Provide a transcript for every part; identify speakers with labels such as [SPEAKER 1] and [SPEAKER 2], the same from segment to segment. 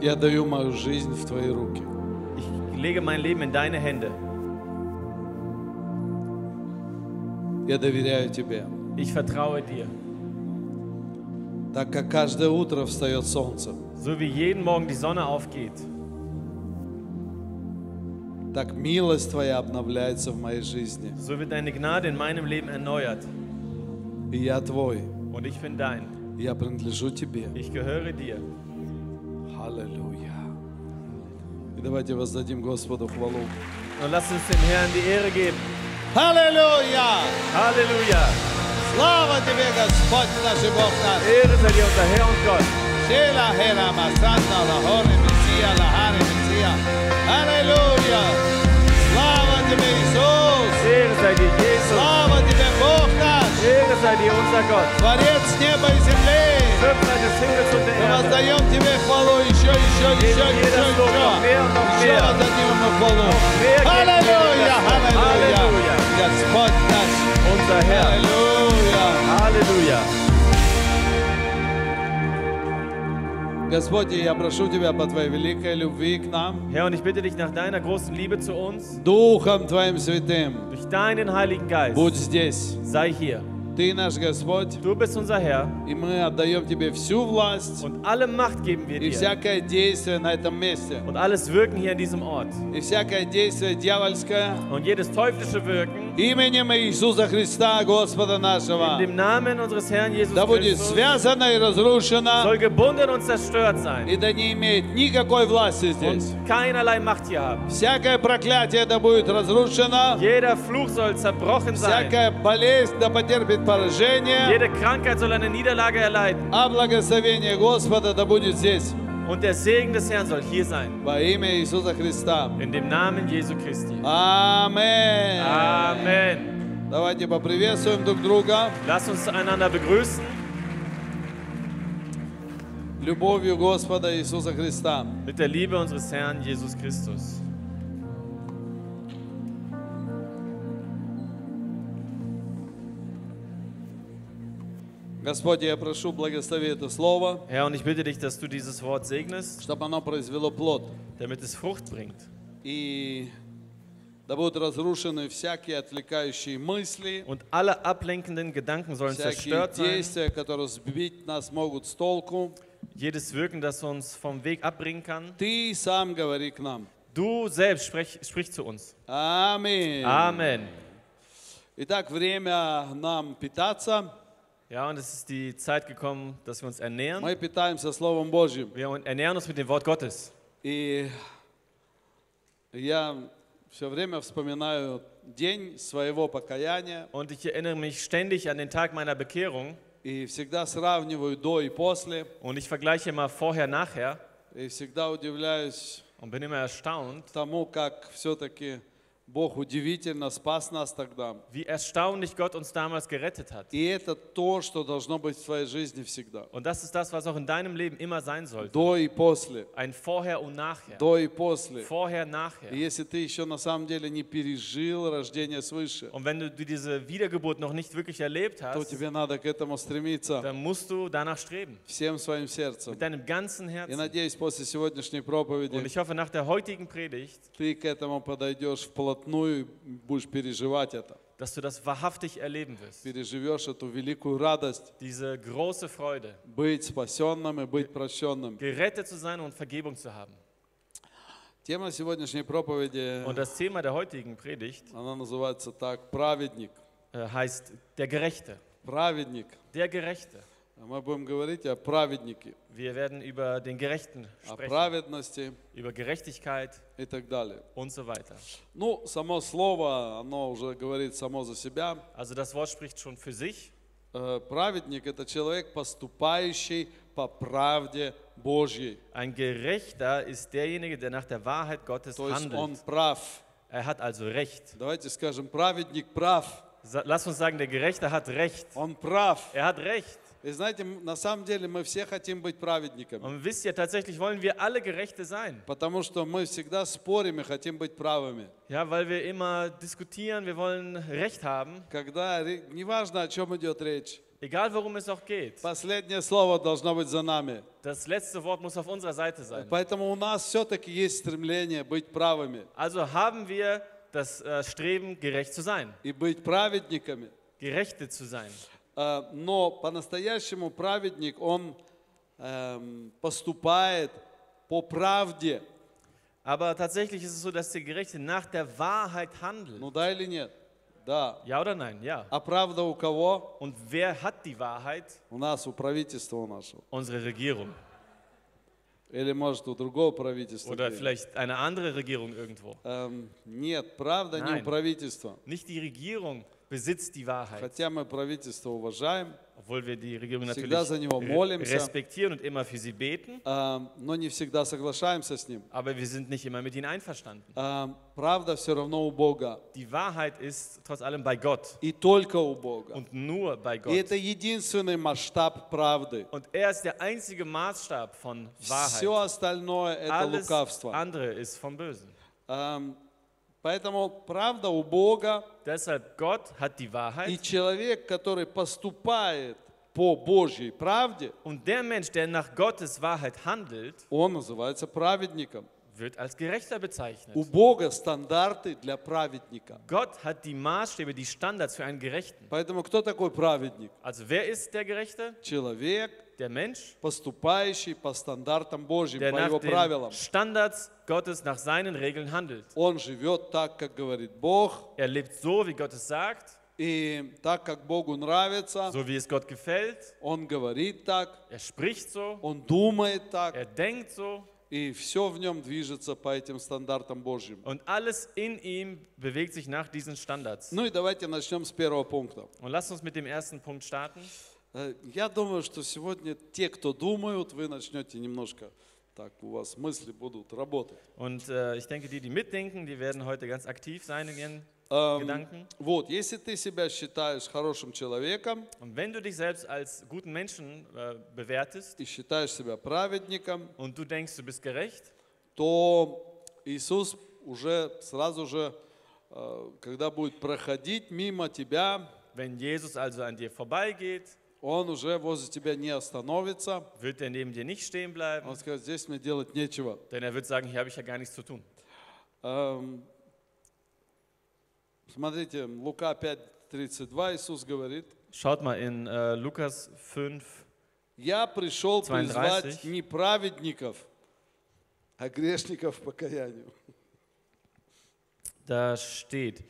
[SPEAKER 1] Я даю мою жизнь в твои руки.
[SPEAKER 2] Ich lege mein Leben in deine Hände.
[SPEAKER 1] Я доверяю тебе.
[SPEAKER 2] Ich vertraue dir.
[SPEAKER 1] Так как каждое утро встает солнце,
[SPEAKER 2] So wie jeden Morgen die Sonne aufgeht,
[SPEAKER 1] так милость твоя обновляется в моей жизни.
[SPEAKER 2] so wird deine Gnade in meinem Leben erneuert.
[SPEAKER 1] И я твой.
[SPEAKER 2] Und ich bin dein.
[SPEAKER 1] Я принадлежу тебе.
[SPEAKER 2] Ich gehöre dir.
[SPEAKER 1] Аллилуйя. И давайте воздадим Господу хвалу.
[SPEAKER 2] Und lass uns dem Herrn die Ehre geben.
[SPEAKER 1] Аллилуйя!
[SPEAKER 2] Halleluja.
[SPEAKER 1] Слава тебе, Господь наш и Бог наш!
[SPEAKER 2] Ehre sei dir unser Herr und Gott.
[SPEAKER 1] Шила хера масанда лахоре мессия лахаре мессия. Аллилуйя! Слава тебе, Иисус!
[SPEAKER 2] Ehre sei dir Jesus.
[SPEAKER 1] Слава тебе, Бог наш!
[SPEAKER 2] Ehre sei dir unser Gott.
[SPEAKER 1] Творец неба и земли!
[SPEAKER 2] Schöpfer des Himmels und der
[SPEAKER 1] Мы
[SPEAKER 2] Erde.
[SPEAKER 1] воздаем тебе хвалу еще, еще, еще, еще, еще! Еще воздадим ему хвалу! Аллилуйя! Аллилуйя! Господь наш!
[SPEAKER 2] Unser Herr.
[SPEAKER 1] Аллилуйя!
[SPEAKER 2] Halleluja.
[SPEAKER 1] Господи, я прошу Тебя по Твоей великой любви к нам,
[SPEAKER 2] Herr, und ich bitte dich nach deiner großen Liebe zu uns,
[SPEAKER 1] Духом Твоим Святым,
[SPEAKER 2] durch deinen Heiligen Geist,
[SPEAKER 1] будь здесь.
[SPEAKER 2] sei hier.
[SPEAKER 1] Ты наш Господь,
[SPEAKER 2] Du bist unser Herr
[SPEAKER 1] и мы отдаем Тебе всю власть
[SPEAKER 2] und alle Macht geben wir
[SPEAKER 1] и
[SPEAKER 2] dir.
[SPEAKER 1] всякое действие на этом месте,
[SPEAKER 2] Und alles Wirken hier an diesem Ort.
[SPEAKER 1] и всякое действие дьявольское
[SPEAKER 2] Und jedes teuflische Wirken
[SPEAKER 1] именем Иисуса Христа, Господа
[SPEAKER 2] in
[SPEAKER 1] нашего,
[SPEAKER 2] dem Namen unseres Herrn Jesus
[SPEAKER 1] да будет
[SPEAKER 2] Christus
[SPEAKER 1] связано и разрушено,
[SPEAKER 2] soll gebunden und zerstört sein
[SPEAKER 1] и да не имеет никакой власти здесь.
[SPEAKER 2] und keinerlei Macht hier haben.
[SPEAKER 1] Всякое проклятие да будет разрушено,
[SPEAKER 2] Jeder Fluch soll zerbrochen sein.
[SPEAKER 1] всякая болезнь да потерпит поражение,
[SPEAKER 2] Jede Krankheit soll eine Niederlage erleiden.
[SPEAKER 1] А благословение Господа да будет здесь.
[SPEAKER 2] Und der Segen des Herrn soll hier sein.
[SPEAKER 1] Во имя Иисуса Христа.
[SPEAKER 2] In dem Namen Jesu Christi.
[SPEAKER 1] Аминь.
[SPEAKER 2] Amen.
[SPEAKER 1] Давайте поприветствуем друг друга
[SPEAKER 2] Lasst uns einander begrüßen
[SPEAKER 1] любовью Господа Иисуса Христа.
[SPEAKER 2] mit der Liebe unseres Herrn Jesus Christus.
[SPEAKER 1] Господи, я прошу, благослови это слово,
[SPEAKER 2] Herr, und ich bitte dich, dass du dieses Wort segnest,
[SPEAKER 1] чтобы оно произвело плод.
[SPEAKER 2] damit es Frucht bringt.
[SPEAKER 1] И да будут разрушены всякие отвлекающие мысли,
[SPEAKER 2] Und alle ablenkenden Gedanken sollen
[SPEAKER 1] всякие
[SPEAKER 2] zerstört sein.
[SPEAKER 1] действия, которые сбить нас могут с толку.
[SPEAKER 2] Jedes Wirken, das uns vom Weg abbringen kann.
[SPEAKER 1] Ты сам говори к нам.
[SPEAKER 2] Du selbst sprech, sprich zu uns.
[SPEAKER 1] Аминь.
[SPEAKER 2] Amen.
[SPEAKER 1] Итак, время нам питаться.
[SPEAKER 2] Ja, und es ist die Zeit gekommen, dass wir uns ernähren.
[SPEAKER 1] Мы питаемся Словом Божьим.
[SPEAKER 2] Wir ernähren uns mit dem Wort Gottes.
[SPEAKER 1] И я все время вспоминаю день своего покаяния
[SPEAKER 2] Und ich erinnere mich ständig an den Tag meiner Bekehrung.
[SPEAKER 1] и всегда сравниваю до и после.
[SPEAKER 2] Und ich vergleiche immer vorher, nachher.
[SPEAKER 1] И всегда удивляюсь
[SPEAKER 2] Und bin immer erstaunt,
[SPEAKER 1] тому, как все-таки Бог удивительно спас нас тогда.
[SPEAKER 2] wie erstaunlich Gott uns damals gerettet hat.
[SPEAKER 1] И это то, что должно быть в своей жизни всегда.
[SPEAKER 2] Und das ist das, was auch in deinem Leben immer sein sollte.
[SPEAKER 1] До и после.
[SPEAKER 2] Ein Vorher und Nachher.
[SPEAKER 1] До и после.
[SPEAKER 2] Vorher,
[SPEAKER 1] И
[SPEAKER 2] Nachher.
[SPEAKER 1] если ты еще на самом деле не пережил рождение свыше,
[SPEAKER 2] Und wenn du diese Wiedergeburt noch nicht wirklich erlebt
[SPEAKER 1] то
[SPEAKER 2] hast,
[SPEAKER 1] тебе надо к этому стремиться
[SPEAKER 2] dann musst du danach streben.
[SPEAKER 1] всем своим сердцем.
[SPEAKER 2] Mit deinem ganzen
[SPEAKER 1] И
[SPEAKER 2] Herzen.
[SPEAKER 1] надеюсь, после сегодняшней
[SPEAKER 2] Und
[SPEAKER 1] проповеди
[SPEAKER 2] ich hoffe, nach der heutigen Predigt,
[SPEAKER 1] ты к этому подойдешь вплотную и будешь переживать это.
[SPEAKER 2] dass du das wahrhaftig erleben wirst.
[SPEAKER 1] Переживешь эту великую радость
[SPEAKER 2] Diese große Freude,
[SPEAKER 1] быть спасенным и быть прощенным.
[SPEAKER 2] gerettet zu sein und Vergebung zu haben.
[SPEAKER 1] Тема сегодняшней проповеди,
[SPEAKER 2] Und das Thema der heutigen Predigt
[SPEAKER 1] она называется так, праведник.
[SPEAKER 2] äh, heißt der Gerechte.
[SPEAKER 1] Праведник. А
[SPEAKER 2] Der Gerechte.
[SPEAKER 1] Мы будем говорить о праведнике,
[SPEAKER 2] Wir werden über den Gerechten
[SPEAKER 1] о
[SPEAKER 2] sprechen,
[SPEAKER 1] праведности
[SPEAKER 2] über Gerechtigkeit
[SPEAKER 1] и так далее.
[SPEAKER 2] und so weiter.
[SPEAKER 1] Ну, само слово, оно уже говорит само за себя.
[SPEAKER 2] Also das Wort spricht schon für sich.
[SPEAKER 1] Э, Праведник – это человек, поступающий по правде Божьей.
[SPEAKER 2] Ein Gerechter ist derjenige, der nach der Wahrheit Gottes
[SPEAKER 1] То есть он
[SPEAKER 2] handelt.
[SPEAKER 1] прав.
[SPEAKER 2] Er hat also Recht.
[SPEAKER 1] Давайте скажем, праведник прав.
[SPEAKER 2] Sa- Lass uns sagen, der Gerechte hat Recht.
[SPEAKER 1] Он прав.
[SPEAKER 2] Er hat Recht.
[SPEAKER 1] И знаете, м- на самом деле мы все хотим быть праведниками.
[SPEAKER 2] Und wisst ihr, tatsächlich wollen wir alle Gerechte sein.
[SPEAKER 1] Потому что мы всегда спорим и хотим быть правыми.
[SPEAKER 2] Ja, weil wir immer diskutieren, wir wollen Recht haben.
[SPEAKER 1] Когда, ре- неважно, о чем идет речь,
[SPEAKER 2] Egal worum es auch geht,
[SPEAKER 1] Последнее слово должно быть за нами.
[SPEAKER 2] das letzte Wort muss auf unserer Seite sein.
[SPEAKER 1] Поэтому у нас все-таки есть стремление быть правыми
[SPEAKER 2] Also haben wir das äh, Streben, gerecht zu sein,
[SPEAKER 1] и быть праведниками.
[SPEAKER 2] Gerechte zu sein.
[SPEAKER 1] Э, Но по-настоящему праведник, он эм, поступает по правде.
[SPEAKER 2] Aber tatsächlich ist es so, dass der Gerechte nach der Wahrheit handelt.
[SPEAKER 1] Ну да или нет? Да.
[SPEAKER 2] Ja oder nein? Ja.
[SPEAKER 1] А правда у кого?
[SPEAKER 2] Und wer hat die Wahrheit?
[SPEAKER 1] У нас, у правительства у нашего.
[SPEAKER 2] Unsere Regierung.
[SPEAKER 1] Или может у другого правительства.
[SPEAKER 2] Oder
[SPEAKER 1] где.
[SPEAKER 2] vielleicht eine andere Regierung irgendwo.
[SPEAKER 1] Эм, нет, правда не
[SPEAKER 2] Nein.
[SPEAKER 1] у правительства.
[SPEAKER 2] Nicht die Regierung besitzt die Wahrheit,
[SPEAKER 1] Хотя мы правительство уважаем,
[SPEAKER 2] obwohl wir die Regierung natürlich
[SPEAKER 1] Всегда за него
[SPEAKER 2] re-
[SPEAKER 1] молимся.
[SPEAKER 2] respektieren und immer für sie beten,
[SPEAKER 1] эм, но не всегда соглашаемся с ним.
[SPEAKER 2] aber wir sind nicht immer mit ihnen einverstanden.
[SPEAKER 1] Эм, правда все равно у Бога.
[SPEAKER 2] Die Wahrheit ist trotz allem bei Gott
[SPEAKER 1] И только у Бога.
[SPEAKER 2] und nur bei
[SPEAKER 1] И
[SPEAKER 2] Gott.
[SPEAKER 1] это единственный масштаб правды.
[SPEAKER 2] Und er ist der einzige Maßstab von
[SPEAKER 1] Все
[SPEAKER 2] Wahrheit.
[SPEAKER 1] остальное это
[SPEAKER 2] Alles
[SPEAKER 1] лукавство.
[SPEAKER 2] andere ist vom Bösen.
[SPEAKER 1] Эм, Поэтому правда у Бога
[SPEAKER 2] Deshalb, Gott hat die
[SPEAKER 1] и
[SPEAKER 2] Wahrheit
[SPEAKER 1] человек, который поступает по Божьей правде,
[SPEAKER 2] und der Mensch, der nach Gottes Wahrheit handelt,
[SPEAKER 1] он называется праведником.
[SPEAKER 2] wird als Gerechter
[SPEAKER 1] У
[SPEAKER 2] bezeichnet.
[SPEAKER 1] Бога стандарты для праведника.
[SPEAKER 2] Gott hat die Maßstäbe, die Standards für einen Gerechten.
[SPEAKER 1] Поэтому кто такой праведник?
[SPEAKER 2] Also wer ist der Gerechte?
[SPEAKER 1] Человек,
[SPEAKER 2] Der Mensch,
[SPEAKER 1] поступающий по стандартам Божьим,
[SPEAKER 2] der
[SPEAKER 1] по
[SPEAKER 2] nach
[SPEAKER 1] его правилам.
[SPEAKER 2] den Standards Gottes, nach seinen Regeln handelt.
[SPEAKER 1] Он живет так, как говорит Бог,
[SPEAKER 2] Er lebt so, wie Gott es sagt,
[SPEAKER 1] и так, как Богу нравится,
[SPEAKER 2] so wie es Gott gefällt.
[SPEAKER 1] он говорит так,
[SPEAKER 2] Er spricht so,
[SPEAKER 1] он думает так,
[SPEAKER 2] er denkt so
[SPEAKER 1] и все в нем движется по этим стандартам Божьим.
[SPEAKER 2] und alles in ihm bewegt sich nach diesen Standards.
[SPEAKER 1] Ну и давайте начнем с первого пункта.
[SPEAKER 2] Und lasst uns mit dem ersten Punkt starten.
[SPEAKER 1] Э, Я думаю, что сегодня те, кто думают, вы начнете немножко, так у вас мысли будут работать.
[SPEAKER 2] Und äh, ich denke, die, die mitdenken, die werden heute ganz aktiv sein in ihren
[SPEAKER 1] Эм,
[SPEAKER 2] Gedanken.
[SPEAKER 1] вот, если ты себя считаешь хорошим человеком
[SPEAKER 2] Und wenn du dich selbst als guten Menschen äh, bewertest
[SPEAKER 1] и считаешь себя праведником,
[SPEAKER 2] und du denkst, du bist gerecht,
[SPEAKER 1] то Иисус уже сразу же, э, когда будет проходить мимо тебя,
[SPEAKER 2] wenn Jesus also an dir vorbeigeht,
[SPEAKER 1] Он уже возле тебя не остановится.
[SPEAKER 2] wird er neben dir nicht stehen bleiben,
[SPEAKER 1] Он скажет, здесь мне делать нечего.
[SPEAKER 2] denn er wird sagen, hier habe ich ja gar nichts zu tun.
[SPEAKER 1] Эм, Смотрите, Лука 5:32 Иисус говорит,
[SPEAKER 2] Schaut mal in äh, Lukas 5,
[SPEAKER 1] я пришел
[SPEAKER 2] 32.
[SPEAKER 1] призвать не праведников, а грешников к покаянию.
[SPEAKER 2] da steht,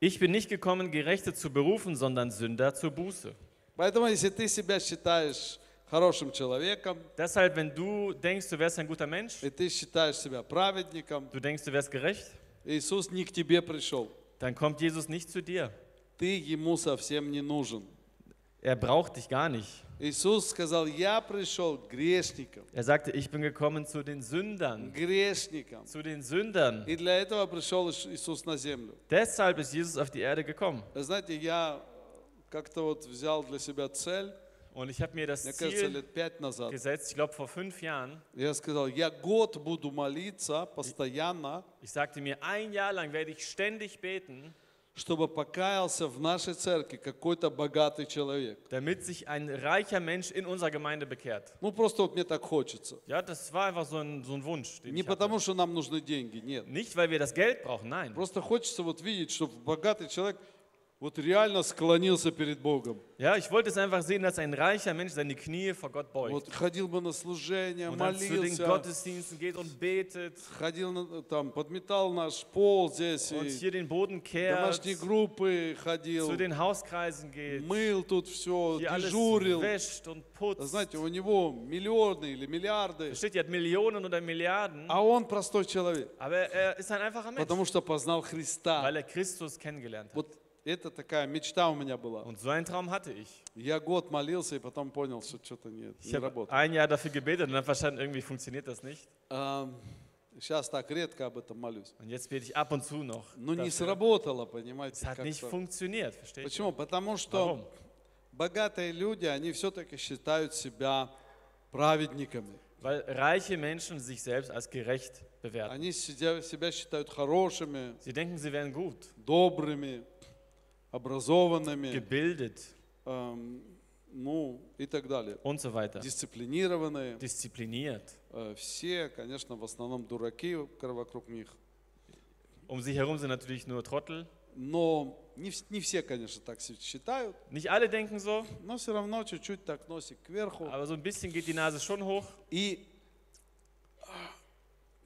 [SPEAKER 2] ich bin nicht gekommen, Gerechte zu berufen, sondern Sünder zur Buße.
[SPEAKER 1] Поэтому, если ты себя считаешь хорошим человеком,
[SPEAKER 2] Deshalb, halt, wenn du denkst, du wärst ein guter Mensch,
[SPEAKER 1] и ты считаешь себя праведником,
[SPEAKER 2] du denkst, du wärst gerecht,
[SPEAKER 1] Иисус не к тебе пришел.
[SPEAKER 2] dann kommt Jesus nicht zu dir.
[SPEAKER 1] Ты ему совсем не нужен.
[SPEAKER 2] Er braucht dich gar nicht.
[SPEAKER 1] Иисус сказал, я пришел к грешникам,
[SPEAKER 2] Er sagte, ich bin gekommen zu den Sündern.
[SPEAKER 1] грешникам.
[SPEAKER 2] Zu den Sündern.
[SPEAKER 1] И для этого пришел Иш- Иисус на землю.
[SPEAKER 2] Deshalb ist Jesus auf die Erde gekommen.
[SPEAKER 1] Вы Знаете, я как-то вот взял для себя цель,
[SPEAKER 2] Und ich habe mir das
[SPEAKER 1] мне кажется,
[SPEAKER 2] Ziel
[SPEAKER 1] лет пять назад.
[SPEAKER 2] gesetzt, ich glaube vor fünf Jahren.
[SPEAKER 1] Я сказал, я год буду молиться постоянно,
[SPEAKER 2] Ich sagte mir, ein Jahr lang werde ich ständig beten,
[SPEAKER 1] чтобы покаялся в нашей церкви какой-то богатый человек.
[SPEAKER 2] damit sich ein reicher Mensch in unserer Gemeinde bekehrt.
[SPEAKER 1] Ну, просто вот мне так хочется.
[SPEAKER 2] Ja, das war einfach so ein, so ein Wunsch. Den
[SPEAKER 1] Не
[SPEAKER 2] ich hatte.
[SPEAKER 1] потому, что нам нужны деньги, нет.
[SPEAKER 2] Nicht, weil wir das Geld brauchen, nein.
[SPEAKER 1] Просто хочется вот видеть, чтобы богатый человек вот реально склонился перед Богом.
[SPEAKER 2] Ja, ich wollte es einfach sehen, dass ein reicher Mensch seine Knie vor Gott beugt.
[SPEAKER 1] Вот ходил бы на служение,
[SPEAKER 2] Und dann zu den
[SPEAKER 1] молился,
[SPEAKER 2] Gottesdiensten geht und betet
[SPEAKER 1] ходил на- там, подметал наш пол здесь,
[SPEAKER 2] und
[SPEAKER 1] и
[SPEAKER 2] hier den Boden kehrt,
[SPEAKER 1] домашние группы ходил,
[SPEAKER 2] zu den Hauskreisen geht,
[SPEAKER 1] мыл тут все,
[SPEAKER 2] hier alles
[SPEAKER 1] дежурил.
[SPEAKER 2] wäscht und putzt.
[SPEAKER 1] Знаете, у него миллионы или миллиарды,
[SPEAKER 2] Da steht, die hat Millionen oder Milliarden,
[SPEAKER 1] а он простой человек,
[SPEAKER 2] aber er ist ein einfacher Mensch,
[SPEAKER 1] потому что познал Христа.
[SPEAKER 2] weil er Christus kennengelernt hat.
[SPEAKER 1] Вот это такая мечта у меня была.
[SPEAKER 2] Und so einen Traum hatte ich.
[SPEAKER 1] Я год молился и потом понял, что что-то не,
[SPEAKER 2] Ich
[SPEAKER 1] не
[SPEAKER 2] habe
[SPEAKER 1] работает.
[SPEAKER 2] ein Jahr dafür gebetet und dann verstanden, irgendwie funktioniert das nicht.
[SPEAKER 1] Сейчас так редко об этом молюсь.
[SPEAKER 2] Und jetzt bete ich ab und zu noch.
[SPEAKER 1] Но не
[SPEAKER 2] dafür.
[SPEAKER 1] сработало, понимаете?
[SPEAKER 2] Es hat nicht
[SPEAKER 1] как-то.
[SPEAKER 2] funktioniert, versteht ihr?
[SPEAKER 1] Почему? Потому
[SPEAKER 2] Warum?
[SPEAKER 1] что богатые люди, они все-таки считают себя праведниками.
[SPEAKER 2] Weil reiche Menschen sich selbst als gerecht bewerten.
[SPEAKER 1] Они себя себя считают хорошими,
[SPEAKER 2] Sie denken, sie wären gut,
[SPEAKER 1] добрыми, образованными.
[SPEAKER 2] gebildet,
[SPEAKER 1] Эм, ну и так далее.
[SPEAKER 2] und so weiter.
[SPEAKER 1] Дисциплинированные.
[SPEAKER 2] Diszipliniert.
[SPEAKER 1] Э, Все, конечно, в основном дураки кор- вокруг них.
[SPEAKER 2] Um sich herum sind natürlich nur Trottel.
[SPEAKER 1] Но не, вс- не все, конечно, так си- считают,
[SPEAKER 2] Nicht alle denken so,
[SPEAKER 1] но все равно чуть-чуть так носик кверху.
[SPEAKER 2] aber so ein bisschen geht die Nase schon hoch.
[SPEAKER 1] И а,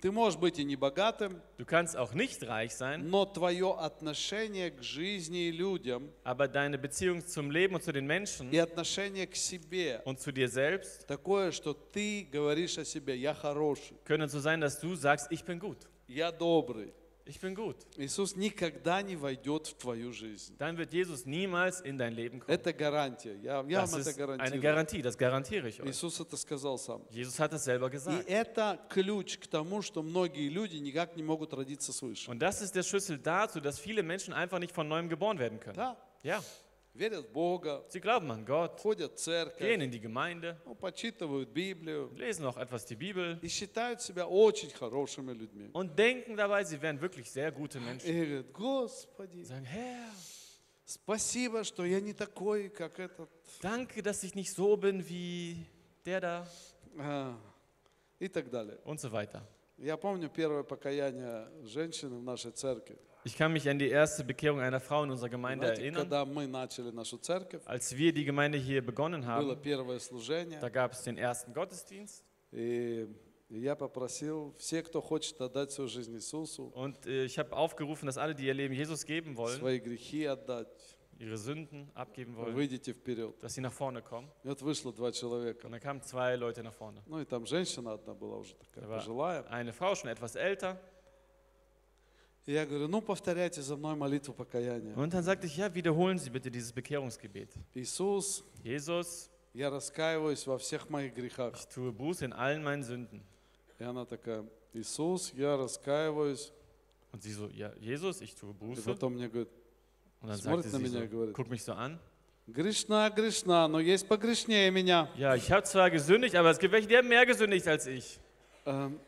[SPEAKER 1] ты можешь быть и не богатым,
[SPEAKER 2] Du kannst auch nicht reich sein,
[SPEAKER 1] но твое отношение к жизни и людям
[SPEAKER 2] aber deine Beziehung zum Leben und zu den Menschen
[SPEAKER 1] и отношение к себе
[SPEAKER 2] und zu dir selbst
[SPEAKER 1] такое, что ты говоришь о себе, я хороший,
[SPEAKER 2] können so sein, dass du sagst, ich bin gut.
[SPEAKER 1] я добрый.
[SPEAKER 2] Ich bin gut.
[SPEAKER 1] Иисус никогда не войдет в твою жизнь.
[SPEAKER 2] Dann wird Jesus niemals in dein Leben kommen.
[SPEAKER 1] Это гарантия. Я, я
[SPEAKER 2] Das
[SPEAKER 1] вам это
[SPEAKER 2] ist eine
[SPEAKER 1] гарантирую.
[SPEAKER 2] Garantie, das garantiere ich euch.
[SPEAKER 1] Иисус это сказал сам.
[SPEAKER 2] Jesus hat es selber
[SPEAKER 1] И
[SPEAKER 2] gesagt.
[SPEAKER 1] это ключ к тому, что многие люди никак не могут родиться свыше.
[SPEAKER 2] Und das ist der Schlüssel dazu, dass viele Menschen einfach nicht von neuem geboren werden können.
[SPEAKER 1] Да,
[SPEAKER 2] Ja,
[SPEAKER 1] верят в Бога,
[SPEAKER 2] sie glauben an Gott,
[SPEAKER 1] ходят в
[SPEAKER 2] gehen
[SPEAKER 1] церковь,
[SPEAKER 2] in die Gemeinde,
[SPEAKER 1] ну, почитывают Библию
[SPEAKER 2] lesen noch etwas die Bibel
[SPEAKER 1] и считают себя очень хорошими людьми.
[SPEAKER 2] und denken dabei, sie wären wirklich sehr gute
[SPEAKER 1] И
[SPEAKER 2] Menschen.
[SPEAKER 1] говорят, Господи,
[SPEAKER 2] Sagen, Herr,
[SPEAKER 1] спасибо, что я не такой, как этот.
[SPEAKER 2] danke, dass ich nicht so bin wie der da
[SPEAKER 1] А, И так далее.
[SPEAKER 2] und so weiter.
[SPEAKER 1] Я помню первое покаяние женщины в нашей церкви.
[SPEAKER 2] Ich kann mich an die erste Bekehrung einer Frau in unserer Gemeinde
[SPEAKER 1] Знаете,
[SPEAKER 2] erinnern.
[SPEAKER 1] когда мы начали нашу церковь,
[SPEAKER 2] Als wir die Gemeinde hier begonnen
[SPEAKER 1] было
[SPEAKER 2] haben,
[SPEAKER 1] первое служение,
[SPEAKER 2] da gab es den ersten Gottesdienst
[SPEAKER 1] и я попросил все, кто хочет отдать свою жизнь Иисусу,
[SPEAKER 2] und äh, ich habe aufgerufen, dass alle, die ihr Leben Jesus geben wollen,
[SPEAKER 1] свои грехи отдать,
[SPEAKER 2] ihre Sünden abgeben wollen,
[SPEAKER 1] выйдите вперед.
[SPEAKER 2] dass sie nach vorne kommen.
[SPEAKER 1] И вот вышло два
[SPEAKER 2] Und
[SPEAKER 1] человека.
[SPEAKER 2] dann kamen zwei Leute nach vorne.
[SPEAKER 1] Ну и там женщина одна была уже такая
[SPEAKER 2] Давай.
[SPEAKER 1] пожилая.
[SPEAKER 2] Eine Frau, schon etwas älter.
[SPEAKER 1] И я говорю, ну повторяйте за мной молитву покаяния.
[SPEAKER 2] Und dann sagte ich, ja, wiederholen Sie bitte dieses Bekehrungsgebet.
[SPEAKER 1] Иисус,
[SPEAKER 2] Jesus,
[SPEAKER 1] я раскаиваюсь во всех моих грехах.
[SPEAKER 2] ich tue Buße in allen meinen Sünden.
[SPEAKER 1] И она такая, Иисус, я раскаиваюсь.
[SPEAKER 2] Und sie so, ja, Jesus, ich tue
[SPEAKER 1] И
[SPEAKER 2] Buße.
[SPEAKER 1] потом мне говорит,
[SPEAKER 2] Und dann
[SPEAKER 1] Смотрит
[SPEAKER 2] sagte
[SPEAKER 1] на
[SPEAKER 2] sie
[SPEAKER 1] меня и
[SPEAKER 2] so,
[SPEAKER 1] говорит.
[SPEAKER 2] guck mich so an.
[SPEAKER 1] грешна, грешна, но есть погрешнее меня.
[SPEAKER 2] Ja, ich habe zwar gesündigt, aber es gibt welche, die haben mehr gesündigt als ich.
[SPEAKER 1] Эм,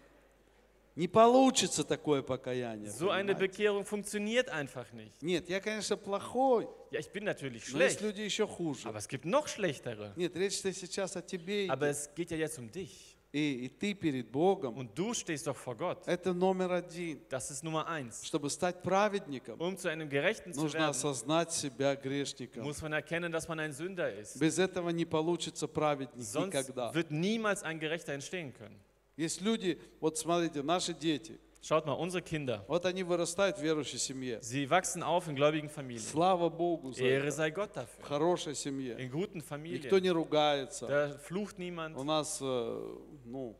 [SPEAKER 1] Не получится такое покаяние.
[SPEAKER 2] So eine
[SPEAKER 1] понимаете?
[SPEAKER 2] Bekehrung funktioniert einfach nicht.
[SPEAKER 1] Нет, я, конечно, плохой,
[SPEAKER 2] Ja, ich bin natürlich
[SPEAKER 1] но есть
[SPEAKER 2] schlecht,
[SPEAKER 1] люди еще хуже.
[SPEAKER 2] aber es gibt noch schlechtere.
[SPEAKER 1] Нет, речь-то сейчас о тебе.
[SPEAKER 2] Aber
[SPEAKER 1] идет.
[SPEAKER 2] es geht ja jetzt um dich.
[SPEAKER 1] И, и ты перед Богом.
[SPEAKER 2] Und du stehst doch vor Gott.
[SPEAKER 1] Это номер один.
[SPEAKER 2] Das ist Nummer eins.
[SPEAKER 1] Чтобы стать праведником,
[SPEAKER 2] Um zu einem Gerechten zu
[SPEAKER 1] нужно
[SPEAKER 2] werden,
[SPEAKER 1] осознать себя грешником.
[SPEAKER 2] muss man erkennen, dass man ein Sünder ist.
[SPEAKER 1] Без этого не получится праведник
[SPEAKER 2] Sonst
[SPEAKER 1] никогда.
[SPEAKER 2] wird niemals ein Gerechter entstehen können.
[SPEAKER 1] Есть люди, вот смотрите, наши дети,
[SPEAKER 2] Schaut mal, unsere Kinder,
[SPEAKER 1] вот они vырастают в верующей семье.
[SPEAKER 2] sie wachsen auf in gläubigen Familien.
[SPEAKER 1] Слава Богу за
[SPEAKER 2] Ehre
[SPEAKER 1] это.
[SPEAKER 2] sei Gott
[SPEAKER 1] В
[SPEAKER 2] dafür.
[SPEAKER 1] хорошей семье.
[SPEAKER 2] In guten
[SPEAKER 1] Никто
[SPEAKER 2] Familien.
[SPEAKER 1] не ругается.
[SPEAKER 2] Da flucht
[SPEAKER 1] У
[SPEAKER 2] niemand.
[SPEAKER 1] нас, э, ну,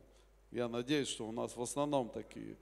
[SPEAKER 1] я надеюсь, что у нас в основном такие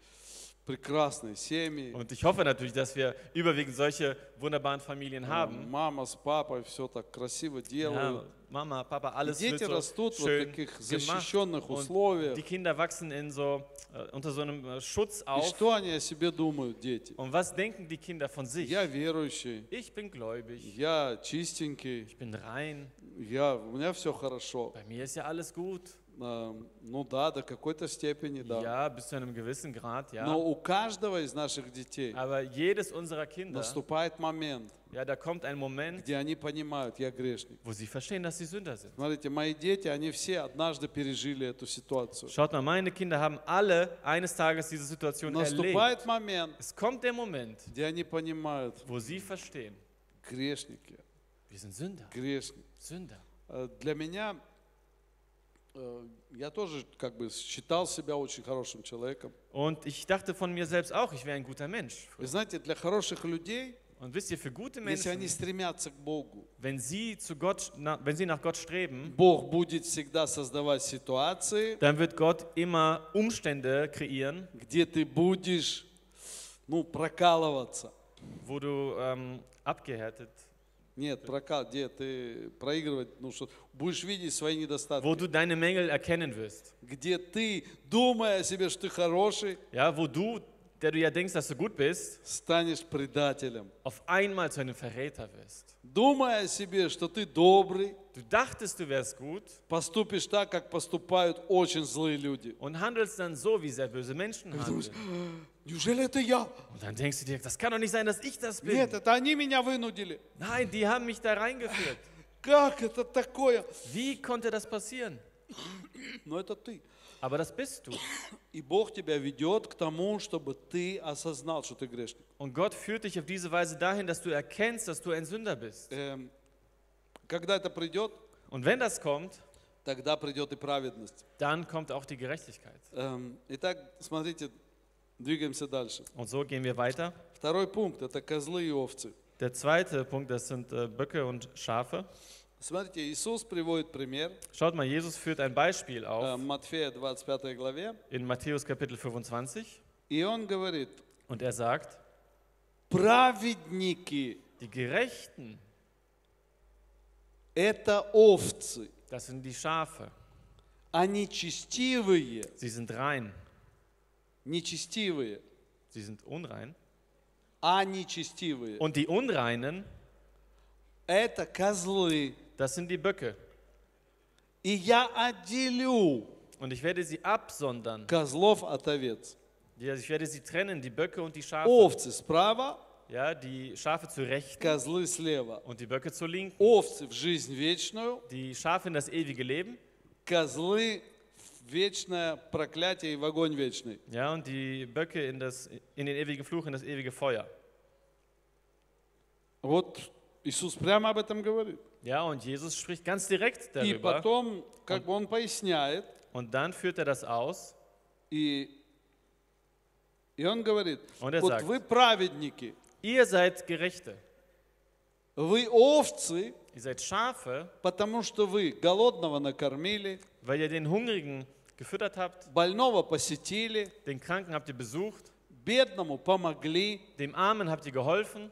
[SPEAKER 1] прекрасные семьи.
[SPEAKER 2] Und ich hoffe natürlich, dass wir überwiegend solche wunderbaren Familien haben.
[SPEAKER 1] Э, Мама с папой все так красиво
[SPEAKER 2] Ja,
[SPEAKER 1] делают.
[SPEAKER 2] Mama, Papa,
[SPEAKER 1] И
[SPEAKER 2] alles wird
[SPEAKER 1] дети
[SPEAKER 2] so
[SPEAKER 1] растут вот в
[SPEAKER 2] schön
[SPEAKER 1] таких
[SPEAKER 2] gemacht.
[SPEAKER 1] защищенных
[SPEAKER 2] Die
[SPEAKER 1] условиях.
[SPEAKER 2] Kinder wachsen in so, äh, unter so einem äh, Schutz
[SPEAKER 1] И
[SPEAKER 2] auf.
[SPEAKER 1] что они о себе думают, дети?
[SPEAKER 2] Und was denken die Kinder von sich?
[SPEAKER 1] Я верующий,
[SPEAKER 2] Ich bin gläubig,
[SPEAKER 1] я чистенький,
[SPEAKER 2] ich bin rein,
[SPEAKER 1] я, у меня все хорошо.
[SPEAKER 2] bei mir ist ja alles gut.
[SPEAKER 1] Эм, Ну да, до какой-то степени, да.
[SPEAKER 2] Ja, bis zu einem gewissen Grad,
[SPEAKER 1] Но
[SPEAKER 2] ja.
[SPEAKER 1] у каждого из наших детей
[SPEAKER 2] Aber jedes unserer Kinder,
[SPEAKER 1] наступает момент,
[SPEAKER 2] ja, da kommt ein Moment,
[SPEAKER 1] где они понимают, я грешник.
[SPEAKER 2] wo sie verstehen, dass sie Sünder sind.
[SPEAKER 1] Смотрите, мои дети, они все однажды пережили эту ситуацию.
[SPEAKER 2] Schaut mal, meine Kinder haben alle eines Tages diese Situation erlebt.
[SPEAKER 1] Наступает момент,
[SPEAKER 2] Es kommt der Moment,
[SPEAKER 1] где они понимают,
[SPEAKER 2] wo sie verstehen,
[SPEAKER 1] грешники,
[SPEAKER 2] wir sind Sünder,
[SPEAKER 1] грешник.
[SPEAKER 2] Sünder.
[SPEAKER 1] Э, Для меня, э, я тоже как бы считал себя очень хорошим человеком.
[SPEAKER 2] Und ich dachte von mir selbst auch, ich wäre ein guter Mensch.
[SPEAKER 1] И знаете, для хороших людей,
[SPEAKER 2] Und wisst ihr, für gute
[SPEAKER 1] если они
[SPEAKER 2] Menschen,
[SPEAKER 1] стремятся к Богу,
[SPEAKER 2] wenn sie, zu Gott, na, wenn sie nach Gott streben,
[SPEAKER 1] Бог будет всегда создавать ситуации,
[SPEAKER 2] dann wird Gott immer Umstände kreieren,
[SPEAKER 1] где ты будешь, ну, прокалываться.
[SPEAKER 2] wo du ähm, abgehärtet,
[SPEAKER 1] Нет, прокал, где ты проигрывать, ну что, будешь видеть свои недостатки.
[SPEAKER 2] wo du deine Mängel erkennen wirst.
[SPEAKER 1] где ты, думая о себе, что ты хороший,
[SPEAKER 2] Ja, wo du, der du ja denkst, dass du gut bist,
[SPEAKER 1] станешь предателем.
[SPEAKER 2] auf einmal zu einem Verräter wirst.
[SPEAKER 1] Думая о себе, что ты добрый,
[SPEAKER 2] Du dachtest, du wärst gut
[SPEAKER 1] поступишь так, как поступают очень злые люди.
[SPEAKER 2] und handelst dann so, wie sehr böse Menschen handeln.
[SPEAKER 1] Неужели это я?
[SPEAKER 2] Und dann denkst du dir, das kann doch nicht sein, dass ich das bin.
[SPEAKER 1] Нет, это они меня вынудили.
[SPEAKER 2] Nein, die haben mich da reingeführt.
[SPEAKER 1] Как это такое?
[SPEAKER 2] Wie konnte das passieren?
[SPEAKER 1] Но это ты.
[SPEAKER 2] Aber das bist du.
[SPEAKER 1] И Бог тебя ведет к тому, чтобы ты осознал, что ты грешник.
[SPEAKER 2] Und Gott führt dich auf diese Weise dahin, dass du erkennst, dass du ein Sünder bist.
[SPEAKER 1] Эм, когда это придет,
[SPEAKER 2] Und wenn das kommt,
[SPEAKER 1] тогда придет и праведность.
[SPEAKER 2] dann kommt auch die Gerechtigkeit.
[SPEAKER 1] Эм, итак, смотрите, двигаемся дальше.
[SPEAKER 2] Und so gehen wir weiter.
[SPEAKER 1] Второй пункт – это козлы и овцы.
[SPEAKER 2] Der zweite Punkt, das sind äh, Böcke und Schafe.
[SPEAKER 1] Смотрите, Иисус приводит пример
[SPEAKER 2] Schaut mal, Jesus führt ein Beispiel
[SPEAKER 1] э,
[SPEAKER 2] auf
[SPEAKER 1] Матфея 25 главе,
[SPEAKER 2] in Matthäus Kapitel 25
[SPEAKER 1] и он говорит,
[SPEAKER 2] und er sagt,
[SPEAKER 1] праведники
[SPEAKER 2] die Gerechten,
[SPEAKER 1] – это овцы,
[SPEAKER 2] das sind die Schafe.
[SPEAKER 1] а нечестивые,
[SPEAKER 2] Sie sind rein,
[SPEAKER 1] нечестивые,
[SPEAKER 2] sie sind unrein.
[SPEAKER 1] а нечестивые
[SPEAKER 2] Und die Unreinen,
[SPEAKER 1] – это козлы.
[SPEAKER 2] das sind die Böcke.
[SPEAKER 1] И я отделю
[SPEAKER 2] Und ich werde sie absondern.
[SPEAKER 1] козлов от овец.
[SPEAKER 2] Ja, Ich werde sie trennen, die Böcke und die Schafe.
[SPEAKER 1] Овцы справа,
[SPEAKER 2] Ja, die Schafe zur Rechten
[SPEAKER 1] козлы слева.
[SPEAKER 2] und die Böcke zur Linken.
[SPEAKER 1] Овцы в жизнь вечную,
[SPEAKER 2] Die Schafe in das ewige Leben.
[SPEAKER 1] козлы в вечное проклятие и в огонь вечный.
[SPEAKER 2] Ja, und die Böcke in, das, in den ewigen Fluch, in das ewige Feuer.
[SPEAKER 1] Вот Иисус прямо об этом говорит.
[SPEAKER 2] Ja, und Jesus spricht ganz direkt
[SPEAKER 1] И
[SPEAKER 2] darüber.
[SPEAKER 1] потом, как бы он поясняет,
[SPEAKER 2] Und dann führt er das aus.
[SPEAKER 1] и, и он говорит,
[SPEAKER 2] Он и
[SPEAKER 1] вот
[SPEAKER 2] sagt.
[SPEAKER 1] вы праведники,
[SPEAKER 2] Ihr seid Gerechte.
[SPEAKER 1] вы овцы,
[SPEAKER 2] Ihr seid Schafe,
[SPEAKER 1] потому что вы голодного накормили,
[SPEAKER 2] weil ihr den Hungrigen gefüttert habt,
[SPEAKER 1] больного посетили,
[SPEAKER 2] den Kranken habt ihr besucht,
[SPEAKER 1] бедному помогли.
[SPEAKER 2] dem Armen habt ihr geholfen.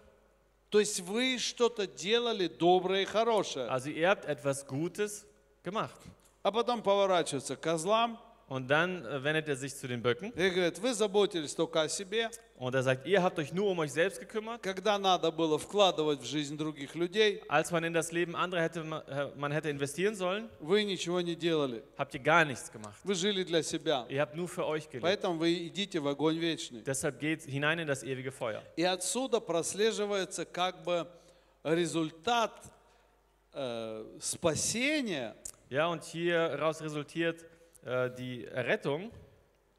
[SPEAKER 1] То есть вы что-то делали доброе и хорошее.
[SPEAKER 2] Also ihr habt etwas Gutes gemacht.
[SPEAKER 1] А потом поворачивается к козлам
[SPEAKER 2] Und dann äh, wendet er sich zu den Böcken
[SPEAKER 1] и говорит, вы заботились только о себе,
[SPEAKER 2] und er sagt, ihr habt euch nur um euch selbst gekümmert.
[SPEAKER 1] когда надо было вкладывать в жизнь других людей,
[SPEAKER 2] Als man in das Leben anderer hätte, ma- äh, man hätte investieren sollen,
[SPEAKER 1] вы ничего не делали.
[SPEAKER 2] habt ihr gar nichts gemacht.
[SPEAKER 1] Вы жили для себя.
[SPEAKER 2] Ihr habt nur für euch gelebt.
[SPEAKER 1] Поэтому вы идите в огонь вечный.
[SPEAKER 2] Deshalb geht hinein in das ewige Feuer.
[SPEAKER 1] И отсюда прослеживается как бы результат э, спасения,
[SPEAKER 2] Ja, und hieraus resultiert äh, die Errettung,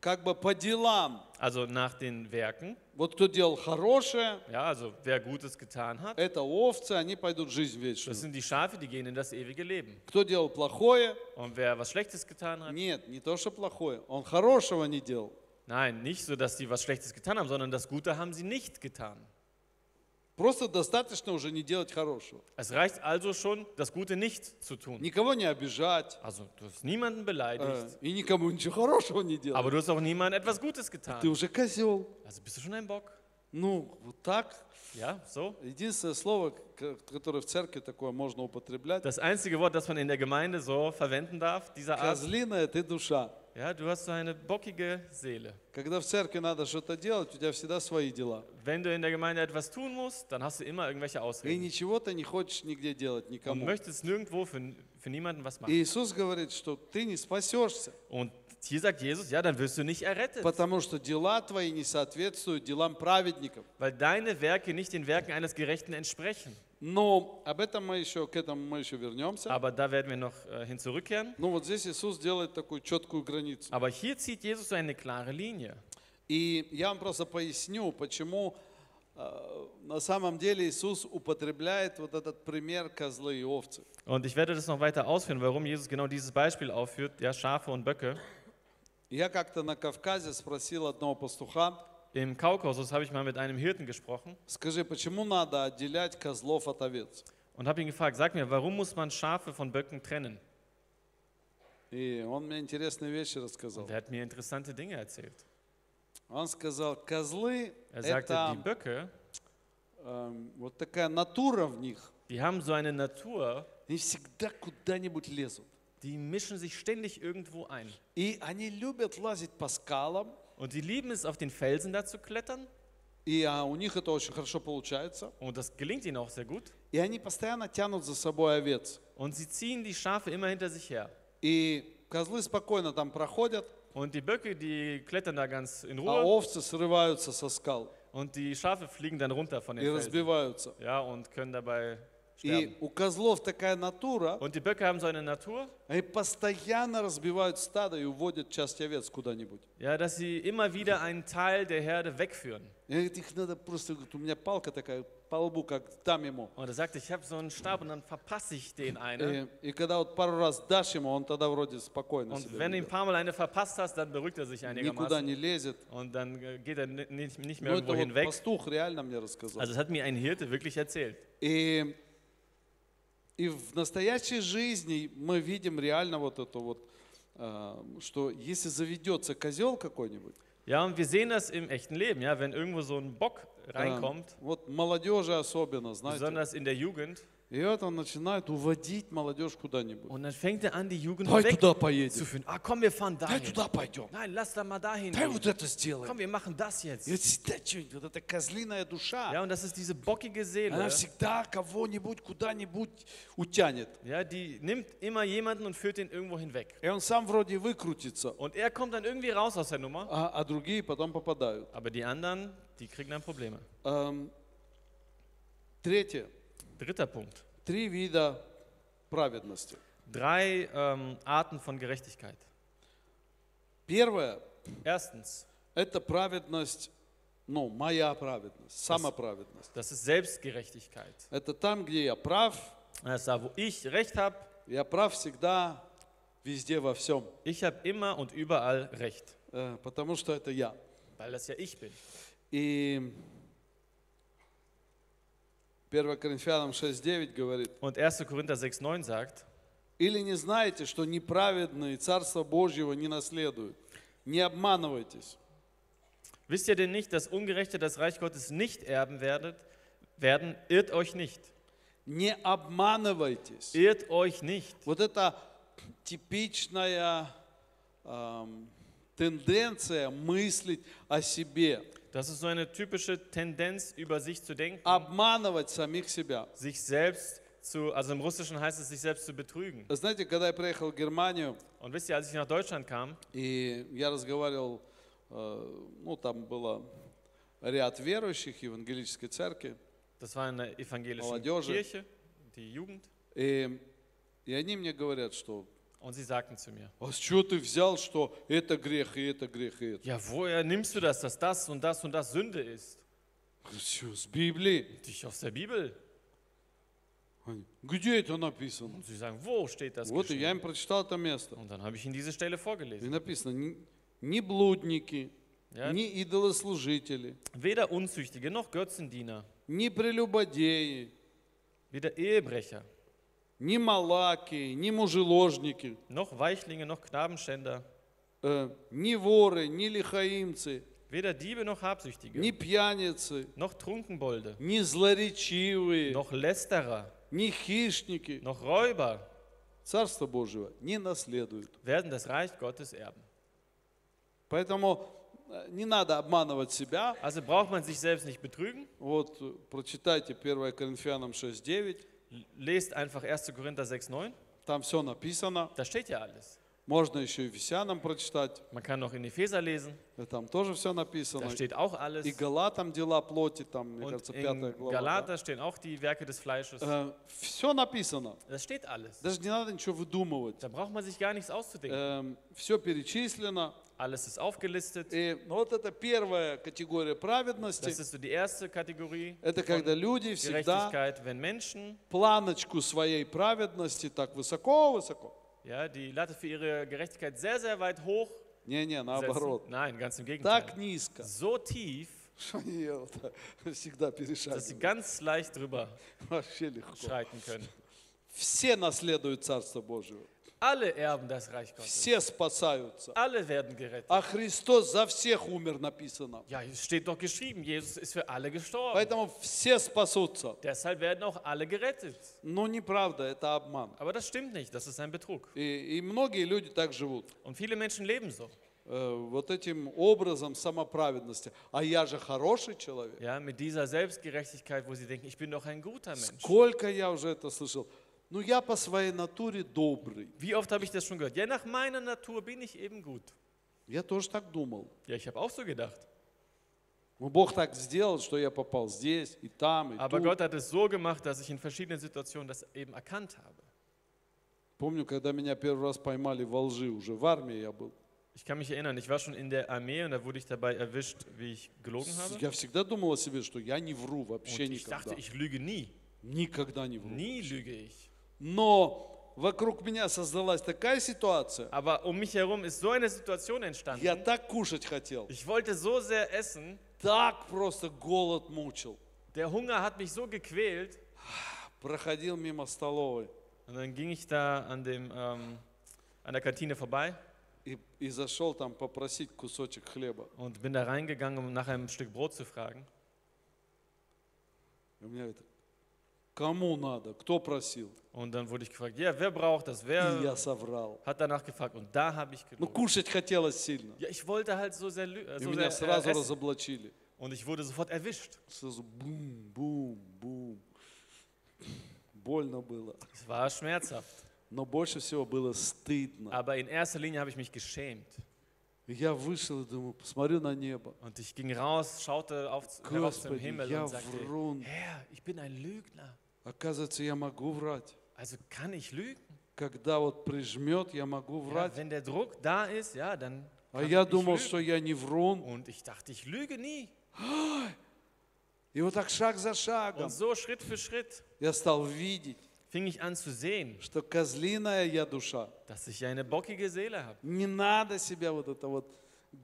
[SPEAKER 1] как бы по делам.
[SPEAKER 2] also nach den Werken.
[SPEAKER 1] Вот кто делал хорошее,
[SPEAKER 2] Ja, also wer Gutes getan hat,
[SPEAKER 1] это овцы, они пойдут в жизнь
[SPEAKER 2] das
[SPEAKER 1] вечную.
[SPEAKER 2] sind die Schafe, die gehen in das ewige Leben.
[SPEAKER 1] Кто делал плохое,
[SPEAKER 2] Und wer was Schlechtes getan hat,
[SPEAKER 1] нет, не то, что плохое, он хорошего не делал.
[SPEAKER 2] nein, nicht so, dass sie was Schlechtes getan haben, sondern das Gute haben sie nicht getan.
[SPEAKER 1] Просто достаточно уже не делать хорошего.
[SPEAKER 2] Es reicht also schon, das Gute nicht zu tun.
[SPEAKER 1] Никого не обижать,
[SPEAKER 2] Also du hast niemanden
[SPEAKER 1] э,
[SPEAKER 2] beleidigt,
[SPEAKER 1] и никому ничего хорошего не делать.
[SPEAKER 2] aber du hast auch niemandem etwas Gutes
[SPEAKER 1] Ты
[SPEAKER 2] getan.
[SPEAKER 1] уже козел.
[SPEAKER 2] Also bist du schon ein Bock?
[SPEAKER 1] Ну, вот так.
[SPEAKER 2] Ja, so.
[SPEAKER 1] Единственное слово, к- которое в церкви такое можно употреблять,
[SPEAKER 2] Das einzige Wort, das man in der Gemeinde so verwenden darf, dieser Art,
[SPEAKER 1] козлиная ты душа.
[SPEAKER 2] ja, du hast so eine bockige Seele.
[SPEAKER 1] Когда в церкви надо что-то делать, у тебя всегда свои дела.
[SPEAKER 2] Wenn du in der Gemeinde etwas tun musst, dann hast du immer irgendwelche
[SPEAKER 1] И
[SPEAKER 2] Ausreden
[SPEAKER 1] ничего ты не хочешь нигде делать
[SPEAKER 2] und
[SPEAKER 1] никому.
[SPEAKER 2] möchtest nirgendwo für, für niemanden was machen.
[SPEAKER 1] И Иисус говорит, что ты не спасешься,
[SPEAKER 2] Und hier sagt Jesus, ja, dann wirst du nicht errettet,
[SPEAKER 1] потому что дела твои не соответствуют делам праведников.
[SPEAKER 2] weil deine Werke nicht den Werken eines Gerechten entsprechen.
[SPEAKER 1] Но об этом мы еще, к этому мы еще вернемся.
[SPEAKER 2] Aber da werden wir noch äh, hin zurückkehren.
[SPEAKER 1] Ну вот здесь Иисус делает такую четкую границу.
[SPEAKER 2] Aber hier zieht Jesus so eine klare Linie.
[SPEAKER 1] И я вам просто поясню, почему э, на самом деле Иисус употребляет вот этот пример козлы и овцы.
[SPEAKER 2] Und ich werde das noch weiter ausführen, warum Jesus genau dieses Beispiel aufführt, ja, Schafe und Böcke.
[SPEAKER 1] Я как-то на Кавказе спросил одного пастуха,
[SPEAKER 2] Im Kaukasus habe ich mal mit einem Hirten gesprochen
[SPEAKER 1] скажи, почему надо отделять козлов от овец?
[SPEAKER 2] und habe ihn gefragt, sag mir, warum muss man Schafe von Böcken trennen?
[SPEAKER 1] И он мне интересные вещи рассказал.
[SPEAKER 2] Und er hat mir interessante Dinge erzählt.
[SPEAKER 1] Он сказал, козлы
[SPEAKER 2] Er sagte, die
[SPEAKER 1] это
[SPEAKER 2] Böcke,
[SPEAKER 1] эм, вот такая натура в них.
[SPEAKER 2] die haben so eine Natur,
[SPEAKER 1] Они всегда куда-нибудь лезут.
[SPEAKER 2] die mischen sich ständig irgendwo ein.
[SPEAKER 1] И они любят лазить по скалам,
[SPEAKER 2] Und die lieben es, auf den Felsen da zu klettern.
[SPEAKER 1] и а, у них это очень хорошо получается.
[SPEAKER 2] Und das gelingt ihnen auch sehr gut.
[SPEAKER 1] И они постоянно тянут за собой овец.
[SPEAKER 2] Und sie ziehen die Schafe immer hinter sich her.
[SPEAKER 1] И козлы спокойно там проходят,
[SPEAKER 2] Und die Böcke, die klettern da ganz in
[SPEAKER 1] а
[SPEAKER 2] Ruhe.
[SPEAKER 1] овцы srываются со скал
[SPEAKER 2] Und die Schafe fliegen dann runter von
[SPEAKER 1] и
[SPEAKER 2] den Felsen.
[SPEAKER 1] разбиваются.
[SPEAKER 2] Ja, und können dabei
[SPEAKER 1] И
[SPEAKER 2] sterben.
[SPEAKER 1] у козлов такая натура,
[SPEAKER 2] Und die Böcke haben so eine Natur,
[SPEAKER 1] они постоянно разбивают стадо и уводят часть овец куда-нибудь.
[SPEAKER 2] ja, dass sie immer wieder einen Teil der Herde wegführen.
[SPEAKER 1] И говорит, их надо просто, говорит, у меня палка такая, по лбу, как дам ему.
[SPEAKER 2] Und er sagt, ich habe so einen Stab und dann verpasse ich den einen.
[SPEAKER 1] И, и когда вот пару раз дашь ему, он тогда вроде спокойно
[SPEAKER 2] Und
[SPEAKER 1] себя
[SPEAKER 2] wenn du ihm ein
[SPEAKER 1] ведет.
[SPEAKER 2] paar Mal eine verpasst hast, dann beruhigt er sich
[SPEAKER 1] никуда
[SPEAKER 2] einigermaßen.
[SPEAKER 1] не лезет.
[SPEAKER 2] Und dann äh, geht er ni- nicht, nicht mehr
[SPEAKER 1] Ну, это
[SPEAKER 2] irgendwo
[SPEAKER 1] вот
[SPEAKER 2] hinweg.
[SPEAKER 1] пастух реально мне рассказал.
[SPEAKER 2] Also es hat mir ein Hirte wirklich erzählt.
[SPEAKER 1] И, и в настоящей жизни мы видим реально вот это вот, а, что если заведется козел какой-нибудь,
[SPEAKER 2] Ja, und wir sehen das im echten Leben, ja, wenn irgendwo so ein Bock
[SPEAKER 1] а,
[SPEAKER 2] reinkommt,
[SPEAKER 1] вот молодежи особенно, знаете,
[SPEAKER 2] besonders in der Jugend,
[SPEAKER 1] и это он начинает уводить молодежь куда-нибудь.
[SPEAKER 2] und dann fängt er an, die Jugend
[SPEAKER 1] Давай туда
[SPEAKER 2] zu
[SPEAKER 1] поедем,
[SPEAKER 2] führen. Ah, komm, wir fahren
[SPEAKER 1] давай
[SPEAKER 2] dahin.
[SPEAKER 1] туда пойдем,
[SPEAKER 2] Nein, lass da mal dahin.
[SPEAKER 1] давай
[SPEAKER 2] Gehen.
[SPEAKER 1] вот это сделаем.
[SPEAKER 2] Komm, wir machen das
[SPEAKER 1] И
[SPEAKER 2] jetzt.
[SPEAKER 1] вот всегда что-нибудь, вот эта козлиная душа,
[SPEAKER 2] Ja, und das ist diese bockige
[SPEAKER 1] она
[SPEAKER 2] Seele,
[SPEAKER 1] всегда кого-нибудь куда-нибудь утянет.
[SPEAKER 2] ja, die nimmt immer jemanden und führt den irgendwo hinweg.
[SPEAKER 1] И он сам вроде выкрутится,
[SPEAKER 2] Und er kommt dann irgendwie raus aus der Nummer,
[SPEAKER 1] а, а другие потом попадают.
[SPEAKER 2] aber die anderen, die kriegen dann Probleme.
[SPEAKER 1] Эм, третье.
[SPEAKER 2] Dritter Punkt.
[SPEAKER 1] Три вида праведности.
[SPEAKER 2] Drei ähm, Arten von Gerechtigkeit.
[SPEAKER 1] Первое
[SPEAKER 2] Erstens,
[SPEAKER 1] – это праведность, ну, моя праведность, самоправедность.
[SPEAKER 2] das ist Selbstgerechtigkeit.
[SPEAKER 1] Это там, где я прав,
[SPEAKER 2] Das ist da, wo ich Recht habe,
[SPEAKER 1] я прав всегда, везде, во всем,
[SPEAKER 2] ich habe immer und überall Recht,
[SPEAKER 1] э, потому что это я.
[SPEAKER 2] weil das ja ich bin.
[SPEAKER 1] И 1 Коринфянам 6.9 говорит,
[SPEAKER 2] Und 1. Korinther 6,9 sagt,
[SPEAKER 1] «Или не знаете, что неправедные Царство Божьего не наследуют? Не обманывайтесь».
[SPEAKER 2] wisst ihr denn nicht, dass Ungerechte das Reich Gottes nicht erben werdet, werden? Irrt euch nicht.
[SPEAKER 1] Не обманывайтесь.
[SPEAKER 2] Irrt euch nicht.
[SPEAKER 1] Вот это типичная эм, тенденция мыслить о себе,
[SPEAKER 2] Das ist so eine typische Tendenz, über sich zu denken,
[SPEAKER 1] обманывать самих себя.
[SPEAKER 2] sich selbst zu, also im Russischen heißt es, sich selbst zu betrügen.
[SPEAKER 1] Знаете, когда я приехал в Германию,
[SPEAKER 2] Und wisst ihr, als ich nach Deutschland kam,
[SPEAKER 1] и я разговаривал, э, ну там было ряд верующих евангелической церкви,
[SPEAKER 2] das war in der evangelischen
[SPEAKER 1] Молодежи.
[SPEAKER 2] Kirche, die Jugend,
[SPEAKER 1] и, и они мне говорят, что
[SPEAKER 2] und sie sagten zu mir,
[SPEAKER 1] «А с чего ты взял, что это грех, и это грех, и это?»
[SPEAKER 2] ja, woher nimmst du das, dass das und das und das Sünde ist?
[SPEAKER 1] Все, с Библии.
[SPEAKER 2] Dich aus der Bibel.
[SPEAKER 1] Они, Где это написано?
[SPEAKER 2] Und sie sagen, wo steht das
[SPEAKER 1] Вот и я
[SPEAKER 2] geschrieben?
[SPEAKER 1] им прочитал это место.
[SPEAKER 2] Und dann habe ich ihnen diese Stelle
[SPEAKER 1] И
[SPEAKER 2] vorgelesen.
[SPEAKER 1] написано, ни, ни блудники,
[SPEAKER 2] Ja.
[SPEAKER 1] ни идолослужители,
[SPEAKER 2] Weder Unzüchtige noch Götzendiener,
[SPEAKER 1] ни прелюбодеи,
[SPEAKER 2] weder Ehebrecher,
[SPEAKER 1] ни малаки, ни мужеложники,
[SPEAKER 2] noch Weichlinge noch Knabenschänder,
[SPEAKER 1] э, ни воры, ни лихаимцы,
[SPEAKER 2] weder Diebe noch Habsüchtige,
[SPEAKER 1] ни пьяницы,
[SPEAKER 2] noch Trunkenbolde,
[SPEAKER 1] ни злоречивые,
[SPEAKER 2] noch Lästerer,
[SPEAKER 1] ни хищники
[SPEAKER 2] noch Räuber
[SPEAKER 1] Царство Божьего не наследуют.
[SPEAKER 2] werden das Reich Gottes erben.
[SPEAKER 1] Поэтому э, не надо обманывать себя.
[SPEAKER 2] Also braucht man sich selbst nicht betrügen.
[SPEAKER 1] Вот э, прочитайте 1 Коринфянам 6.9,
[SPEAKER 2] Lest einfach 1. Korinther 6,9.
[SPEAKER 1] там все написано.
[SPEAKER 2] Da steht ja alles.
[SPEAKER 1] Можно еще и Ефесянам прочитать,
[SPEAKER 2] Man kann noch in Epheser lesen.
[SPEAKER 1] э, там тоже все написано.
[SPEAKER 2] Da steht auch alles.
[SPEAKER 1] И Галатам дела плоти, там, мне
[SPEAKER 2] Und
[SPEAKER 1] кажется, пятая
[SPEAKER 2] in
[SPEAKER 1] глава.
[SPEAKER 2] Galater stehen auch die Werke des Fleisches.
[SPEAKER 1] Äh, Все написано.
[SPEAKER 2] Das steht alles.
[SPEAKER 1] Даже не надо ничего выдумывать.
[SPEAKER 2] Da braucht man sich gar nichts auszudenken.
[SPEAKER 1] Все перечислено.
[SPEAKER 2] Alles ist aufgelistet.
[SPEAKER 1] И ну, вот это первая категория праведности.
[SPEAKER 2] Das ist so die erste Kategorie.
[SPEAKER 1] Это когда люди всегда
[SPEAKER 2] Gerechtigkeit, wenn Menschen
[SPEAKER 1] планочку своей праведности так высоко-высоко.
[SPEAKER 2] ja, die Latte für ihre Gerechtigkeit sehr, sehr weit hoch
[SPEAKER 1] Не-не,
[SPEAKER 2] setzen.
[SPEAKER 1] наоборот.
[SPEAKER 2] Nein, ganz im
[SPEAKER 1] Так
[SPEAKER 2] Gegenteil.
[SPEAKER 1] низко,
[SPEAKER 2] So tief,
[SPEAKER 1] что они вот всегда
[SPEAKER 2] dass sie
[SPEAKER 1] перешагивают.
[SPEAKER 2] ganz leicht drüber
[SPEAKER 1] Вообще легко.
[SPEAKER 2] schreiten können.
[SPEAKER 1] Все наследуют Царство Божие.
[SPEAKER 2] Alle erben das Reich Gottes.
[SPEAKER 1] Все спасаются.
[SPEAKER 2] Alle werden gerettet.
[SPEAKER 1] А Христос за всех умер, написано.
[SPEAKER 2] Ja, es steht doch geschrieben, Jesus ist für alle gestorben.
[SPEAKER 1] Поэтому все спасутся.
[SPEAKER 2] Deshalb werden auch alle gerettet.
[SPEAKER 1] Но неправда, это обман.
[SPEAKER 2] Aber das stimmt nicht, das ist ein Betrug.
[SPEAKER 1] И, и многие люди так живут.
[SPEAKER 2] Und viele Menschen leben so.
[SPEAKER 1] э, вот этим образом самоправедности. А я же хороший человек.
[SPEAKER 2] Ja, mit dieser Selbstgerechtigkeit, wo sie denken, ich bin doch ein guter Mensch.
[SPEAKER 1] Сколько я уже это слышал. Ну, я по своей натуре добрый.
[SPEAKER 2] Wie oft habe ich das schon gehört? Ja, nach meiner Natur bin ich eben gut.
[SPEAKER 1] Я тоже так думал.
[SPEAKER 2] Ja, ich habe auch so gedacht.
[SPEAKER 1] Но Бог так сделал, что я попал здесь и там, и
[SPEAKER 2] Aber
[SPEAKER 1] тут.
[SPEAKER 2] Gott hat es so gemacht, dass ich in verschiedenen Situationen das eben erkannt habe.
[SPEAKER 1] Помню, когда меня первый раз поймали во лжи, уже в армии я был.
[SPEAKER 2] Ich kann mich erinnern, ich war schon in der Armee und da wurde ich dabei erwischt, wie ich gelogen habe.
[SPEAKER 1] Я всегда думал о себе, что я не вру
[SPEAKER 2] Und
[SPEAKER 1] вообще
[SPEAKER 2] ich
[SPEAKER 1] никогда.
[SPEAKER 2] dachte, ich lüge nie.
[SPEAKER 1] Никогда не вру.
[SPEAKER 2] Nie lüge ich.
[SPEAKER 1] Но вокруг меня создалась такая ситуация,
[SPEAKER 2] Aber um mich herum ist so eine Situation entstanden.
[SPEAKER 1] я так кушать хотел,
[SPEAKER 2] Ich wollte so sehr essen,
[SPEAKER 1] так просто голод мучил.
[SPEAKER 2] der Hunger hat mich so gequält.
[SPEAKER 1] Проходил мимо столовой,
[SPEAKER 2] Und dann ging ich da an, dem, ähm, an der Kantine vorbei
[SPEAKER 1] и, и зашел там попросить кусочек хлеба.
[SPEAKER 2] und bin da reingegangen, um nach einem Stück Brot zu fragen.
[SPEAKER 1] И у меня это, кому надо, кто просил?
[SPEAKER 2] Und dann wurde ich gefragt, ja, wer braucht das? Wer
[SPEAKER 1] И я соврал.
[SPEAKER 2] hat danach gefragt? Und da habe ich
[SPEAKER 1] Ну,
[SPEAKER 2] gelogen.
[SPEAKER 1] кушать хотелось сильно.
[SPEAKER 2] Ja, ich wollte halt so sehr, lü- äh,
[SPEAKER 1] И
[SPEAKER 2] so
[SPEAKER 1] меня
[SPEAKER 2] sehr
[SPEAKER 1] сразу
[SPEAKER 2] äh, essen.
[SPEAKER 1] разоблачили.
[SPEAKER 2] Und ich wurde sofort erwischt.
[SPEAKER 1] Сразу бум, бум, бум. Больно было.
[SPEAKER 2] Es war schmerzhaft.
[SPEAKER 1] Но больше всего было стыдно.
[SPEAKER 2] Aber in erster Linie habe ich mich geschämt.
[SPEAKER 1] И я вышел и думаю, посмотрю на небо.
[SPEAKER 2] Und ich ging raus, schaute auf, herauf zum
[SPEAKER 1] Господи,
[SPEAKER 2] Himmel
[SPEAKER 1] я
[SPEAKER 2] und sagte,
[SPEAKER 1] врун.
[SPEAKER 2] Herr, ich bin ein Lügner.
[SPEAKER 1] Оказывается, я могу врать.
[SPEAKER 2] Also kann ich lügen?
[SPEAKER 1] Когда вот прижмет, я могу
[SPEAKER 2] Ja,
[SPEAKER 1] врать.
[SPEAKER 2] wenn der Druck da ist, ja, dann
[SPEAKER 1] А
[SPEAKER 2] kann
[SPEAKER 1] я
[SPEAKER 2] ich
[SPEAKER 1] думал,
[SPEAKER 2] lügen.
[SPEAKER 1] что я не врун.
[SPEAKER 2] Und ich dachte, ich lüge nie.
[SPEAKER 1] И вот так шаг за шагом
[SPEAKER 2] Und so Schritt für Schritt
[SPEAKER 1] я стал видеть,
[SPEAKER 2] fing ich an zu sehen,
[SPEAKER 1] что козлиная я душа.
[SPEAKER 2] dass ich eine bockige Seele habe.
[SPEAKER 1] Не надо себя вот это вот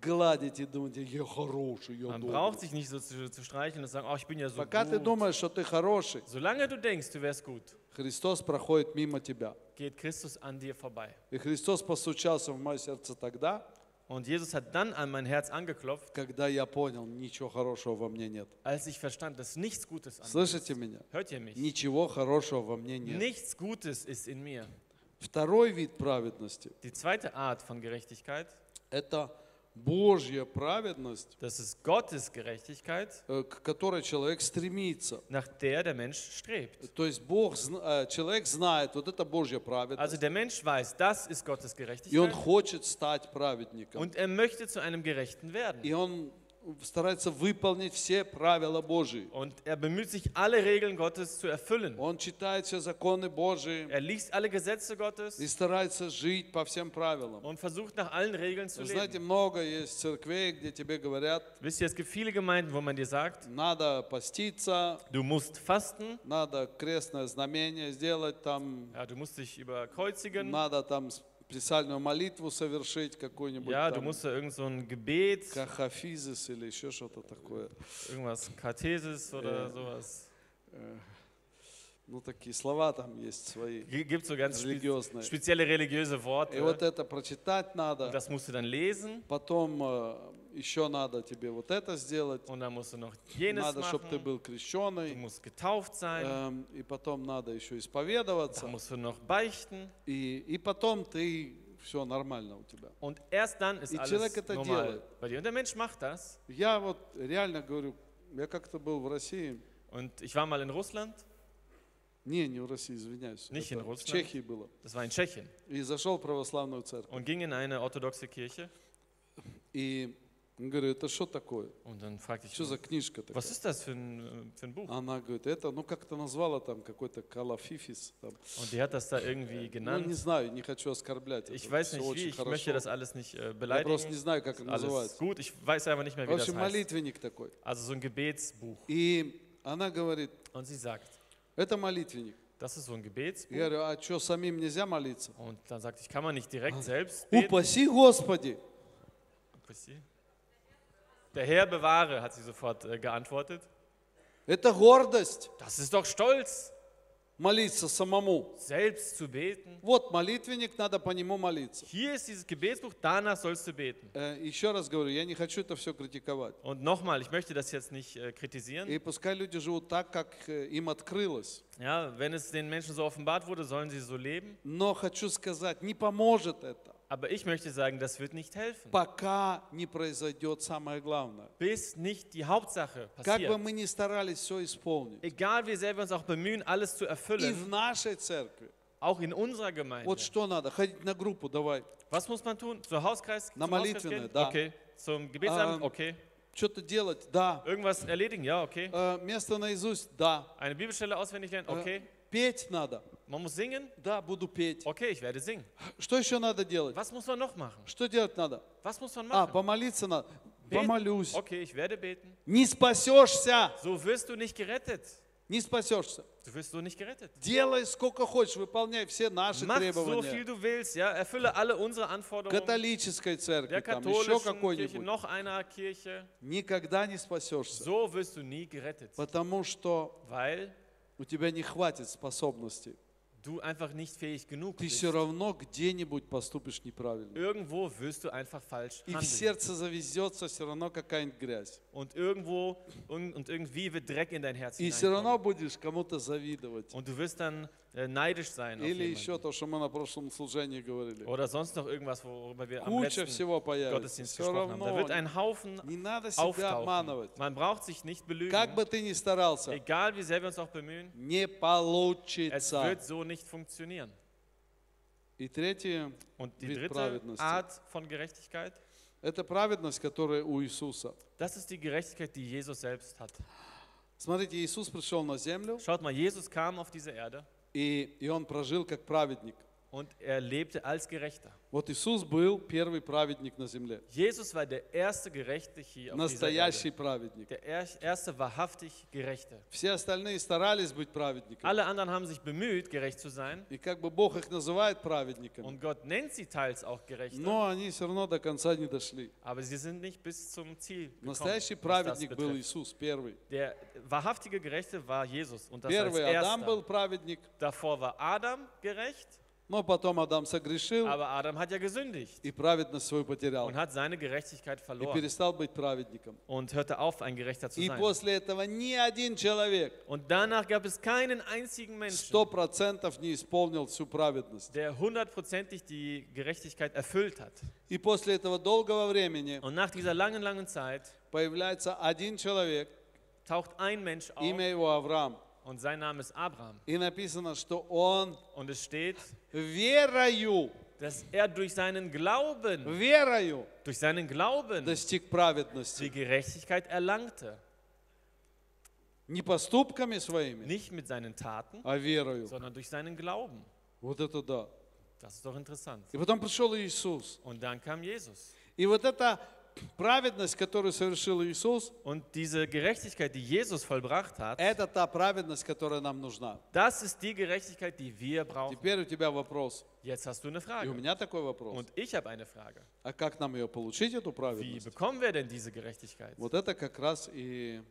[SPEAKER 1] гладить и думать, я хороший, я
[SPEAKER 2] Man
[SPEAKER 1] добрый.
[SPEAKER 2] braucht sich nicht so zu, zu streicheln und sagen, oh, ich bin ja so
[SPEAKER 1] Пока ты
[SPEAKER 2] gut.
[SPEAKER 1] думаешь, что ты хороший,
[SPEAKER 2] Solange du denkst, du wärst gut,
[SPEAKER 1] Христос проходит мимо тебя.
[SPEAKER 2] geht Christus an dir vorbei.
[SPEAKER 1] И Христос постучался в мое сердце тогда,
[SPEAKER 2] Und Jesus hat dann an mein Herz angeklopft,
[SPEAKER 1] когда я понял, ничего хорошего во мне нет.
[SPEAKER 2] als ich verstand, dass nichts Gutes an mir ist.
[SPEAKER 1] Слышите меня?
[SPEAKER 2] Hört ihr mich?
[SPEAKER 1] Ничего хорошего во мне нет.
[SPEAKER 2] Nichts Gutes ist in mir.
[SPEAKER 1] Второй вид праведности
[SPEAKER 2] Die zweite Art von Gerechtigkeit,
[SPEAKER 1] – это Божья праведность,
[SPEAKER 2] das ist Gottes Gerechtigkeit,
[SPEAKER 1] э, к которой человек стремится.
[SPEAKER 2] nach der der Mensch strebt.
[SPEAKER 1] То есть Бог, зн- э, человек знает, вот это Божья праведность,
[SPEAKER 2] Also der Mensch weiß, das ist Gottes
[SPEAKER 1] и он
[SPEAKER 2] Gerechtigkeit
[SPEAKER 1] хочет стать праведником.
[SPEAKER 2] und er möchte zu einem Gerechten werden.
[SPEAKER 1] И он старается выполнить все правила Божьи.
[SPEAKER 2] Und er bemüht sich, alle Regeln Gottes zu erfüllen.
[SPEAKER 1] Он читает все законы Божьи
[SPEAKER 2] Er liest alle Gesetze
[SPEAKER 1] и
[SPEAKER 2] Gottes
[SPEAKER 1] старается жить по всем правилам.
[SPEAKER 2] und versucht, nach allen Regeln zu
[SPEAKER 1] Вы знаете,
[SPEAKER 2] leben.
[SPEAKER 1] много есть церквей, где тебе говорят,
[SPEAKER 2] Wisst ihr, es gibt viele Gemeinden, wo man dir sagt,
[SPEAKER 1] надо поститься,
[SPEAKER 2] du musst fasten,
[SPEAKER 1] надо крестное знамение сделать, там,
[SPEAKER 2] ja, du musst dich überkreuzigen,
[SPEAKER 1] надо там с- присальную молитву совершить какую-нибудь,
[SPEAKER 2] ja, du
[SPEAKER 1] там,
[SPEAKER 2] musst da irgend so ein Gebet,
[SPEAKER 1] кахафизис или еще что-то такое.
[SPEAKER 2] irgendwas Kathesis
[SPEAKER 1] Ja.
[SPEAKER 2] oder sowas.
[SPEAKER 1] Э, Ну, такие слова там есть свои.
[SPEAKER 2] G- Gibt so ganz spe
[SPEAKER 1] Religiösne.
[SPEAKER 2] spezielle religiöse
[SPEAKER 1] И вот
[SPEAKER 2] Worte.
[SPEAKER 1] это прочитать
[SPEAKER 2] Und
[SPEAKER 1] надо,
[SPEAKER 2] das musst du dann lesen
[SPEAKER 1] потом еще надо тебе вот это сделать,
[SPEAKER 2] und dann musst du noch jenes
[SPEAKER 1] надо, чтобы ты
[SPEAKER 2] machen.
[SPEAKER 1] был
[SPEAKER 2] Du
[SPEAKER 1] крещеный,
[SPEAKER 2] musst getauft sein,
[SPEAKER 1] эм, и потом надо еще
[SPEAKER 2] dann
[SPEAKER 1] исповедоваться,
[SPEAKER 2] musst du noch beichten
[SPEAKER 1] и, и потом ты все нормально у тебя.
[SPEAKER 2] und erst dann ist
[SPEAKER 1] Die
[SPEAKER 2] alles
[SPEAKER 1] человек это
[SPEAKER 2] normal
[SPEAKER 1] делает.
[SPEAKER 2] bei dir. Und der Mensch macht das.
[SPEAKER 1] Я вот реально говорю, я как-то был в России,
[SPEAKER 2] Und ich war mal in Russland,
[SPEAKER 1] не, не в России, извиняюсь,
[SPEAKER 2] Nicht
[SPEAKER 1] это
[SPEAKER 2] in
[SPEAKER 1] в
[SPEAKER 2] Russland.
[SPEAKER 1] Чехии было,
[SPEAKER 2] das war in Tschechien,
[SPEAKER 1] и зашел в православную церковь,
[SPEAKER 2] und ging in eine orthodoxe Kirche.
[SPEAKER 1] и говорю, это что такое?
[SPEAKER 2] Und dann fragte ich,
[SPEAKER 1] Что за книжка такая?
[SPEAKER 2] was ist das für ein, äh, für ein Buch?
[SPEAKER 1] Она говорит, это, ну как-то назвала там какой-то Калафифис. Там.
[SPEAKER 2] Und die hat das da irgendwie
[SPEAKER 1] Ну, не
[SPEAKER 2] genannt.
[SPEAKER 1] знаю, не хочу оскорблять.
[SPEAKER 2] Ich
[SPEAKER 1] это
[SPEAKER 2] weiß
[SPEAKER 1] всё
[SPEAKER 2] nicht wie,
[SPEAKER 1] очень
[SPEAKER 2] ich
[SPEAKER 1] хорошо.
[SPEAKER 2] möchte das alles nicht äh,
[SPEAKER 1] Я просто не
[SPEAKER 2] beleidigen.
[SPEAKER 1] знаю, как это
[SPEAKER 2] Alles
[SPEAKER 1] называется.
[SPEAKER 2] gut, ich weiß einfach nicht mehr,
[SPEAKER 1] В
[SPEAKER 2] wie das
[SPEAKER 1] общем,
[SPEAKER 2] heißt.
[SPEAKER 1] молитвенник такой.
[SPEAKER 2] Also so ein Gebetsbuch.
[SPEAKER 1] И она говорит,
[SPEAKER 2] Und sie sagt,
[SPEAKER 1] это молитвенник.
[SPEAKER 2] das ist so ein
[SPEAKER 1] Я
[SPEAKER 2] Gebetsbuch.
[SPEAKER 1] говорю, а что, самим нельзя молиться?
[SPEAKER 2] Und dann sagt, ich kann man nicht direkt selbst beten.
[SPEAKER 1] Упаси Господи!
[SPEAKER 2] Upsi. Der Herr bewahre, hat sie sofort äh, geantwortet.
[SPEAKER 1] Это гордость
[SPEAKER 2] Das ist doch stolz,
[SPEAKER 1] молиться самому.
[SPEAKER 2] selbst zu beten.
[SPEAKER 1] Вот молитвенник, надо по нему молиться.
[SPEAKER 2] Hier ist dieses Gebetsbuch, danach sollst du beten.
[SPEAKER 1] Э, Еще раз говорю, я не хочу это все критиковать.
[SPEAKER 2] Und nochmal, ich möchte das jetzt nicht äh, kritisieren.
[SPEAKER 1] И пускай люди живут так, как э, им открылось.
[SPEAKER 2] Ja, wenn es den Menschen so offenbart wurde, sollen sie so leben.
[SPEAKER 1] Но хочу сказать, не поможет это,
[SPEAKER 2] Aber ich möchte sagen, das wird nicht helfen,
[SPEAKER 1] пока не произойдет самое главное.
[SPEAKER 2] bis nicht die Hauptsache
[SPEAKER 1] Как бы
[SPEAKER 2] passiert.
[SPEAKER 1] мы ни старались все исполнить.
[SPEAKER 2] Egal wie sehr wir uns auch bemühen, alles zu
[SPEAKER 1] И в
[SPEAKER 2] erfüllen,
[SPEAKER 1] нашей церкви.
[SPEAKER 2] auch in unserer Gemeinde.
[SPEAKER 1] Вот что надо, ходить на группу, давай.
[SPEAKER 2] Was muss man tun? Zur Hauskreis?
[SPEAKER 1] Na,
[SPEAKER 2] zum Hauskreis
[SPEAKER 1] Молитвенное,
[SPEAKER 2] gehen?
[SPEAKER 1] да.
[SPEAKER 2] Okay. Zum Gebetsamt?
[SPEAKER 1] Ähm,
[SPEAKER 2] Okay.
[SPEAKER 1] Что-то делать, да.
[SPEAKER 2] Irgendwas erledigen, ja, okay.
[SPEAKER 1] Э, Место наизусть, да.
[SPEAKER 2] Eine Bibelstelle auswendig lernen,
[SPEAKER 1] Э,
[SPEAKER 2] okay.
[SPEAKER 1] Петь надо.
[SPEAKER 2] Man muss singen,
[SPEAKER 1] Да, буду петь.
[SPEAKER 2] okay, ich werde singen.
[SPEAKER 1] Что еще надо делать?
[SPEAKER 2] Was muss man noch machen?
[SPEAKER 1] Что делать надо?
[SPEAKER 2] Was muss man
[SPEAKER 1] А,
[SPEAKER 2] machen?
[SPEAKER 1] помолиться надо.
[SPEAKER 2] Beten.
[SPEAKER 1] Помолюсь.
[SPEAKER 2] Okay, ich werde beten.
[SPEAKER 1] Не спасешься.
[SPEAKER 2] So wirst du nicht gerettet.
[SPEAKER 1] Не спасешься.
[SPEAKER 2] Du wirst so nicht gerettet.
[SPEAKER 1] Делай сколько хочешь, выполняй все наши
[SPEAKER 2] Mach so viel
[SPEAKER 1] требования.
[SPEAKER 2] du willst, ja, erfülle alle unsere Anforderungen.
[SPEAKER 1] Католической церкви,
[SPEAKER 2] Der
[SPEAKER 1] там еще
[SPEAKER 2] katholischen Kirche,
[SPEAKER 1] какой-нибудь.
[SPEAKER 2] noch einer Kirche.
[SPEAKER 1] Никогда не спасешься.
[SPEAKER 2] So wirst du nie gerettet,
[SPEAKER 1] Потому что
[SPEAKER 2] weil
[SPEAKER 1] у тебя не хватит способностей.
[SPEAKER 2] du einfach nicht fähig genug
[SPEAKER 1] Ты
[SPEAKER 2] bist.
[SPEAKER 1] все равно где-нибудь поступишь неправильно.
[SPEAKER 2] Irgendwo wirst du einfach falsch
[SPEAKER 1] И в
[SPEAKER 2] handeln.
[SPEAKER 1] сердце завезется все равно какая-нибудь грязь.
[SPEAKER 2] Und irgendwo und, und irgendwie wird Dreck in dein Herz
[SPEAKER 1] И все равно
[SPEAKER 2] hineinkommen.
[SPEAKER 1] будешь кому-то завидовать.
[SPEAKER 2] Und du wirst dann äh, neidisch sein auf
[SPEAKER 1] Или еще
[SPEAKER 2] jemanden.
[SPEAKER 1] то, что мы на прошлом служении говорили.
[SPEAKER 2] Oder sonst noch irgendwas, worüber wir am
[SPEAKER 1] Куча
[SPEAKER 2] letzten
[SPEAKER 1] всего появится.
[SPEAKER 2] Gottesdienst
[SPEAKER 1] Все
[SPEAKER 2] gesprochen haben. Da
[SPEAKER 1] равно
[SPEAKER 2] wird ein Haufen
[SPEAKER 1] не надо себя
[SPEAKER 2] auftauchen.
[SPEAKER 1] обманывать.
[SPEAKER 2] Man braucht sich nicht
[SPEAKER 1] Как
[SPEAKER 2] belügen.
[SPEAKER 1] бы ты ни старался,
[SPEAKER 2] Egal wie sehr wir uns auch bemühen,
[SPEAKER 1] не
[SPEAKER 2] es
[SPEAKER 1] получится.
[SPEAKER 2] wird so nicht funktionieren.
[SPEAKER 1] И третье,
[SPEAKER 2] Und die
[SPEAKER 1] Mit
[SPEAKER 2] dritte
[SPEAKER 1] Праведности.
[SPEAKER 2] Art von Gerechtigkeit,
[SPEAKER 1] это праведность, которая у Иисуса.
[SPEAKER 2] das ist die Gerechtigkeit, die Jesus selbst hat.
[SPEAKER 1] Смотрите, Иисус пришел на землю,
[SPEAKER 2] Schaut mal, Jesus kam auf diese Erde
[SPEAKER 1] и, и Он прожил как праведник.
[SPEAKER 2] und er lebte als Gerechter.
[SPEAKER 1] Вот Иисус был первый праведник на земле.
[SPEAKER 2] Jesus war der erste Gerechte hier auf dieser
[SPEAKER 1] Настоящий
[SPEAKER 2] Erde.
[SPEAKER 1] праведник.
[SPEAKER 2] Der er- erste wahrhaftig Gerechte.
[SPEAKER 1] Все остальные старались быть праведниками.
[SPEAKER 2] Alle anderen haben sich bemüht, gerecht zu sein.
[SPEAKER 1] И как бы Бог их называет праведниками,
[SPEAKER 2] Und Gott nennt sie teils auch Gerechte,
[SPEAKER 1] но они все равно до конца не дошли.
[SPEAKER 2] aber sie sind nicht bis zum Ziel gekommen,
[SPEAKER 1] Настоящий
[SPEAKER 2] was das
[SPEAKER 1] праведник был
[SPEAKER 2] betrifft.
[SPEAKER 1] Иисус первый.
[SPEAKER 2] Der wahrhaftige Gerechte war Jesus und das als
[SPEAKER 1] Первый Адам был
[SPEAKER 2] erster.
[SPEAKER 1] праведник,
[SPEAKER 2] Davor war Adam gerecht,
[SPEAKER 1] но потом Адам согрешил
[SPEAKER 2] aber Adam hat ja gesündigt
[SPEAKER 1] и праведность свою потерял.
[SPEAKER 2] und hat seine Gerechtigkeit
[SPEAKER 1] И
[SPEAKER 2] verloren
[SPEAKER 1] перестал быть праведником.
[SPEAKER 2] und hörte auf, ein Gerechter zu
[SPEAKER 1] И
[SPEAKER 2] sein.
[SPEAKER 1] после этого ни один человек
[SPEAKER 2] Und danach gab es keinen einzigen
[SPEAKER 1] сто
[SPEAKER 2] Menschen,
[SPEAKER 1] процентов не исполнил всю праведность.
[SPEAKER 2] der hundertprozentig die Gerechtigkeit erfüllt hat.
[SPEAKER 1] И после этого долгого времени
[SPEAKER 2] Und nach dieser langen, langen Zeit
[SPEAKER 1] появляется один человек,
[SPEAKER 2] taucht ein Mensch auf
[SPEAKER 1] имя его Авраам.
[SPEAKER 2] und sein Name ist Abraham.
[SPEAKER 1] И написано, что он
[SPEAKER 2] Und es steht,
[SPEAKER 1] верою,
[SPEAKER 2] dass er durch seinen Glauben,
[SPEAKER 1] верою
[SPEAKER 2] durch seinen Glauben
[SPEAKER 1] достиг праведности.
[SPEAKER 2] die Gerechtigkeit erlangte.
[SPEAKER 1] Не поступками своими,
[SPEAKER 2] Nicht mit seinen Taten,
[SPEAKER 1] а верою.
[SPEAKER 2] sondern durch seinen Glauben.
[SPEAKER 1] Вот это да.
[SPEAKER 2] Das ist doch interessant.
[SPEAKER 1] И потом пришел Иисус.
[SPEAKER 2] Und dann kam Jesus.
[SPEAKER 1] И вот эта праведность, которую совершил Иисус,
[SPEAKER 2] Und diese Gerechtigkeit, die Jesus vollbracht hat,
[SPEAKER 1] это та праведность, которая нам нужна.
[SPEAKER 2] das ist die Gerechtigkeit, die wir brauchen.
[SPEAKER 1] Теперь у тебя вопрос.
[SPEAKER 2] Jetzt hast du eine
[SPEAKER 1] И у
[SPEAKER 2] Frage.
[SPEAKER 1] меня такой вопрос.
[SPEAKER 2] Und ich habe eine Frage.
[SPEAKER 1] А как нам ее получить, эту
[SPEAKER 2] Wie
[SPEAKER 1] праведность?
[SPEAKER 2] bekommen wir denn diese Gerechtigkeit?
[SPEAKER 1] Вот это как раз и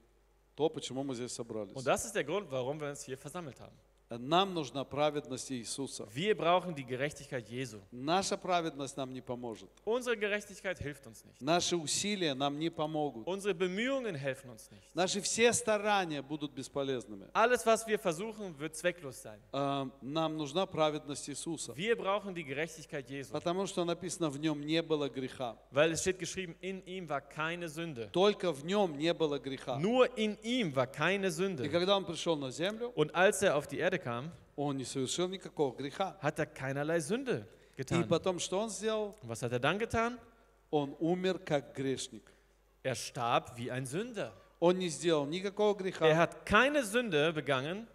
[SPEAKER 1] то, почему мы здесь собрались.
[SPEAKER 2] Und das ist der Grund, warum wir uns hier versammelt haben.
[SPEAKER 1] Нам нужна праведность Иисуса.
[SPEAKER 2] Wir brauchen die Gerechtigkeit Jesu.
[SPEAKER 1] Наша праведность нам не поможет.
[SPEAKER 2] Unsere Gerechtigkeit hilft uns nicht.
[SPEAKER 1] Наши усилия нам не помогут.
[SPEAKER 2] Unsere Bemühungen helfen uns nicht.
[SPEAKER 1] Наши все старания будут бесполезными.
[SPEAKER 2] Alles, was wir versuchen, wird zwecklos sein.
[SPEAKER 1] А, Нам нужна праведность Иисуса.
[SPEAKER 2] Wir brauchen die Gerechtigkeit Jesu,
[SPEAKER 1] Потому что написано, в нем не было греха.
[SPEAKER 2] weil es steht geschrieben, in ihm war keine Sünde.
[SPEAKER 1] Только в нем не было греха.
[SPEAKER 2] Nur in ihm war keine
[SPEAKER 1] И
[SPEAKER 2] Sünde.
[SPEAKER 1] когда он пришел на землю,
[SPEAKER 2] Und als er auf die Erde kam,
[SPEAKER 1] он не совершил никакого греха.
[SPEAKER 2] hat er keinerlei Sünde
[SPEAKER 1] И
[SPEAKER 2] getan. Und
[SPEAKER 1] потом, что он сделал?
[SPEAKER 2] was hat er dann getan?
[SPEAKER 1] Он умер как грешник.
[SPEAKER 2] Er starb wie ein Sünder.
[SPEAKER 1] Он не сделал никакого
[SPEAKER 2] Er
[SPEAKER 1] греха,
[SPEAKER 2] hat keine Sünde begangen,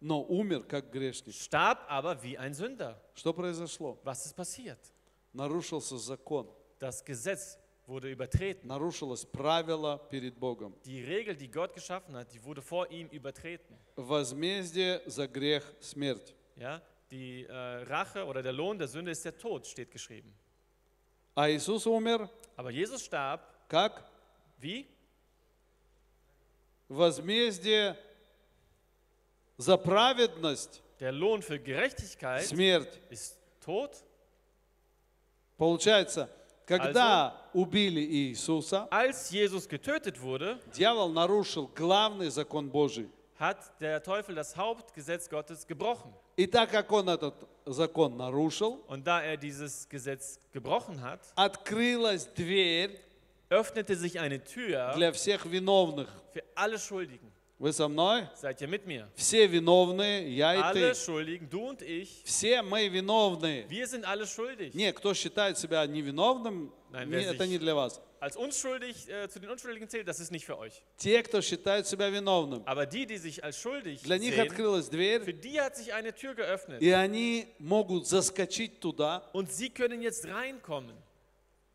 [SPEAKER 1] но умер как грешник.
[SPEAKER 2] starb aber wie ein Sünder.
[SPEAKER 1] Что произошло?
[SPEAKER 2] Was ist passiert?
[SPEAKER 1] Нарушился закон,
[SPEAKER 2] Das Gesetz wurde übertreten.
[SPEAKER 1] нарушилось правило перед Богом.
[SPEAKER 2] Die Regel, die Gott geschaffen hat, die wurde vor ihm übertreten.
[SPEAKER 1] Возмездие за грех – смерть.
[SPEAKER 2] Ja? Die äh, Rache oder der Lohn der Sünde ist der Tod, steht geschrieben.
[SPEAKER 1] А Иисус умер
[SPEAKER 2] Aber Jesus starb
[SPEAKER 1] как
[SPEAKER 2] wie?
[SPEAKER 1] возмездие за праведность
[SPEAKER 2] Der Lohn
[SPEAKER 1] –
[SPEAKER 2] für Gerechtigkeit
[SPEAKER 1] смерть.
[SPEAKER 2] ist Tod.
[SPEAKER 1] Получается, когда убили Иисуса,
[SPEAKER 2] Als Jesus getötet wurde,
[SPEAKER 1] дьявол нарушил главный закон Божий.
[SPEAKER 2] hat der Teufel das Hauptgesetz Gottes gebrochen.
[SPEAKER 1] И так как он этот закон нарушил,
[SPEAKER 2] Und da er dieses Gesetz gebrochen hat,
[SPEAKER 1] открылась дверь
[SPEAKER 2] öffnete sich eine Tür
[SPEAKER 1] для всех виновных.
[SPEAKER 2] für alle Schuldigen.
[SPEAKER 1] Вы со мной?
[SPEAKER 2] Seid ihr mit mir?
[SPEAKER 1] Все виновные, я и ты.
[SPEAKER 2] Alle Schuldigen, du und ich,
[SPEAKER 1] Все мы виновные.
[SPEAKER 2] wir sind alle schuldig.
[SPEAKER 1] Не, кто считает себя невиновным,
[SPEAKER 2] Nein,
[SPEAKER 1] не-
[SPEAKER 2] wer
[SPEAKER 1] это
[SPEAKER 2] sich-
[SPEAKER 1] не для вас.
[SPEAKER 2] als unschuldig äh, zu den Unschuldigen zählt, das ist nicht für euch.
[SPEAKER 1] Те, кто считают себя виновным,
[SPEAKER 2] Aber die, die sich als schuldig
[SPEAKER 1] для них
[SPEAKER 2] sehen,
[SPEAKER 1] открылась
[SPEAKER 2] für
[SPEAKER 1] дверь,
[SPEAKER 2] die hat sich eine Tür geöffnet.
[SPEAKER 1] и они могут заскочить туда
[SPEAKER 2] Und sie können jetzt reinkommen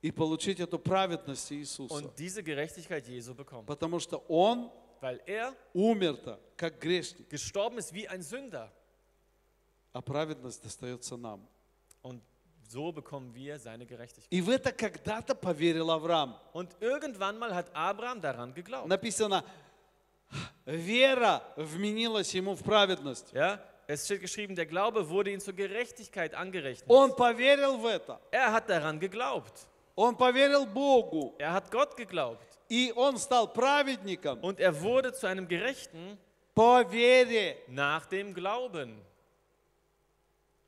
[SPEAKER 1] и получить эту праведность Иисуса.
[SPEAKER 2] und diese Gerechtigkeit Jesu bekommen.
[SPEAKER 1] Потому что Он
[SPEAKER 2] Weil er
[SPEAKER 1] умер-то, как грешник,
[SPEAKER 2] gestorben ist wie ein Sünder.
[SPEAKER 1] а праведность достается нам.
[SPEAKER 2] Und so bekommen wir seine Gerechtigkeit.
[SPEAKER 1] И в это когда-то поверил Авраам.
[SPEAKER 2] Und irgendwann mal hat Abraham daran geglaubt.
[SPEAKER 1] Написано, вера вменилась ему в праведность.
[SPEAKER 2] Ja, es steht geschrieben, der Glaube wurde ihm zur Gerechtigkeit angerechnet.
[SPEAKER 1] Он поверил в это.
[SPEAKER 2] er hat daran geglaubt.
[SPEAKER 1] Он поверил Богу.
[SPEAKER 2] Er hat Gott geglaubt.
[SPEAKER 1] И он стал праведником
[SPEAKER 2] Und er wurde zu einem Gerechten
[SPEAKER 1] по вере.
[SPEAKER 2] nach dem Glauben.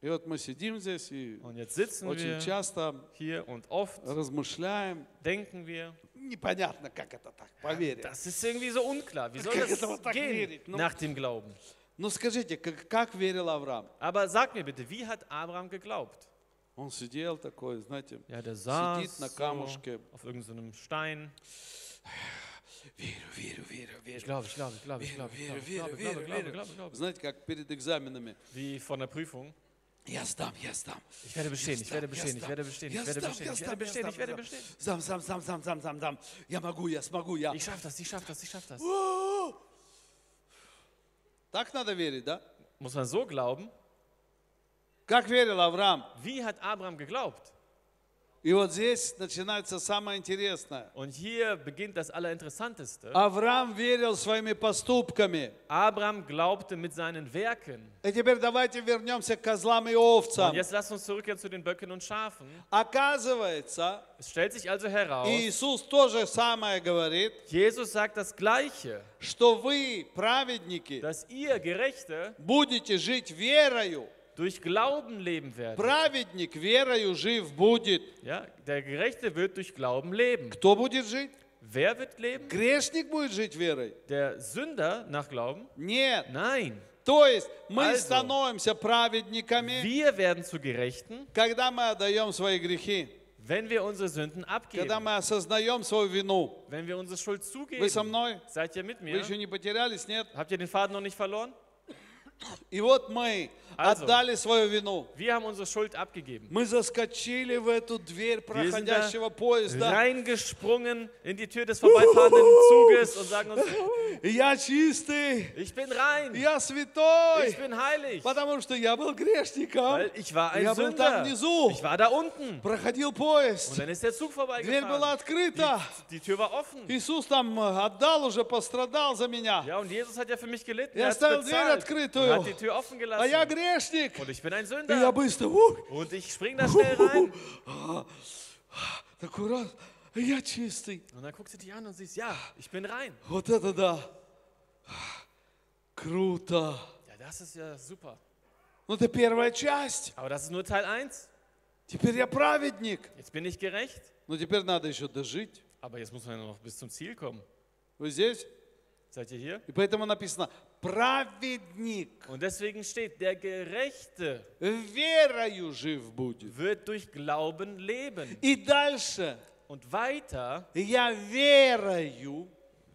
[SPEAKER 1] И вот мы сидим здесь и
[SPEAKER 2] Und jetzt sitzen
[SPEAKER 1] очень
[SPEAKER 2] wir
[SPEAKER 1] часто
[SPEAKER 2] hier und oft
[SPEAKER 1] размышляем.
[SPEAKER 2] denken wir,
[SPEAKER 1] Непонятно, как это так, по вере.
[SPEAKER 2] das ist irgendwie so unklar. Wie soll
[SPEAKER 1] Как это вот
[SPEAKER 2] das
[SPEAKER 1] так
[SPEAKER 2] gehen
[SPEAKER 1] верить? Ну.
[SPEAKER 2] nach dem Glauben?
[SPEAKER 1] Но скажите, как, как верил Авраам?
[SPEAKER 2] Aber sag mir bitte, wie hat Abraham geglaubt?
[SPEAKER 1] Он сидел такой, знаете,
[SPEAKER 2] Ja, der
[SPEAKER 1] сидит
[SPEAKER 2] saß
[SPEAKER 1] на
[SPEAKER 2] so
[SPEAKER 1] камушке.
[SPEAKER 2] auf irgendeinem Stein.
[SPEAKER 1] Верю, верю, верю,
[SPEAKER 2] Ich
[SPEAKER 1] верю.
[SPEAKER 2] glaube, ich glaube, ich glaube, ich glaube, ich glaube, ich glaube, ich glaube, ich glaube, ich glaube, ich glaube.
[SPEAKER 1] Знаете, как перед экзаменами.
[SPEAKER 2] Wie von der Prüfung.
[SPEAKER 1] Я сдам, я сдам.
[SPEAKER 2] Ich werde bestehen, ich werde bestehen, ich werde bestehen, ich werde bestehen, ich werde bestehen, ich werde bestehen.
[SPEAKER 1] Сдам, сдам, сдам, сдам, сдам, сдам, сдам. Я могу, я смогу, я.
[SPEAKER 2] Ich schaffe das, ich schaffe das, ich schaffe das.
[SPEAKER 1] Так надо верить, да?
[SPEAKER 2] Muss man so glauben?
[SPEAKER 1] Как верил Авраам.
[SPEAKER 2] Wie hat Abraham geglaubt?
[SPEAKER 1] И вот здесь начинается самое интересное.
[SPEAKER 2] Und hier beginnt das Allerinteressanteste.
[SPEAKER 1] Авраам верил своими поступками.
[SPEAKER 2] Abraham glaubte mit seinen Werken.
[SPEAKER 1] И теперь давайте вернемся к козлам и
[SPEAKER 2] Und
[SPEAKER 1] овцам.
[SPEAKER 2] jetzt lasst uns zurückkehren zu den Böcken und Schafen.
[SPEAKER 1] Оказывается,
[SPEAKER 2] Es stellt sich also heraus,
[SPEAKER 1] Иисус тоже самое говорит,
[SPEAKER 2] Jesus sagt das Gleiche,
[SPEAKER 1] что вы, праведники,
[SPEAKER 2] dass ihr Gerechte
[SPEAKER 1] будете жить верою.
[SPEAKER 2] durch Glauben leben werden.
[SPEAKER 1] Праведник верою жив будет.
[SPEAKER 2] Ja, der Gerechte wird durch Glauben leben.
[SPEAKER 1] Кто будет жить?
[SPEAKER 2] Wer wird leben?
[SPEAKER 1] Грешник будет жить верой?
[SPEAKER 2] Der Sünder nach Glauben?
[SPEAKER 1] Нет.
[SPEAKER 2] Nein.
[SPEAKER 1] То есть мы
[SPEAKER 2] Also.
[SPEAKER 1] становимся праведниками,
[SPEAKER 2] Wir werden zu Gerechten,
[SPEAKER 1] когда мы отдаем свои грехи,
[SPEAKER 2] wenn wir unsere Sünden
[SPEAKER 1] когда
[SPEAKER 2] abgeben,
[SPEAKER 1] мы osознаем свою вину.
[SPEAKER 2] wenn wir unsere Schuld
[SPEAKER 1] Вы со
[SPEAKER 2] zugeben.
[SPEAKER 1] мной?
[SPEAKER 2] Seid ihr mit
[SPEAKER 1] Вы
[SPEAKER 2] mir?
[SPEAKER 1] еще не потерялись, нет?
[SPEAKER 2] Habt ihr den Faden noch nicht verloren?
[SPEAKER 1] И вот мы
[SPEAKER 2] Also.
[SPEAKER 1] отдали свою вину.
[SPEAKER 2] Wir haben unsere Schuld abgegeben.
[SPEAKER 1] Мы заскочили в эту дверь
[SPEAKER 2] Wir sind
[SPEAKER 1] проходящего
[SPEAKER 2] da
[SPEAKER 1] поезда.
[SPEAKER 2] reingesprungen in die Tür des vorbeifahrenden Zuges und sagen uns,
[SPEAKER 1] Я чистый,
[SPEAKER 2] ich bin rein,
[SPEAKER 1] я святой,
[SPEAKER 2] ich bin heilig,
[SPEAKER 1] потому что я был грешником.
[SPEAKER 2] weil ich war
[SPEAKER 1] Я
[SPEAKER 2] ein
[SPEAKER 1] был там
[SPEAKER 2] Sünder,
[SPEAKER 1] внизу.
[SPEAKER 2] ich war da unten.
[SPEAKER 1] Проходил
[SPEAKER 2] Und
[SPEAKER 1] поезд,
[SPEAKER 2] dann ist der Zug
[SPEAKER 1] дверь была
[SPEAKER 2] vorbeigefahren,
[SPEAKER 1] открыта.
[SPEAKER 2] die Tür war offen.
[SPEAKER 1] Иисус там э, отдал уже, пострадал за меня.
[SPEAKER 2] Ja, und Jesus hat ja für mich gelitten,
[SPEAKER 1] Я
[SPEAKER 2] er hat's
[SPEAKER 1] оставил дверь
[SPEAKER 2] bezahlt
[SPEAKER 1] открытую.
[SPEAKER 2] und hat die Tür offen
[SPEAKER 1] А я
[SPEAKER 2] gelassen.
[SPEAKER 1] грешник.
[SPEAKER 2] Und ich bin ein
[SPEAKER 1] И я
[SPEAKER 2] Sünder
[SPEAKER 1] быстро, ух,
[SPEAKER 2] und ich spring da schnell rein.
[SPEAKER 1] такой раз, я чистый.
[SPEAKER 2] Und dann guckst du dich an und siehst, ja, ich bin rein.
[SPEAKER 1] Вот это да. Круто.
[SPEAKER 2] Ja, das ist ja super.
[SPEAKER 1] Ну, это первая часть.
[SPEAKER 2] Aber das ist nur Teil 1.
[SPEAKER 1] Теперь я праведник.
[SPEAKER 2] Jetzt bin ich gerecht,
[SPEAKER 1] Но теперь надо еще дожить.
[SPEAKER 2] aber jetzt muss man ja noch bis zum Ziel kommen.
[SPEAKER 1] Вы здесь?
[SPEAKER 2] Seid ihr hier?
[SPEAKER 1] И поэтому написано, праведник
[SPEAKER 2] Und deswegen steht, der Gerechte
[SPEAKER 1] верою жив будет.
[SPEAKER 2] wird durch Glauben leben.
[SPEAKER 1] И дальше,
[SPEAKER 2] Und weiter
[SPEAKER 1] я верою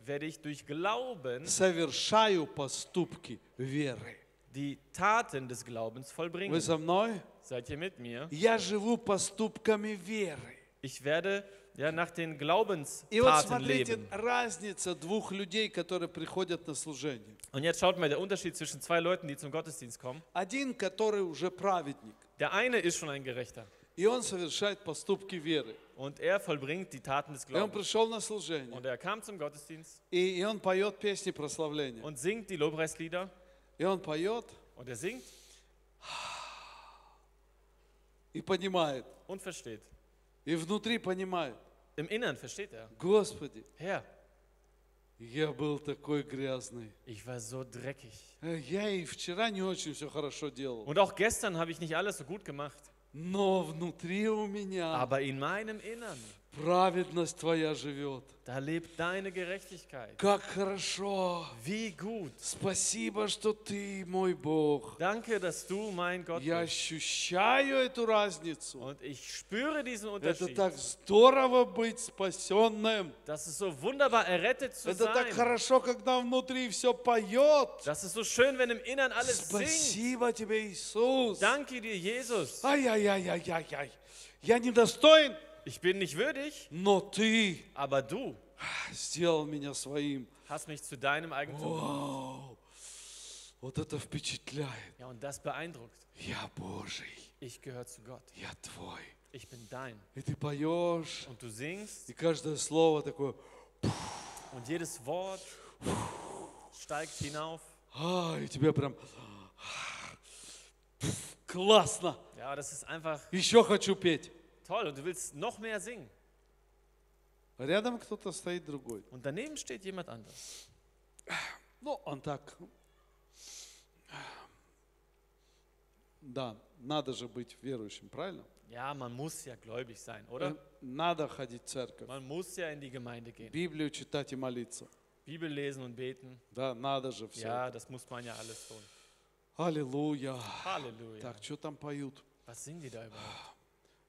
[SPEAKER 2] werde ich durch Glauben
[SPEAKER 1] совершаю поступки веры.
[SPEAKER 2] die Taten des Glaubens
[SPEAKER 1] Вы
[SPEAKER 2] vollbringen.
[SPEAKER 1] со мной?
[SPEAKER 2] Seid ihr mit mir?
[SPEAKER 1] Я живу поступками веры.
[SPEAKER 2] Ich werde ja nach den
[SPEAKER 1] И вот
[SPEAKER 2] Glaubenstaten
[SPEAKER 1] смотрите,
[SPEAKER 2] leben.
[SPEAKER 1] разница двух людей, которые приходят на служение.
[SPEAKER 2] Und jetzt schaut mal der Unterschied zwischen zwei Leuten, die zum Gottesdienst kommen.
[SPEAKER 1] Один, который уже праведник,
[SPEAKER 2] Der eine ist schon ein Gerechter
[SPEAKER 1] и он совершает поступки веры.
[SPEAKER 2] und er vollbringt die Taten des
[SPEAKER 1] И он
[SPEAKER 2] Glaubens.
[SPEAKER 1] пришел на служение,
[SPEAKER 2] Und er kam zum Gottesdienst
[SPEAKER 1] и, и он поет песни прославления.
[SPEAKER 2] und singt die Lobpreislieder
[SPEAKER 1] И он поет
[SPEAKER 2] und er singt
[SPEAKER 1] и понимает,
[SPEAKER 2] und versteht.
[SPEAKER 1] и внутри понимает,
[SPEAKER 2] Im Innern versteht er.
[SPEAKER 1] Господи,
[SPEAKER 2] Herr,
[SPEAKER 1] я был такой грязный.
[SPEAKER 2] ich war so dreckig.
[SPEAKER 1] Э, Я и вчера не очень все хорошо делал,
[SPEAKER 2] Und auch gestern habe ich nicht alles so gut gemacht.
[SPEAKER 1] но внутри у меня
[SPEAKER 2] Aber in meinem Innern
[SPEAKER 1] праведность Твоя живет.
[SPEAKER 2] Da lebt deine Gerechtigkeit.
[SPEAKER 1] Как хорошо!
[SPEAKER 2] Wie gut.
[SPEAKER 1] Спасибо, что Ты мой Бог.
[SPEAKER 2] Danke, dass du mein Gott
[SPEAKER 1] Я
[SPEAKER 2] bist.
[SPEAKER 1] ощущаю эту разницу.
[SPEAKER 2] Und ich spüre diesen
[SPEAKER 1] Это
[SPEAKER 2] Unterschied.
[SPEAKER 1] так здорово быть спасенным.
[SPEAKER 2] Das ist so wunderbar, errettet zu
[SPEAKER 1] Это так
[SPEAKER 2] sein.
[SPEAKER 1] хорошо, когда внутри все поет.
[SPEAKER 2] Das ist so schön, wenn im Innern alles singt.
[SPEAKER 1] Спасибо тебе, Иисус.
[SPEAKER 2] Danke dir, Jesus.
[SPEAKER 1] Ай-яй-яй-яй-яй-яй. Я недостоин,
[SPEAKER 2] Ich bin nicht würdig,
[SPEAKER 1] но Ты
[SPEAKER 2] aber du
[SPEAKER 1] сделал меня своим.
[SPEAKER 2] hast mich zu deinem Eigentum.
[SPEAKER 1] Вау! Вот это впечатляет.
[SPEAKER 2] Ja, und das beeindruckt.
[SPEAKER 1] Я Божий,
[SPEAKER 2] Ich gehöre zu Gott.
[SPEAKER 1] я Твой.
[SPEAKER 2] Ich bin dein.
[SPEAKER 1] И ты поешь,
[SPEAKER 2] Und du singst
[SPEAKER 1] и каждое слово такое,
[SPEAKER 2] und jedes Wort steigt hinauf.
[SPEAKER 1] а, и тебе прям а, пф, классно.
[SPEAKER 2] Ja, das ist einfach
[SPEAKER 1] Еще хочу петь.
[SPEAKER 2] toll. Und du willst noch mehr singen.
[SPEAKER 1] Рядом кто-то стоит другой.
[SPEAKER 2] Und daneben steht jemand anders.
[SPEAKER 1] Ну, он так. Да, надо же быть верующим, правильно?
[SPEAKER 2] Ja, man muss ja gläubig sein, oder?
[SPEAKER 1] Э, Äh. Надо ходить в церковь,
[SPEAKER 2] Man muss ja in die Gemeinde gehen,
[SPEAKER 1] Библию читать и молиться.
[SPEAKER 2] Bibel lesen und beten.
[SPEAKER 1] Да, надо же все.
[SPEAKER 2] Ja, das muss man ja alles tun.
[SPEAKER 1] Аллилуйя.
[SPEAKER 2] Halleluja.
[SPEAKER 1] Так, что там поют?
[SPEAKER 2] Was singen die da überhaupt?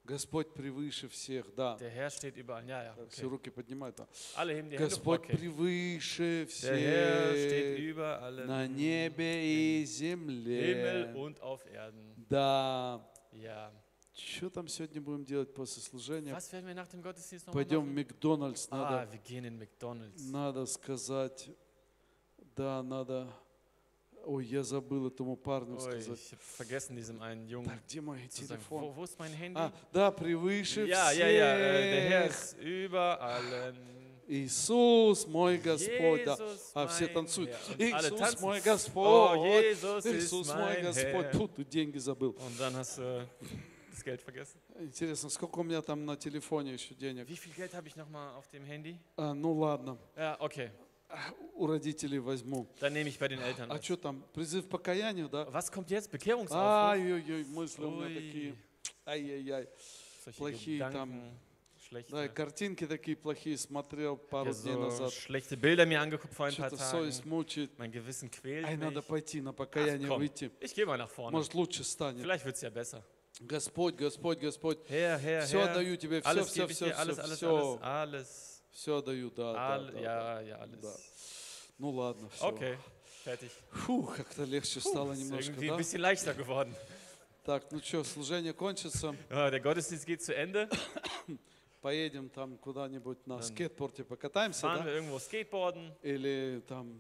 [SPEAKER 1] Господь превыше всех, да.
[SPEAKER 2] Der Herr steht überall. Ja, ja.
[SPEAKER 1] Все
[SPEAKER 2] Okay.
[SPEAKER 1] руки поднимают. да.
[SPEAKER 2] Alle heben die Hände. hoch.
[SPEAKER 1] Господь
[SPEAKER 2] Okay.
[SPEAKER 1] превыше
[SPEAKER 2] Der Herr steht
[SPEAKER 1] всех
[SPEAKER 2] über allen
[SPEAKER 1] на небе и
[SPEAKER 2] Himmel
[SPEAKER 1] земле.
[SPEAKER 2] und auf Erden.
[SPEAKER 1] Да.
[SPEAKER 2] Ja.
[SPEAKER 1] Что там сегодня будем делать после служения?
[SPEAKER 2] Was werden wir nach dem Gottesdienst noch
[SPEAKER 1] Пойдем в
[SPEAKER 2] machen?
[SPEAKER 1] Макдональдс,
[SPEAKER 2] Ah,
[SPEAKER 1] надо,
[SPEAKER 2] wir gehen in McDonalds.
[SPEAKER 1] надо сказать, да, надо, ой, я забыл этому парню
[SPEAKER 2] Ui,
[SPEAKER 1] сказать.
[SPEAKER 2] ich habe vergessen, diesem einen Jungen
[SPEAKER 1] Так, где мой
[SPEAKER 2] zu sagen.
[SPEAKER 1] телефон?
[SPEAKER 2] Wo, wo ist mein Handy?
[SPEAKER 1] А, да, превыше
[SPEAKER 2] ja, ja, ja. Äh, der Herr
[SPEAKER 1] всех.
[SPEAKER 2] ist über allen.
[SPEAKER 1] Иисус мой Господь, да.
[SPEAKER 2] Jesus,
[SPEAKER 1] А все
[SPEAKER 2] mein
[SPEAKER 1] танцуют.
[SPEAKER 2] Herr. Und alle
[SPEAKER 1] Иисус
[SPEAKER 2] tanzen.
[SPEAKER 1] мой
[SPEAKER 2] Oh,
[SPEAKER 1] Господь,
[SPEAKER 2] Jesus
[SPEAKER 1] Иисус
[SPEAKER 2] ist
[SPEAKER 1] мой
[SPEAKER 2] mein
[SPEAKER 1] Господь.
[SPEAKER 2] Herr.
[SPEAKER 1] Тут деньги забыл.
[SPEAKER 2] Und dann hast du das Geld vergessen.
[SPEAKER 1] Интересно, сколько у меня там на телефоне еще денег?
[SPEAKER 2] Wie viel Geld habe ich nochmal auf dem Handy?
[SPEAKER 1] А, ну ладно,
[SPEAKER 2] Ja, okay.
[SPEAKER 1] у родителей возьму.
[SPEAKER 2] Dann nehme ich bei den Eltern.
[SPEAKER 1] А
[SPEAKER 2] Was,
[SPEAKER 1] что там, призыв к покаянию, да?
[SPEAKER 2] was kommt jetzt?
[SPEAKER 1] Ah,
[SPEAKER 2] Bekehrungsaufruf?
[SPEAKER 1] Ай-ой-ой, мысли у меня
[SPEAKER 2] Ой.
[SPEAKER 1] такие. Ай-яй-яй.
[SPEAKER 2] Solche
[SPEAKER 1] плохие
[SPEAKER 2] Gedanken, schlechte.
[SPEAKER 1] Да, и картинки такие плохие смотрел
[SPEAKER 2] Ich
[SPEAKER 1] пару
[SPEAKER 2] hab
[SPEAKER 1] дней
[SPEAKER 2] so
[SPEAKER 1] назад.
[SPEAKER 2] Also schlechte Bilder mir angeguckt vor ein paar
[SPEAKER 1] Что-то совесть
[SPEAKER 2] Tagen.
[SPEAKER 1] мучает.
[SPEAKER 2] Mein Gewissen quält
[SPEAKER 1] Ай, надо
[SPEAKER 2] mich.
[SPEAKER 1] пойти на
[SPEAKER 2] Ach,
[SPEAKER 1] покаяние
[SPEAKER 2] komm,
[SPEAKER 1] выйти.
[SPEAKER 2] Ich gehe mal nach vorne.
[SPEAKER 1] Может, лучше станет.
[SPEAKER 2] Vielleicht wird es ja besser.
[SPEAKER 1] Господь, Господь, Господь,
[SPEAKER 2] Herr, Herr,
[SPEAKER 1] все
[SPEAKER 2] Herr.
[SPEAKER 1] отдаю тебе, все,
[SPEAKER 2] Alles
[SPEAKER 1] все,
[SPEAKER 2] gebe ich
[SPEAKER 1] все,
[SPEAKER 2] dir, alles,
[SPEAKER 1] все,
[SPEAKER 2] alles, alles,
[SPEAKER 1] все,
[SPEAKER 2] alles.
[SPEAKER 1] все отдаю, да, да,
[SPEAKER 2] All,
[SPEAKER 1] да, да.
[SPEAKER 2] ja, ja,
[SPEAKER 1] Da.
[SPEAKER 2] alles.
[SPEAKER 1] Ну ладно, все.
[SPEAKER 2] Okay, fertig.
[SPEAKER 1] Фу, как-то легче стало
[SPEAKER 2] Ist
[SPEAKER 1] немножко,
[SPEAKER 2] irgendwie ein
[SPEAKER 1] да?
[SPEAKER 2] bisschen leichter geworden.
[SPEAKER 1] Так, ну что, служение кончится,
[SPEAKER 2] Ah, Der Gottesdienst geht zu Ende.
[SPEAKER 1] поедем там куда-нибудь на
[SPEAKER 2] Dann
[SPEAKER 1] скейтборде покатаемся,
[SPEAKER 2] Fahren wir
[SPEAKER 1] да?
[SPEAKER 2] irgendwo Skateboarden.
[SPEAKER 1] Или там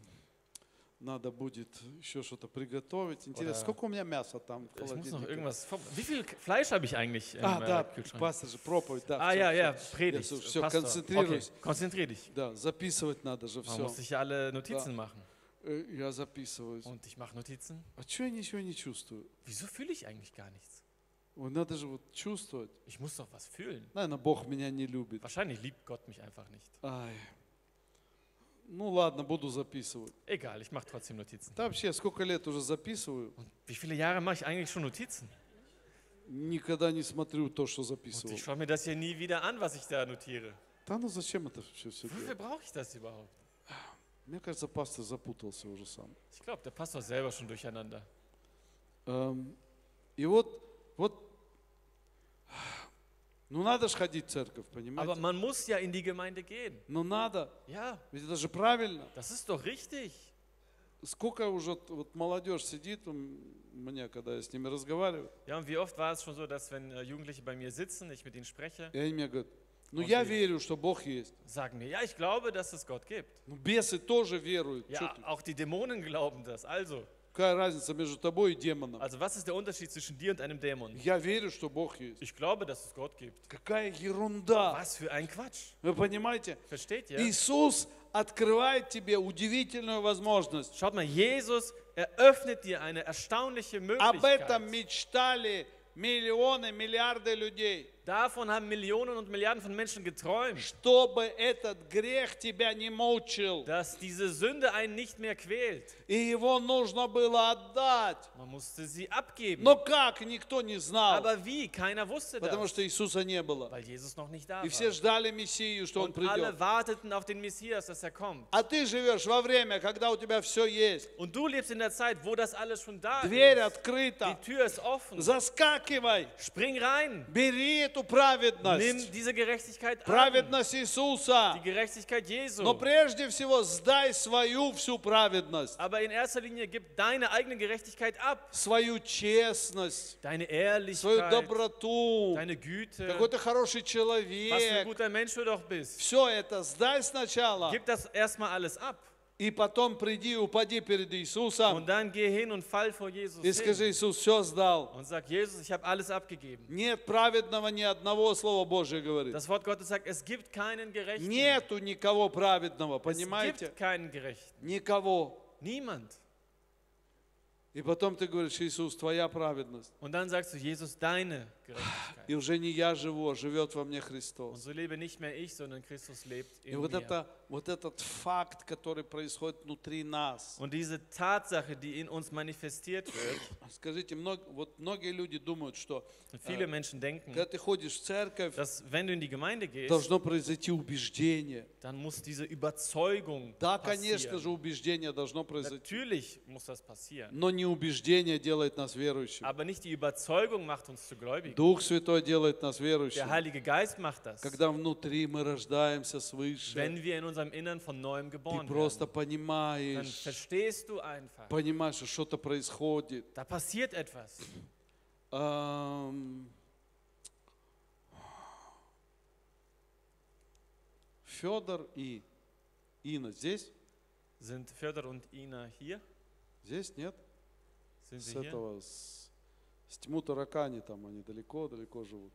[SPEAKER 1] надо будет еще что-то прigotовить. Интересно,
[SPEAKER 2] Oder-
[SPEAKER 1] сколько у меня мяса там в
[SPEAKER 2] Ich muss noch
[SPEAKER 1] холодильнике?
[SPEAKER 2] irgendwas. vor- Wie viel Fleisch habe ich eigentlich im
[SPEAKER 1] А,
[SPEAKER 2] äh,
[SPEAKER 1] да,
[SPEAKER 2] Kühlschrank?
[SPEAKER 1] пастор же, проповедь, да.
[SPEAKER 2] Ah,
[SPEAKER 1] всё,
[SPEAKER 2] ja,
[SPEAKER 1] всё.
[SPEAKER 2] ja, Predigt.
[SPEAKER 1] Jetzt, so,
[SPEAKER 2] Pastor.
[SPEAKER 1] konzentrier
[SPEAKER 2] Okay, konzentrier dich.
[SPEAKER 1] Да, записывать надо же
[SPEAKER 2] Man
[SPEAKER 1] все.
[SPEAKER 2] muss sich ja alle Notizen machen.
[SPEAKER 1] Э, Я записываюсь.
[SPEAKER 2] Und ich mache Notizen.
[SPEAKER 1] А что я ничего не чувствую?
[SPEAKER 2] Wieso fühle ich eigentlich gar nichts?
[SPEAKER 1] Ой, Надо же вот чувствовать.
[SPEAKER 2] Ich muss doch was fühlen.
[SPEAKER 1] Наверное, Бог меня не любит.
[SPEAKER 2] Wahrscheinlich liebt Gott mich einfach nicht.
[SPEAKER 1] Ай. Ну ладно, буду записывать.
[SPEAKER 2] Egal, ich mache trotzdem Notizen.
[SPEAKER 1] Да вообще, я сколько лет уже записываю,
[SPEAKER 2] Und wie viele Jahre mache ich eigentlich schon Notizen?
[SPEAKER 1] никогда не смотрю то, что
[SPEAKER 2] Und
[SPEAKER 1] записывал.
[SPEAKER 2] ich schaue mir das ja nie wieder an, was ich da notiere.
[SPEAKER 1] Да ну зачем это все, все
[SPEAKER 2] Wofür
[SPEAKER 1] делать?
[SPEAKER 2] brauche ich das überhaupt?
[SPEAKER 1] Мне кажется, пастор запутался уже сам.
[SPEAKER 2] Ich glaube, der Pastor ist selber schon durcheinander.
[SPEAKER 1] Эм, и вот, вот, ну надо же ходить в церковь,
[SPEAKER 2] Aber
[SPEAKER 1] понимаете?
[SPEAKER 2] man muss ja in die Gemeinde gehen.
[SPEAKER 1] Ну надо,
[SPEAKER 2] Ja,
[SPEAKER 1] ведь это же правильно.
[SPEAKER 2] das ist doch richtig.
[SPEAKER 1] Сколько уже т- вот молодежь сидит у м- меня, когда я с ними разговариваю,
[SPEAKER 2] Ja, und wie oft war es schon so, dass wenn äh, Jugendliche bei mir sitzen, ich mit ihnen spreche,
[SPEAKER 1] и они мне говорят, ну
[SPEAKER 2] Он
[SPEAKER 1] я
[SPEAKER 2] верит.
[SPEAKER 1] верю, что Бог есть.
[SPEAKER 2] sagen mir, ja, ich glaube, dass es Gott gibt.
[SPEAKER 1] Ну бесы тоже веруют. Чё
[SPEAKER 2] Ja,
[SPEAKER 1] ты?
[SPEAKER 2] auch die Dämonen glauben das. Also,
[SPEAKER 1] Какая разница между тобой и демоном?
[SPEAKER 2] also was ist der Unterschied zwischen dir und einem Dämon?
[SPEAKER 1] Я верю, что Бог есть.
[SPEAKER 2] Ich glaube, dass es Gott gibt.
[SPEAKER 1] Какая ерунда.
[SPEAKER 2] Was für ein Quatsch.
[SPEAKER 1] Вы понимаете?
[SPEAKER 2] Versteht ihr?
[SPEAKER 1] Иисус открывает тебе удивительную возможность.
[SPEAKER 2] Schaut mal, Jesus eröffnet dir eine erstaunliche
[SPEAKER 1] Об этом
[SPEAKER 2] Möglichkeit.
[SPEAKER 1] мечтали миллионы, миллиарды людей.
[SPEAKER 2] Davon haben Millionen und Milliarden von Menschen geträumt,
[SPEAKER 1] чтобы этот грех тебя не мучил.
[SPEAKER 2] dass diese Sünde einen nicht mehr quält.
[SPEAKER 1] И его нужно было отдать.
[SPEAKER 2] Man musste sie abgeben.
[SPEAKER 1] Но как, никто не знал,
[SPEAKER 2] Aber wie? Keiner wusste
[SPEAKER 1] потому
[SPEAKER 2] das,
[SPEAKER 1] что Иисуса не было.
[SPEAKER 2] weil Jesus noch nicht da
[SPEAKER 1] И все
[SPEAKER 2] war.
[SPEAKER 1] ждали Мессию, что Он
[SPEAKER 2] Und alle
[SPEAKER 1] придет.
[SPEAKER 2] warteten auf den Messias, dass er kommt.
[SPEAKER 1] А ты живешь во время, когда у тебя все есть.
[SPEAKER 2] Und du lebst in der Zeit, wo das alles schon da
[SPEAKER 1] Дверь
[SPEAKER 2] ist.
[SPEAKER 1] открыта.
[SPEAKER 2] Die Tür ist offen.
[SPEAKER 1] Заскакивай.
[SPEAKER 2] Spring rein.
[SPEAKER 1] Бери эту
[SPEAKER 2] Nimm
[SPEAKER 1] праведность.
[SPEAKER 2] diese Gerechtigkeit an.
[SPEAKER 1] Праведность Иисуса.
[SPEAKER 2] Die Gerechtigkeit Jesu.
[SPEAKER 1] Но прежде всего сдай свою всю праведность,
[SPEAKER 2] Aber in erster Linie gib deine eigene Gerechtigkeit ab.
[SPEAKER 1] свою честность,
[SPEAKER 2] Deine
[SPEAKER 1] свою
[SPEAKER 2] Ehrlichkeit,
[SPEAKER 1] доброту,
[SPEAKER 2] deine Güte,
[SPEAKER 1] какой ты хороший
[SPEAKER 2] was für ein
[SPEAKER 1] человек.
[SPEAKER 2] guter Mensch du doch bist.
[SPEAKER 1] Все это сдай сначала,
[SPEAKER 2] Gib das erstmal alles ab.
[SPEAKER 1] и потом приди и упади перед
[SPEAKER 2] Und
[SPEAKER 1] Иисусом
[SPEAKER 2] dann geh hin und fall vor Jesus
[SPEAKER 1] и скажи,
[SPEAKER 2] hin.
[SPEAKER 1] Иисус, все сдал.
[SPEAKER 2] Und sag, Jesus, ich habe alles abgegeben.
[SPEAKER 1] Нет праведного ни одного, Слова Божие говорит.
[SPEAKER 2] Das Wort Gottes sagt, es gibt keinen Gerechten.
[SPEAKER 1] Нету никого праведного,
[SPEAKER 2] es
[SPEAKER 1] понимаете?
[SPEAKER 2] gibt keinen Gerechten.
[SPEAKER 1] Никого.
[SPEAKER 2] Niemand.
[SPEAKER 1] И потом ты говоришь, Иисус, твоя праведность.
[SPEAKER 2] Und dann sagst du, Jesus, deine Gerechtigkeit.
[SPEAKER 1] И уже не я живу, а живет во мне
[SPEAKER 2] Und
[SPEAKER 1] Христос.
[SPEAKER 2] so lebe nicht mehr ich, sondern Christus lebt
[SPEAKER 1] И
[SPEAKER 2] in
[SPEAKER 1] вот,
[SPEAKER 2] mir.
[SPEAKER 1] это, вот этот факт, который происходит внутри нас.
[SPEAKER 2] Und diese Tatsache, die in uns manifestiert wird,
[SPEAKER 1] Скажите, мног- вот многие люди думают, что
[SPEAKER 2] und viele Menschen denken,
[SPEAKER 1] когда ты ходишь в церковь,
[SPEAKER 2] dass wenn du in die Gemeinde gehst,
[SPEAKER 1] должно произойти убеждение.
[SPEAKER 2] dann muss diese Überzeugung
[SPEAKER 1] Да, конечно же,
[SPEAKER 2] passieren.
[SPEAKER 1] убеждение должно произойти.
[SPEAKER 2] Natürlich muss das passieren.
[SPEAKER 1] Но не убеждение делает нас верующими.
[SPEAKER 2] Aber nicht die Überzeugung macht uns zu Gläubigen.
[SPEAKER 1] Дух Святой делает нас
[SPEAKER 2] Der
[SPEAKER 1] верующими.
[SPEAKER 2] Heilige Geist macht das.
[SPEAKER 1] Когда внутри мы рождаемся свыше,
[SPEAKER 2] Wenn wir in unserem Innern von Neuem
[SPEAKER 1] ты
[SPEAKER 2] geboren
[SPEAKER 1] просто
[SPEAKER 2] werden, dann
[SPEAKER 1] понимаешь,
[SPEAKER 2] verstehst du einfach,
[SPEAKER 1] понимаешь, что что-то происходит.
[SPEAKER 2] da passiert etwas.
[SPEAKER 1] Ам, Федор и Инна здесь?
[SPEAKER 2] Sind Förder und Ina hier?
[SPEAKER 1] Здесь нет?
[SPEAKER 2] Sind
[SPEAKER 1] С
[SPEAKER 2] sie hier?
[SPEAKER 1] этого, с, с тьму таракани там, они далеко-далеко живут.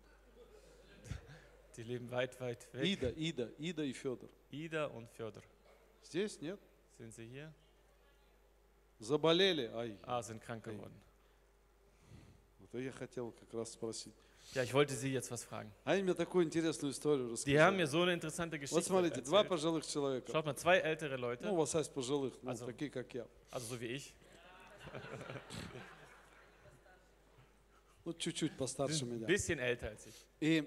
[SPEAKER 2] Die leben weit, weit weg.
[SPEAKER 1] Ида, Ида, Ида и Федор.
[SPEAKER 2] Ida und Förder.
[SPEAKER 1] Здесь нет?
[SPEAKER 2] Sind sie hier?
[SPEAKER 1] Заболели? Ай,
[SPEAKER 2] Ah, sind krank geworden.
[SPEAKER 1] вот я хотел как раз спросить.
[SPEAKER 2] Ja, ich wollte Sie jetzt was fragen.
[SPEAKER 1] Они мне такую интересную историю
[SPEAKER 2] Die
[SPEAKER 1] рассказали.
[SPEAKER 2] haben mir so eine interessante
[SPEAKER 1] Вот
[SPEAKER 2] Geschichte
[SPEAKER 1] смотрите, два
[SPEAKER 2] erzählt.
[SPEAKER 1] пожилых человека.
[SPEAKER 2] Schaut mal, Oh. zwei ältere
[SPEAKER 1] Ну,
[SPEAKER 2] Leute,
[SPEAKER 1] вас Ась пожилых, ну,
[SPEAKER 2] А за-
[SPEAKER 1] такие, как я.
[SPEAKER 2] also so wie ich,
[SPEAKER 1] Ну, чуть-чуть постарше
[SPEAKER 2] sind ein
[SPEAKER 1] меня.
[SPEAKER 2] bisschen älter als ich.
[SPEAKER 1] И,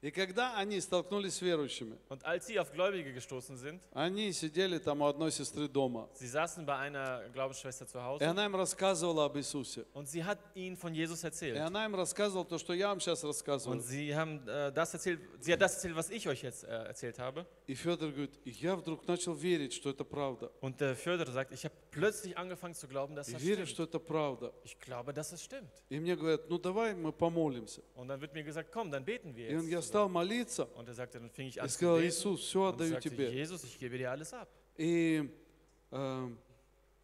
[SPEAKER 1] и когда они столкнулись с верующими,
[SPEAKER 2] Und als sie auf Gläubige gestoßen sind,
[SPEAKER 1] они сидели там у одной сестры дома.
[SPEAKER 2] sie saßen bei einer Glaubensschwester zu
[SPEAKER 1] И
[SPEAKER 2] Hause
[SPEAKER 1] она им рассказывала об Иисусе.
[SPEAKER 2] und sie hat ihnen von Jesus
[SPEAKER 1] И
[SPEAKER 2] erzählt.
[SPEAKER 1] она им рассказывала то, что я вам сейчас
[SPEAKER 2] Und
[SPEAKER 1] рассказываю.
[SPEAKER 2] sie haben äh, das erzählt, sie hat das erzählt, was ich euch jetzt äh, erzählt habe.
[SPEAKER 1] И Федор говорит, и я вдруг начал верить, что это правда.
[SPEAKER 2] Und der Förder sagt, ich habe plötzlich angefangen zu glauben, dass
[SPEAKER 1] И
[SPEAKER 2] das
[SPEAKER 1] верю,
[SPEAKER 2] stimmt.
[SPEAKER 1] что это правда.
[SPEAKER 2] Ich glaube, dass es stimmt.
[SPEAKER 1] И мне говорят, ну давай мы помолимся.
[SPEAKER 2] Und dann wird mir gesagt, komm, dann beten wir
[SPEAKER 1] И он, я
[SPEAKER 2] jetzt.
[SPEAKER 1] стал
[SPEAKER 2] zusammen.
[SPEAKER 1] молиться
[SPEAKER 2] Und er sagte, dann fing ich
[SPEAKER 1] и
[SPEAKER 2] an zu
[SPEAKER 1] сказал,
[SPEAKER 2] beten.
[SPEAKER 1] Иисус, все
[SPEAKER 2] Und
[SPEAKER 1] отдаю
[SPEAKER 2] sagte,
[SPEAKER 1] тебе.
[SPEAKER 2] Jesus, ich gebe dir alles ab.
[SPEAKER 1] И э,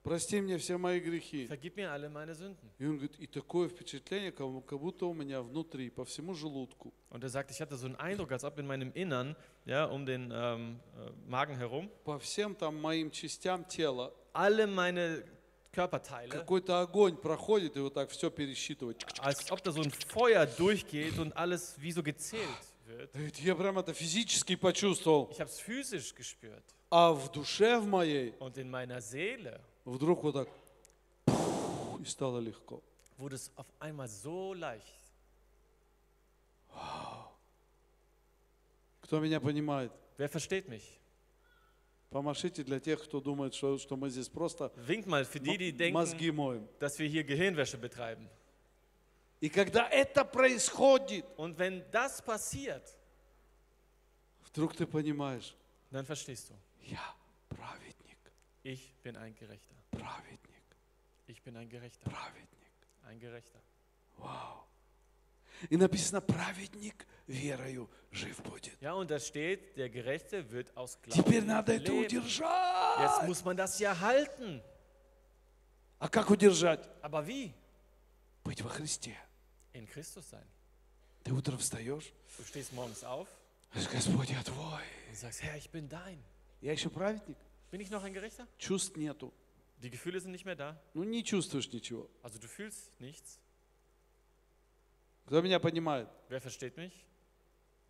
[SPEAKER 1] прости мне все мои грехи.
[SPEAKER 2] Vergib mir alle meine Sünden.
[SPEAKER 1] И он говорит, и такое впечатление, как как будто у меня внутри, по всему желудку,
[SPEAKER 2] Und er sagt, ich hatte so einen Eindruck, als ob in meinem Innern, ja, um den ähm, äh, Magen herum,
[SPEAKER 1] по всем там моим частям тела
[SPEAKER 2] alle meine Körperteile,
[SPEAKER 1] Какой-то огонь проходит, и вот так все пересчитывать. Чик-чик.
[SPEAKER 2] als ob da so ein Feuer durchgeht und alles wie so gezählt wird.
[SPEAKER 1] Говорит, Я прям это физически почувствовал.
[SPEAKER 2] Ich habe es physisch gespürt.
[SPEAKER 1] А в душе в моей
[SPEAKER 2] Und in meiner Seele
[SPEAKER 1] вдруг вот так пф, и стало легко.
[SPEAKER 2] wurde es auf einmal so leicht.
[SPEAKER 1] Кто меня понимает,
[SPEAKER 2] Wer versteht mich?
[SPEAKER 1] помашите для тех, кто думает, что, что мы здесь просто
[SPEAKER 2] Winkt mal für die, die
[SPEAKER 1] м- мозги
[SPEAKER 2] denken,
[SPEAKER 1] моем.
[SPEAKER 2] dass wir hier Gehirnwäsche betreiben.
[SPEAKER 1] И когда это происходит,
[SPEAKER 2] Und wenn das passiert,
[SPEAKER 1] вдруг ты понимаешь,
[SPEAKER 2] dann verstehst du.
[SPEAKER 1] я праведник,
[SPEAKER 2] Ich bin ein Gerechter.
[SPEAKER 1] праведник,
[SPEAKER 2] Ich bin ein Gerechter.
[SPEAKER 1] праведник.
[SPEAKER 2] Ein Gerechter.
[SPEAKER 1] И написано, праведник верою жив будет.
[SPEAKER 2] Ja, und da steht, der Gerechte wird aus
[SPEAKER 1] Теперь
[SPEAKER 2] Glauben
[SPEAKER 1] надо это
[SPEAKER 2] leben.
[SPEAKER 1] удержать.
[SPEAKER 2] Jetzt muss man das ja halten.
[SPEAKER 1] А как удержать?
[SPEAKER 2] Aber wie?
[SPEAKER 1] Быть во Христе.
[SPEAKER 2] In Christus sein.
[SPEAKER 1] Ты утром встаешь,
[SPEAKER 2] Du stehst morgens auf
[SPEAKER 1] говоришь, Господь, я твой.
[SPEAKER 2] und sagst, Herr, ich bin dein.
[SPEAKER 1] Я еще праведник?
[SPEAKER 2] Bin ich noch ein Gerechter?
[SPEAKER 1] Чувств нету.
[SPEAKER 2] Die Gefühle sind nicht mehr da.
[SPEAKER 1] Ну, не чувствуешь ничего.
[SPEAKER 2] Also du fühlst nichts.
[SPEAKER 1] Кто меня понимает?
[SPEAKER 2] Wer versteht mich?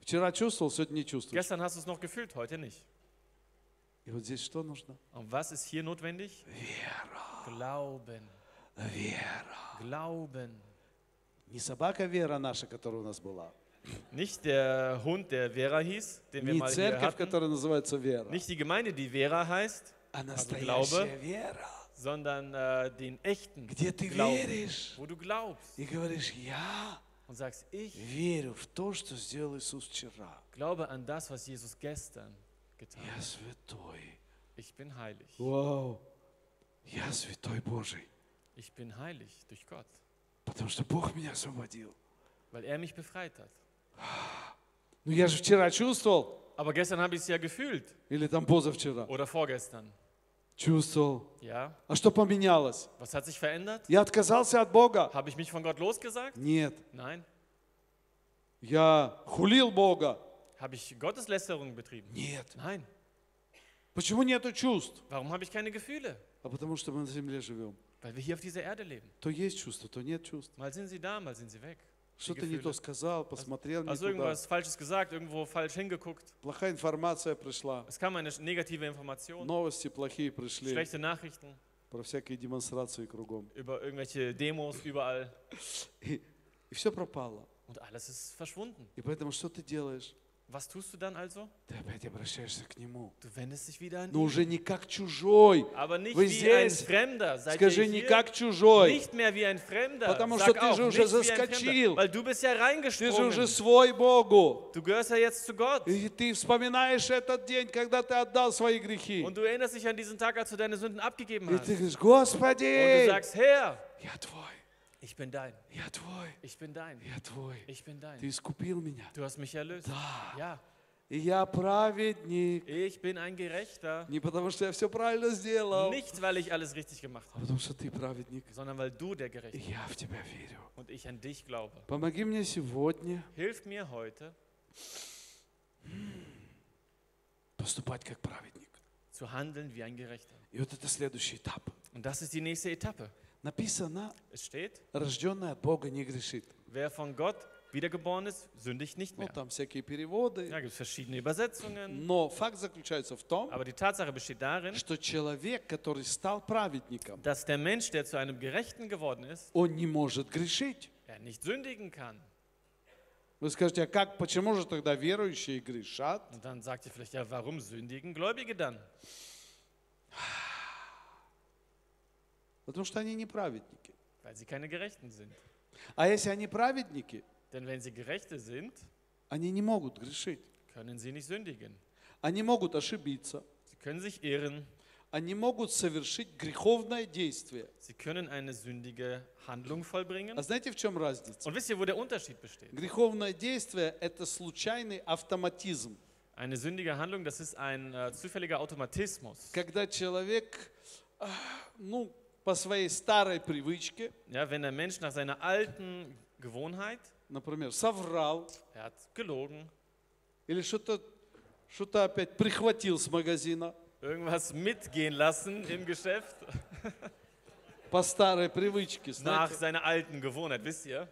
[SPEAKER 1] Вчера чувствовал, сегодня не чувствуешь.
[SPEAKER 2] Gestern hast du es noch gefühlt, heute nicht.
[SPEAKER 1] И вот здесь что нужно?
[SPEAKER 2] Und was ist hier notwendig? Glauben.
[SPEAKER 1] Вера.
[SPEAKER 2] Glauben.
[SPEAKER 3] Не собака Вера наша, которая у нас была.
[SPEAKER 2] Nicht der Hund, der Vera hieß, den wir
[SPEAKER 1] Не
[SPEAKER 2] mal hier
[SPEAKER 1] церковь,
[SPEAKER 2] hatten.
[SPEAKER 1] которая называется Вера,
[SPEAKER 2] Nicht die Gemeinde, die Vera heißt, also
[SPEAKER 1] а
[SPEAKER 2] Glaube.
[SPEAKER 1] настоящая вера,
[SPEAKER 2] sondern äh, den echten
[SPEAKER 1] где ты
[SPEAKER 2] Glauben,
[SPEAKER 1] веришь
[SPEAKER 2] wo du glaubst
[SPEAKER 1] и говоришь, я
[SPEAKER 2] und sagst, ich
[SPEAKER 1] верю в то, что сделал Иисус вчера.
[SPEAKER 2] glaube an das, was Jesus gestern getan
[SPEAKER 1] Я
[SPEAKER 2] hat.
[SPEAKER 1] святой.
[SPEAKER 2] Ich bin heilig.
[SPEAKER 1] Вау. Я святой Божий,
[SPEAKER 2] Ich bin heilig durch Gott,
[SPEAKER 1] потому что Бог меня освободил.
[SPEAKER 2] weil er mich befreit hat.
[SPEAKER 1] Ну я же вчера чувствовал,
[SPEAKER 2] Aber gestern habe ich es ja gefühlt
[SPEAKER 1] или там позавчера,
[SPEAKER 2] oder vorgestern.
[SPEAKER 1] чувствовал.
[SPEAKER 2] Ja,
[SPEAKER 1] А что поменялось?
[SPEAKER 2] was hat sich verändert?
[SPEAKER 1] Я отказался от Бога?
[SPEAKER 2] Habe ich mich von Gott losgesagt?
[SPEAKER 1] Нет.
[SPEAKER 2] Nein.
[SPEAKER 1] Я хулил Бога?
[SPEAKER 2] Habe ich Gotteslästerung betrieben?
[SPEAKER 1] Нет.
[SPEAKER 2] Nein.
[SPEAKER 1] Почему нету чувств?
[SPEAKER 2] Warum habe ich keine Gefühle?
[SPEAKER 1] А потому что мы на земле живем.
[SPEAKER 2] Weil wir hier auf dieser Erde leben.
[SPEAKER 1] То есть чувства, то нет чувств.
[SPEAKER 2] Mal sind sie da, mal sind sie weg. Die
[SPEAKER 1] Что-то не то
[SPEAKER 2] Gefühle.
[SPEAKER 1] сказал, посмотрел не
[SPEAKER 2] Hast du
[SPEAKER 1] туда.
[SPEAKER 2] irgendwas Falsches gesagt, irgendwo falsch hingeguckt?
[SPEAKER 1] Плохая информация пришла.
[SPEAKER 2] Es kam eine sch- negative Information,
[SPEAKER 1] Новости плохие пришли
[SPEAKER 2] schlechte Nachrichten
[SPEAKER 1] про всякие демонстрации кругом.
[SPEAKER 2] über irgendwelche Demos überall.
[SPEAKER 1] И, все пропало.
[SPEAKER 2] Und alles ist verschwunden.
[SPEAKER 1] И поэтому что ты делаешь?
[SPEAKER 2] Was tust du dann also?
[SPEAKER 1] Ты опять обращаешься к Нему.
[SPEAKER 2] Du wendest dich wieder an
[SPEAKER 1] Но
[SPEAKER 2] ihn.
[SPEAKER 1] уже не как чужой.
[SPEAKER 2] Aber nicht
[SPEAKER 1] Вы
[SPEAKER 2] wie ein
[SPEAKER 1] здесь.
[SPEAKER 2] Fremder. Seid ihr
[SPEAKER 1] Скажи, не
[SPEAKER 2] hier?
[SPEAKER 1] как чужой.
[SPEAKER 2] Nicht mehr wie ein Fremder.
[SPEAKER 1] Потому
[SPEAKER 2] Sag
[SPEAKER 1] что ты
[SPEAKER 2] auch,
[SPEAKER 1] же
[SPEAKER 2] nicht
[SPEAKER 1] уже
[SPEAKER 2] wie ein
[SPEAKER 1] заскочил.
[SPEAKER 2] Fremder, Weil du bist ja
[SPEAKER 1] Ты же уже
[SPEAKER 2] reingesprungen.
[SPEAKER 1] свой Богу.
[SPEAKER 2] Du gehörst ja jetzt zu Gott.
[SPEAKER 1] И ты вспоминаешь этот день, когда ты отдал свои грехи.
[SPEAKER 2] Und du erinnerst dich an diesen Tag, als du deine Sünden abgegeben
[SPEAKER 1] И
[SPEAKER 2] hast.
[SPEAKER 1] ты
[SPEAKER 2] Und
[SPEAKER 1] говоришь,
[SPEAKER 2] du
[SPEAKER 1] Господи,
[SPEAKER 2] sagst, Herr,
[SPEAKER 1] я твой,
[SPEAKER 2] ich bin dein.
[SPEAKER 1] я твой,
[SPEAKER 2] Ich bin dein.
[SPEAKER 1] я твой.
[SPEAKER 2] Ich bin
[SPEAKER 1] Ты
[SPEAKER 2] dein.
[SPEAKER 1] искупил меня.
[SPEAKER 2] Du hast mich erlöst. Ja,
[SPEAKER 1] И я праведник.
[SPEAKER 2] ich bin ein Gerechter.
[SPEAKER 1] Не потому, что я все правильно сделал,
[SPEAKER 2] Nicht, weil ich alles richtig gemacht
[SPEAKER 1] а
[SPEAKER 2] habe,
[SPEAKER 1] потому, что ты праведник.
[SPEAKER 2] sondern weil du der
[SPEAKER 1] И
[SPEAKER 2] Gerechte bist
[SPEAKER 1] я в тебя верю.
[SPEAKER 2] und ich an dich glaube.
[SPEAKER 1] Помоги мне сегодня
[SPEAKER 2] Hilf mir heute,
[SPEAKER 1] поступать как праведник.
[SPEAKER 2] zu handeln wie ein Gerechter.
[SPEAKER 1] И вот это следующий этап.
[SPEAKER 2] Und das ist die nächste Etappe.
[SPEAKER 1] Написано,
[SPEAKER 2] Es steht,
[SPEAKER 1] рожденная от Бога не грешит.
[SPEAKER 2] wer von Gott wiedergeboren ist, sündigt nicht
[SPEAKER 1] Ну,
[SPEAKER 2] mehr.
[SPEAKER 1] там всякие
[SPEAKER 2] Da
[SPEAKER 1] переводы.
[SPEAKER 2] gibt es verschiedene Übersetzungen.
[SPEAKER 1] Но факт заключается в том,
[SPEAKER 2] Aber die Tatsache besteht darin,
[SPEAKER 1] что человек, который stал праведником,
[SPEAKER 2] dass der Mensch, der zu einem Gerechten geworden ist,
[SPEAKER 1] он не может грешить.
[SPEAKER 2] er nicht sündigen kann.
[SPEAKER 1] Вы скажете, а как, почему же тогда верующие грешат?
[SPEAKER 2] Und dann sagt ihr vielleicht, ja, warum sündigen Gläubige dann?
[SPEAKER 1] Потому что они не праведники.
[SPEAKER 2] Weil sie keine Gerechten sind.
[SPEAKER 1] А если они праведники,
[SPEAKER 2] Denn wenn sie Gerechte sind,
[SPEAKER 1] они не могут грешить.
[SPEAKER 2] können sie nicht sündigen.
[SPEAKER 1] Они могут ошибиться.
[SPEAKER 2] Sie können sich irren.
[SPEAKER 1] Они могут совершить греховное действие.
[SPEAKER 2] Sie können eine sündige Handlung vollbringen.
[SPEAKER 1] А знаете, в чем разница?
[SPEAKER 2] Und wisst ihr, wo der Unterschied besteht?
[SPEAKER 1] Греховное действие – это случайный автоматизм,
[SPEAKER 2] Eine sündige Handlung, das ist ein äh, zufälliger Automatismus.
[SPEAKER 1] когда человек, а, ну, по своей старой привычке,
[SPEAKER 2] Ja, wenn der Mensch nach seiner alten Gewohnheit,
[SPEAKER 1] например, соврал
[SPEAKER 2] er hat gelogen,
[SPEAKER 1] или что-то что-то опять прихватил с магазина
[SPEAKER 2] irgendwas mitgehen lassen im Geschäft,
[SPEAKER 1] по старой привычке,
[SPEAKER 2] nach
[SPEAKER 1] знаете,
[SPEAKER 2] seiner alten Gewohnheit, wisst ihr?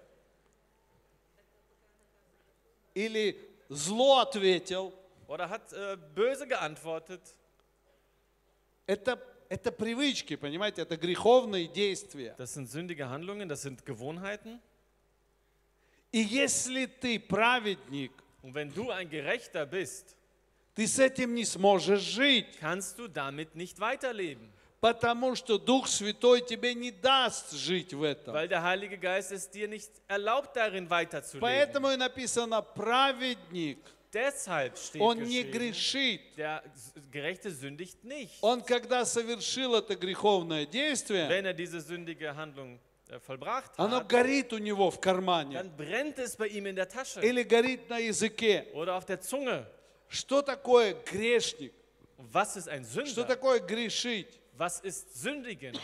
[SPEAKER 1] или зло ответил,
[SPEAKER 2] Oder hat äh, böse geantwortet.
[SPEAKER 1] Это, это привычки, понимаете, это греховные действия.
[SPEAKER 2] Das sind sündige Handlungen, das sind Gewohnheiten.
[SPEAKER 1] И если ты праведник,
[SPEAKER 2] Und wenn du ein Gerechter bist,
[SPEAKER 1] ты с этим не сможешь жить,
[SPEAKER 2] kannst du damit nicht weiterleben,
[SPEAKER 1] потому что Дух Святой тебе не даст жить в этом.
[SPEAKER 2] weil der Heilige Geist es dir nicht erlaubt, darin weiterzuleben.
[SPEAKER 1] Поэтому и написано праведник,
[SPEAKER 2] Deshalb steht
[SPEAKER 1] он не
[SPEAKER 2] geschrieben,
[SPEAKER 1] грешит.
[SPEAKER 2] der S- Gerechte sündigt nicht,
[SPEAKER 1] Он, когда совершил это греховное действие,
[SPEAKER 2] wenn er diese sündige Handlung äh, vollbracht
[SPEAKER 1] оно
[SPEAKER 2] hat.
[SPEAKER 1] горит у него в кармане
[SPEAKER 2] Dann brennt es bei ihm in der Tasche
[SPEAKER 1] или горит на языке.
[SPEAKER 2] oder auf der Zunge.
[SPEAKER 1] Что такое грешник?
[SPEAKER 2] Und was ist ein
[SPEAKER 1] Что
[SPEAKER 2] Sünder?
[SPEAKER 1] такое грешить?
[SPEAKER 2] Was ist Sündigen?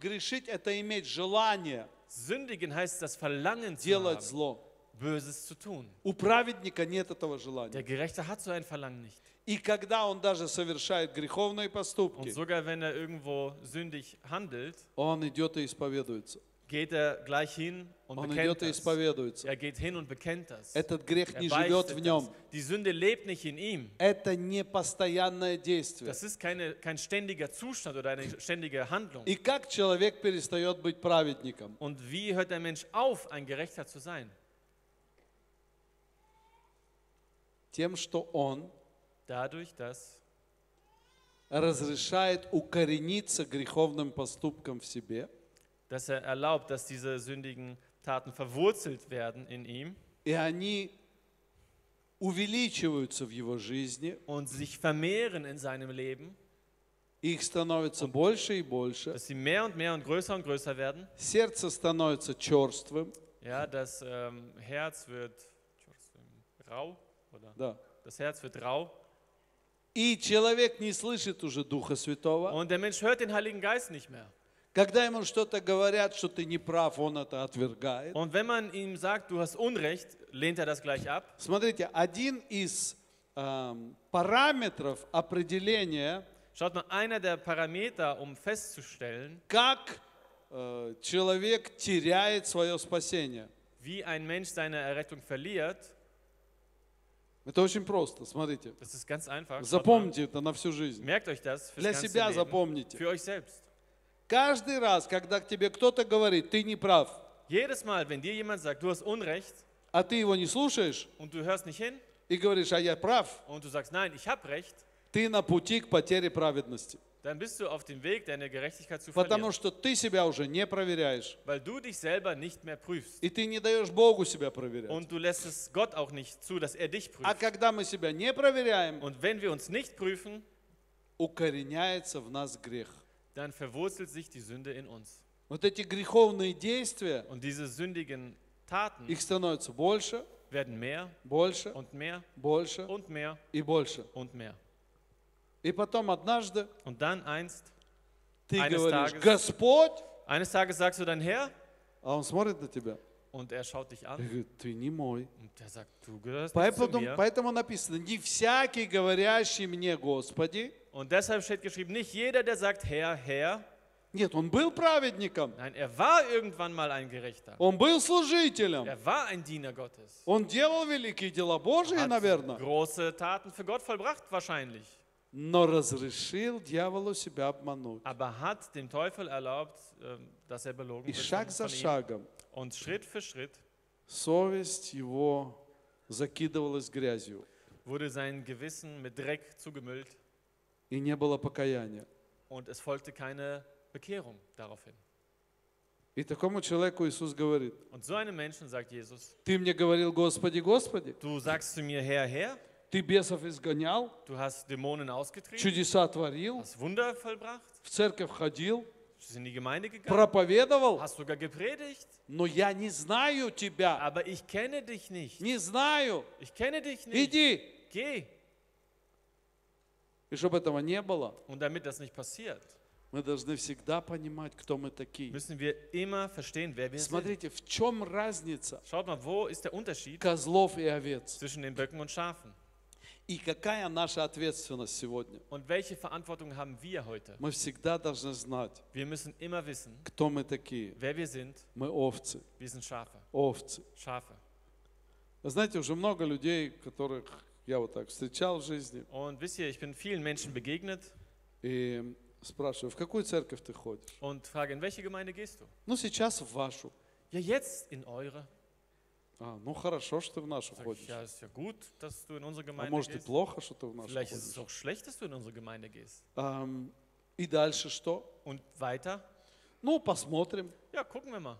[SPEAKER 1] Грешить – это иметь желание
[SPEAKER 2] Sündigen heißt das Verlangen zu
[SPEAKER 1] делать
[SPEAKER 2] haben,
[SPEAKER 1] зло.
[SPEAKER 2] Böses zu tun.
[SPEAKER 1] У праведника нет этого
[SPEAKER 2] Der
[SPEAKER 1] желания.
[SPEAKER 2] Gerechte hat so ein Verlangen nicht.
[SPEAKER 1] И когда он даже совершает греховные
[SPEAKER 2] Und
[SPEAKER 1] поступки,
[SPEAKER 2] sogar wenn er irgendwo sündig handelt,
[SPEAKER 1] он идет и исповедуется.
[SPEAKER 2] geht er gleich hin und
[SPEAKER 1] Он
[SPEAKER 2] bekennt
[SPEAKER 1] идет и
[SPEAKER 2] das.
[SPEAKER 1] исповедуется.
[SPEAKER 2] Er geht hin und bekennt das.
[SPEAKER 1] Этот грех
[SPEAKER 2] Er
[SPEAKER 1] не живет в
[SPEAKER 2] beichtet das.
[SPEAKER 1] нем.
[SPEAKER 2] Die Sünde lebt nicht in ihm.
[SPEAKER 1] Это не постоянное действие.
[SPEAKER 2] Das ist keine, kein ständiger Zustand oder eine ständige Handlung.
[SPEAKER 1] И как человек перестает быть праведником?
[SPEAKER 2] Und wie hört der Mensch auf, ein Gerechter zu sein?
[SPEAKER 1] Тем, что он
[SPEAKER 2] Dadurch, dass
[SPEAKER 1] разрешает укорениться греховным поступком в себе
[SPEAKER 2] dass er erlaubt, dass diese sündigen Taten verwurzelt werden in ihm
[SPEAKER 1] И они увеличиваются в его жизни,
[SPEAKER 2] und sich vermehren in seinem Leben,
[SPEAKER 1] их становится больше и больше.
[SPEAKER 2] dass sie mehr und mehr und größer und größer werden.
[SPEAKER 1] Сердце становится черствым,
[SPEAKER 2] Ja, das ähm, Herz wird rau oder
[SPEAKER 1] да.
[SPEAKER 2] das Herz wird rau
[SPEAKER 1] И человек не слышит уже Духа Святого.
[SPEAKER 2] und der Mensch hört den Heiligen Geist nicht mehr.
[SPEAKER 1] Когда ему что-то говорят, что ты не прав, он это отвергает.
[SPEAKER 2] Und wenn man ihm sagt, du hast Unrecht, lehnt er das gleich ab.
[SPEAKER 1] Смотрите, один из эм, параметров определения,
[SPEAKER 2] Schaut mal, einer der Parameter, um festzustellen,
[SPEAKER 1] как э, человек теряет свое спасение.
[SPEAKER 2] wie ein Mensch seine Errettung verliert,
[SPEAKER 1] Это очень просто, смотрите.
[SPEAKER 2] das ist ganz einfach. Schaut mal.
[SPEAKER 1] Запомните это на всю жизнь.
[SPEAKER 2] Merkt euch das. Fürs
[SPEAKER 1] Для
[SPEAKER 2] ganze
[SPEAKER 1] себя
[SPEAKER 2] Leben,
[SPEAKER 1] запомните.
[SPEAKER 2] Für euch selbst.
[SPEAKER 1] Каждый раз, когда к тебе кто-то говорит, ты не прав,
[SPEAKER 2] Jedes Mal, wenn dir jemand sagt, du hast Unrecht
[SPEAKER 1] а ты его не слушаешь
[SPEAKER 2] und du hörst nicht hin
[SPEAKER 1] и говоришь, а я прав,
[SPEAKER 2] und du sagst, nein, ich habe Recht,
[SPEAKER 1] ты на пути к потере праведности.
[SPEAKER 2] dann bist du auf dem Weg, deine Gerechtigkeit zu
[SPEAKER 1] Потому
[SPEAKER 2] verlieren,
[SPEAKER 1] что ты себя уже не проверяешь.
[SPEAKER 2] weil du dich selber nicht mehr prüfst.
[SPEAKER 1] И ты не даешь Богу себя проверять.
[SPEAKER 2] Und du lässt es Gott auch nicht zu, dass er dich
[SPEAKER 1] А
[SPEAKER 2] prüft.
[SPEAKER 1] когда мы себя не проверяем,
[SPEAKER 2] Und wenn wir uns nicht prüfen,
[SPEAKER 1] укореняется в нас грех.
[SPEAKER 2] dann verwurzelt sich die Sünde in uns.
[SPEAKER 1] Вот эти греховные действия,
[SPEAKER 2] Und diese sündigen Taten
[SPEAKER 1] их становится больше,
[SPEAKER 2] werden mehr
[SPEAKER 1] больше,
[SPEAKER 2] und mehr
[SPEAKER 1] больше
[SPEAKER 2] und mehr
[SPEAKER 1] и больше.
[SPEAKER 2] und mehr.
[SPEAKER 1] И потом однажды
[SPEAKER 2] Und dann einst,
[SPEAKER 1] ты
[SPEAKER 2] Eines
[SPEAKER 1] говоришь,
[SPEAKER 2] Tages-
[SPEAKER 1] Господь,
[SPEAKER 2] eines Tages sagst du dann Herr
[SPEAKER 1] а он смотрит на тебя
[SPEAKER 2] und er schaut dich
[SPEAKER 1] и
[SPEAKER 2] an
[SPEAKER 1] говорит, ты не мой.
[SPEAKER 2] und er sagt, du gehörst nicht zu
[SPEAKER 1] Поэтому,
[SPEAKER 2] mir.
[SPEAKER 1] поэтому написано, не всякий, говорящий мне Господи,
[SPEAKER 2] Und deshalb steht geschrieben, nicht jeder, der sagt Herr, Herr,
[SPEAKER 1] нет, он был праведником,
[SPEAKER 2] nein, er war irgendwann mal ein Gerechter.
[SPEAKER 1] он был служителем,
[SPEAKER 2] Er war ein Diener Gottes.
[SPEAKER 1] он делал великие дела Божьи,
[SPEAKER 2] Hat
[SPEAKER 1] наверное,
[SPEAKER 2] große Taten für Gott vollbracht wahrscheinlich,
[SPEAKER 1] но разрешил дьяволу себя обмануть.
[SPEAKER 2] aber hat dem Teufel erlaubt, ähm, dass er belogen
[SPEAKER 1] И
[SPEAKER 2] wird
[SPEAKER 1] шаг
[SPEAKER 2] von
[SPEAKER 1] за
[SPEAKER 2] ihm.
[SPEAKER 1] шагом
[SPEAKER 2] Und Schritt für Schritt
[SPEAKER 1] совесть его закидывалась грязью,
[SPEAKER 2] wurde sein Gewissen mit Dreck zugemüllt
[SPEAKER 1] и не было покаяния.
[SPEAKER 2] und es folgte keine Bekehrung daraufhin.
[SPEAKER 1] И такому человеку Иисус говорит,
[SPEAKER 2] Und so einem Menschen sagt Jesus,
[SPEAKER 1] ты мне говорил, Господи, Господи,
[SPEAKER 2] du sagst zu mir Herr, Herr,
[SPEAKER 1] ты бесов изгонял,
[SPEAKER 2] du hast Dämonen ausgetrieben,
[SPEAKER 1] чудеса творил,
[SPEAKER 2] hast Wunder vollbracht,
[SPEAKER 1] в церковь ходил,
[SPEAKER 2] bist in die Gemeinde gegangen,
[SPEAKER 1] проповедовал,
[SPEAKER 2] hast sogar gepredigt,
[SPEAKER 1] но я не знаю тебя,
[SPEAKER 2] aber ich kenne dich nicht.
[SPEAKER 1] не знаю,
[SPEAKER 2] Ich kenne dich nicht.
[SPEAKER 1] иди.
[SPEAKER 2] Geh.
[SPEAKER 1] И чтобы этого не было,
[SPEAKER 2] Und damit das nicht passiert,
[SPEAKER 1] мы должны всегда понимать, кто мы такие.
[SPEAKER 2] müssen wir immer verstehen, wer wir sind.
[SPEAKER 1] Смотрите, в чем разница
[SPEAKER 2] Schaut mal, wo ist der Unterschied
[SPEAKER 1] козлов и овец?
[SPEAKER 2] zwischen den Böcken und Schafen?
[SPEAKER 1] И какая наша ответственность сегодня?
[SPEAKER 2] Und welche Verantwortung haben wir heute?
[SPEAKER 1] Мы всегда должны знать,
[SPEAKER 2] Wir müssen immer wissen,
[SPEAKER 1] кто мы такие.
[SPEAKER 2] wer wir sind.
[SPEAKER 1] Мы овцы,
[SPEAKER 2] Wir sind Schafe.
[SPEAKER 1] овцы.
[SPEAKER 2] Schafe.
[SPEAKER 1] Вы знаете, уже много людей, которых я вот так встречал в жизни,
[SPEAKER 2] Und wisst ihr, ich bin vielen Menschen begegnet
[SPEAKER 1] и спрашиваю, в какую церковь ты ходишь?
[SPEAKER 2] und frage, in welche Gemeinde gehst du?
[SPEAKER 1] Ну, сейчас в вашу.
[SPEAKER 2] Ja, jetzt in eure.
[SPEAKER 1] А, ну хорошо, что ты в нашу
[SPEAKER 2] Sag ich,
[SPEAKER 1] ходишь.
[SPEAKER 2] ja, ist ja gut, dass du in unsere
[SPEAKER 1] А
[SPEAKER 2] Gemeinde
[SPEAKER 1] может и
[SPEAKER 2] gehst.
[SPEAKER 1] плохо, что ты в нашу
[SPEAKER 2] Vielleicht ist es
[SPEAKER 1] ходишь.
[SPEAKER 2] auch schlecht, dass du in unsere Gemeinde gehst.
[SPEAKER 1] Ам, и дальше что?
[SPEAKER 2] Und weiter?
[SPEAKER 1] Ну, посмотрим.
[SPEAKER 2] Ja, gucken wir mal.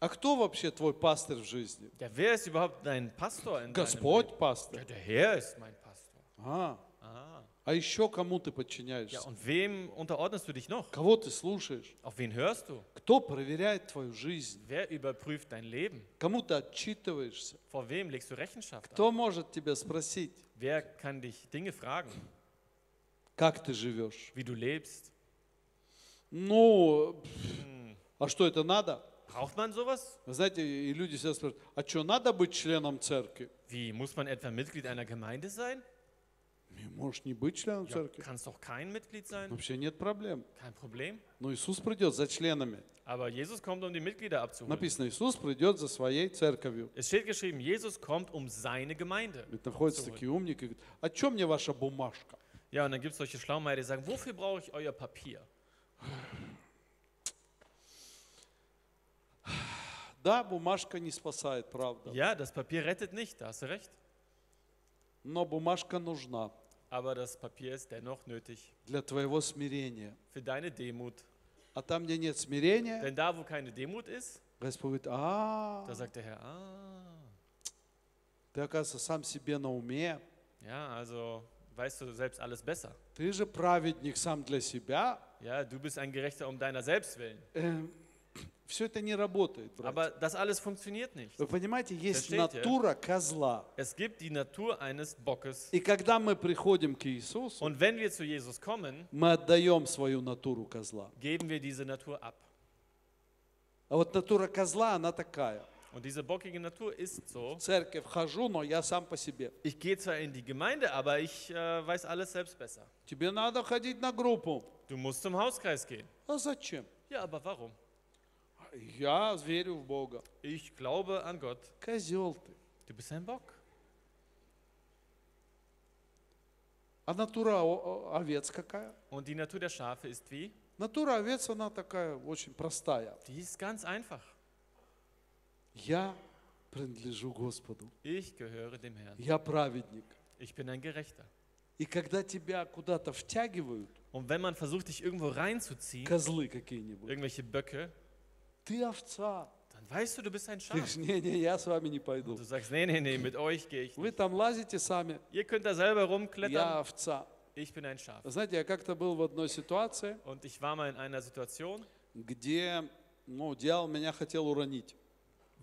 [SPEAKER 1] А кто вообще твой пастырь в жизни?
[SPEAKER 2] Ja, wer ist überhaupt dein Pastor in deinem Leben?
[SPEAKER 1] Господь
[SPEAKER 2] Ja,
[SPEAKER 1] пастырь.
[SPEAKER 2] der Herr ist mein Pastor.
[SPEAKER 1] А,
[SPEAKER 2] Ah.
[SPEAKER 1] а еще кому ты
[SPEAKER 2] Ja,
[SPEAKER 1] подчиняешься?
[SPEAKER 2] und wem unterordnest du dich noch?
[SPEAKER 1] Кого ты слушаешь?
[SPEAKER 2] Auf wen hörst du?
[SPEAKER 1] Кто проверяет твою жизнь?
[SPEAKER 2] Wer überprüft dein Leben?
[SPEAKER 1] Кому ты отчитываешься?
[SPEAKER 2] Vor wem legst du Rechenschaft ab?
[SPEAKER 1] Кто может тебя спросить,
[SPEAKER 2] Wer kann dich Dinge fragen,
[SPEAKER 1] как ты живешь?
[SPEAKER 2] wie du lebst?
[SPEAKER 1] Ну, пф, а что это надо?
[SPEAKER 2] Braucht man sowas?
[SPEAKER 1] Вы знаете, и люди всегда спрашивают, а что, надо быть членом церкви?
[SPEAKER 2] Wie muss man etwa Mitglied einer Gemeinde sein?
[SPEAKER 1] И Можешь не быть членом
[SPEAKER 2] Ja, Mhm.
[SPEAKER 1] церкви.
[SPEAKER 2] kannst doch kein Mitglied sein?
[SPEAKER 1] Вообще нет проблем.
[SPEAKER 2] Kein Problem.
[SPEAKER 1] Но Иисус придет за членами.
[SPEAKER 2] Aber Jesus kommt, um die Mitglieder abzuholen.
[SPEAKER 1] Написано, Иисус придет за своей церковью.
[SPEAKER 2] Es steht geschrieben, Jesus kommt um seine Gemeinde.
[SPEAKER 1] Ведь находятся
[SPEAKER 2] So what?
[SPEAKER 1] такие умники, говорят, а чем мне ваша бумажка?
[SPEAKER 2] Ja, und dann gibt es solche Schlaumeier, die sagen, wofür brauche ich euer Papier?
[SPEAKER 1] Да, бумажка не спасает, правда.
[SPEAKER 2] Ja, das Papier rettet nicht, da hast du recht.
[SPEAKER 1] Но бумажка нужна
[SPEAKER 2] Aber das Papier ist dennoch nötig
[SPEAKER 1] для твоего смирения.
[SPEAKER 2] für deine Demut.
[SPEAKER 1] А там, где нет смирения,
[SPEAKER 2] Denn da, wo keine Demut ist,
[SPEAKER 1] Господь говорит, а,
[SPEAKER 2] da sagt der Herr, ah,
[SPEAKER 1] ты, оказывается, сам себе на уме.
[SPEAKER 2] ja, also weißt du selbst alles besser.
[SPEAKER 1] Ты же праведник сам для себя.
[SPEAKER 2] Ja, du bist ein Gerechter um deiner selbst willen.
[SPEAKER 1] Все Эм, это не работает, братья.
[SPEAKER 2] Aber das alles funktioniert nicht.
[SPEAKER 1] Вы понимаете, есть
[SPEAKER 2] Versteht ihr?
[SPEAKER 1] натура козла.
[SPEAKER 2] Es gibt die Natur eines Bockes.
[SPEAKER 1] И когда мы приходим к Иисусу,
[SPEAKER 2] Und wenn wir zu Jesus kommen,
[SPEAKER 1] мы отдаем свою натуру козла.
[SPEAKER 2] geben wir diese Natur ab.
[SPEAKER 1] А вот натура козла, она такая.
[SPEAKER 2] Und diese bockige Natur ist so.
[SPEAKER 1] В церковь хожу, но я сам по себе.
[SPEAKER 2] Ich gehe zwar in die Gemeinde, aber ich äh, weiß alles selbst besser.
[SPEAKER 1] Тебе надо ходить на группу.
[SPEAKER 2] Du musst zum Hauskreis gehen.
[SPEAKER 1] А зачем?
[SPEAKER 2] Ja, aber warum?
[SPEAKER 1] Я верю в Бога.
[SPEAKER 2] Ich glaube an Gott.
[SPEAKER 1] Козел ты.
[SPEAKER 2] Du bist ein Bock.
[SPEAKER 1] А натура о- о- овец какая?
[SPEAKER 2] Und die Natur der Schafe ist wie?
[SPEAKER 1] Натура овец, она такая очень простая.
[SPEAKER 2] Die ist ganz einfach.
[SPEAKER 1] Я принадлежу Господу.
[SPEAKER 2] Ich gehöre dem Herrn.
[SPEAKER 1] Я праведник.
[SPEAKER 2] Ich bin ein Gerechter.
[SPEAKER 1] И когда тебя куда-то втягивают,
[SPEAKER 2] Und wenn man versucht, dich irgendwo reinzuziehen,
[SPEAKER 1] козлы какие-нибудь,
[SPEAKER 2] irgendwelche Böcke,
[SPEAKER 1] ты овца.
[SPEAKER 2] dann weißt du, du bist ein
[SPEAKER 1] Ты
[SPEAKER 2] Schaf.
[SPEAKER 1] ж, не, не, я с вами не пойду.
[SPEAKER 2] Und du sagst, nee, nee, nee, mit euch gehe ich
[SPEAKER 1] Вы
[SPEAKER 2] nicht.
[SPEAKER 1] там лазите сами,
[SPEAKER 2] Ihr könnt da selber
[SPEAKER 1] я
[SPEAKER 2] rumklettern.
[SPEAKER 1] овца.
[SPEAKER 2] Ich bin ein Schaf.
[SPEAKER 1] Знаете, я как-то был в одной ситуации,
[SPEAKER 2] Und ich war mal in einer Situation,
[SPEAKER 1] где ну, дьявол меня хотел уронить.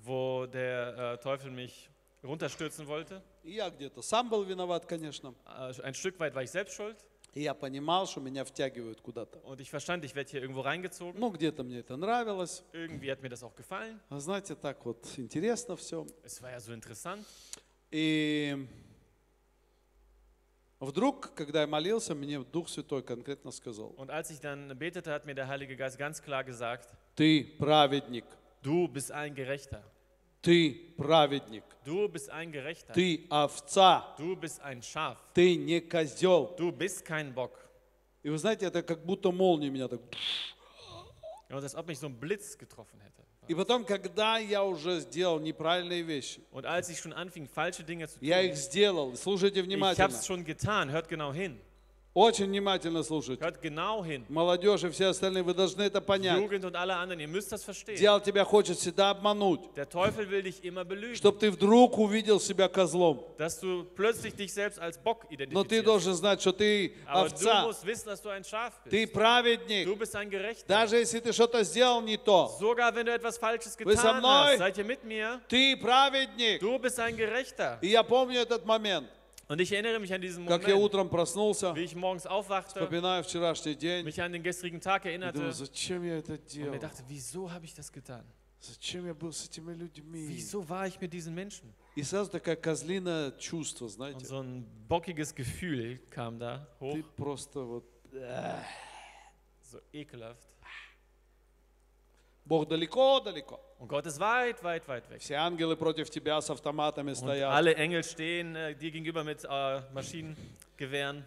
[SPEAKER 2] wo der äh, Teufel mich runterstürzen wollte.
[SPEAKER 1] И я где-то сам был виноват, конечно.
[SPEAKER 2] Äh, ein Stück weit war ich selbst schuld.
[SPEAKER 1] И я понимал, что меня втягивают куда-то.
[SPEAKER 2] Und ich verstand, ich werde hier irgendwo reingezogen.
[SPEAKER 1] Ну, где-то мне это нравилось.
[SPEAKER 2] Irgendwie hat mir das auch gefallen.
[SPEAKER 1] А знаете, так вот интересно все.
[SPEAKER 2] Es war ja so interessant.
[SPEAKER 1] И вдруг, когда я молился, мне Дух Святой конкретно сказал,
[SPEAKER 2] Und als ich dann betete, hat mir der Heilige Geist ganz klar gesagt,
[SPEAKER 1] ты праведник,
[SPEAKER 2] du bist ein Gerechter.
[SPEAKER 1] ты праведник,
[SPEAKER 2] Du bist ein Gerechter.
[SPEAKER 1] ты овца,
[SPEAKER 2] Du bist ein Schaf.
[SPEAKER 1] ты не козел.
[SPEAKER 2] Du bist kein Bock.
[SPEAKER 1] И вы знаете, это как будто молния меня так.
[SPEAKER 2] Ja, Und als ob mich so ein Blitz getroffen hätte.
[SPEAKER 1] И потом, когда я уже сделал неправильные вещи,
[SPEAKER 2] Und als ich schon anfing, falsche Dinge zu tun,
[SPEAKER 1] я их сделал. Слушайте
[SPEAKER 2] ich
[SPEAKER 1] внимательно.
[SPEAKER 2] hab's schon getan. Hört genau hin.
[SPEAKER 1] Очень внимательно слушайте.
[SPEAKER 2] Hört genau hin.
[SPEAKER 1] Молодежь и все остальные, вы должны это понять.
[SPEAKER 2] Jugend und alle anderen, ihr müsst das verstehen.
[SPEAKER 1] Дьявол тебя хочет всегда обмануть,
[SPEAKER 2] Der Teufel will dich immer belügen,
[SPEAKER 1] чтобы ты вдруг увидел себя козлом.
[SPEAKER 2] dass du plötzlich dich selbst als Bock
[SPEAKER 1] Но ты
[SPEAKER 2] identifizierst.
[SPEAKER 1] должен знать, что ты
[SPEAKER 2] Aber du
[SPEAKER 1] овца,
[SPEAKER 2] musst wissen, dass du ein Schaf
[SPEAKER 1] ты
[SPEAKER 2] bist. Du
[SPEAKER 1] праведник.
[SPEAKER 2] bist ein Gerechter.
[SPEAKER 1] Даже если ты что-то сделал не то,
[SPEAKER 2] Sogar wenn du etwas Falsches
[SPEAKER 1] Bist am
[SPEAKER 2] getan
[SPEAKER 1] Neu.
[SPEAKER 2] hast, seid ihr mit mir.
[SPEAKER 1] ты праведник.
[SPEAKER 2] Du bist ein Gerechter.
[SPEAKER 1] И я помню этот момент,
[SPEAKER 2] Und ich erinnere mich an diesen
[SPEAKER 1] как я
[SPEAKER 2] Moment,
[SPEAKER 1] утром проснулся,
[SPEAKER 2] wie ich morgens aufwachte,
[SPEAKER 1] вспоминаю вчерашний день,
[SPEAKER 2] mich an den gestrigen Tag
[SPEAKER 1] и думаю,
[SPEAKER 2] erinnerte
[SPEAKER 1] зачем я это
[SPEAKER 2] und
[SPEAKER 1] делал?
[SPEAKER 2] mir dachte, wieso habe ich das getan?
[SPEAKER 1] Зачем я был с этими людьми?
[SPEAKER 2] Wieso war ich mit diesen Menschen?
[SPEAKER 1] И сразу такая козлина чувство,
[SPEAKER 2] Und
[SPEAKER 1] знаете.
[SPEAKER 2] so ein bockiges Gefühl kam da hoch,
[SPEAKER 1] Ты просто вот...
[SPEAKER 2] so ekelhaft.
[SPEAKER 1] Бог далеко-далеко.
[SPEAKER 2] Und Gott ist weit, weit, weit weg.
[SPEAKER 1] Все ангелы против тебя с автоматами
[SPEAKER 2] Und
[SPEAKER 1] стоят.
[SPEAKER 2] alle Engel stehen äh, dir gegenüber mit äh, Maschinengewehren.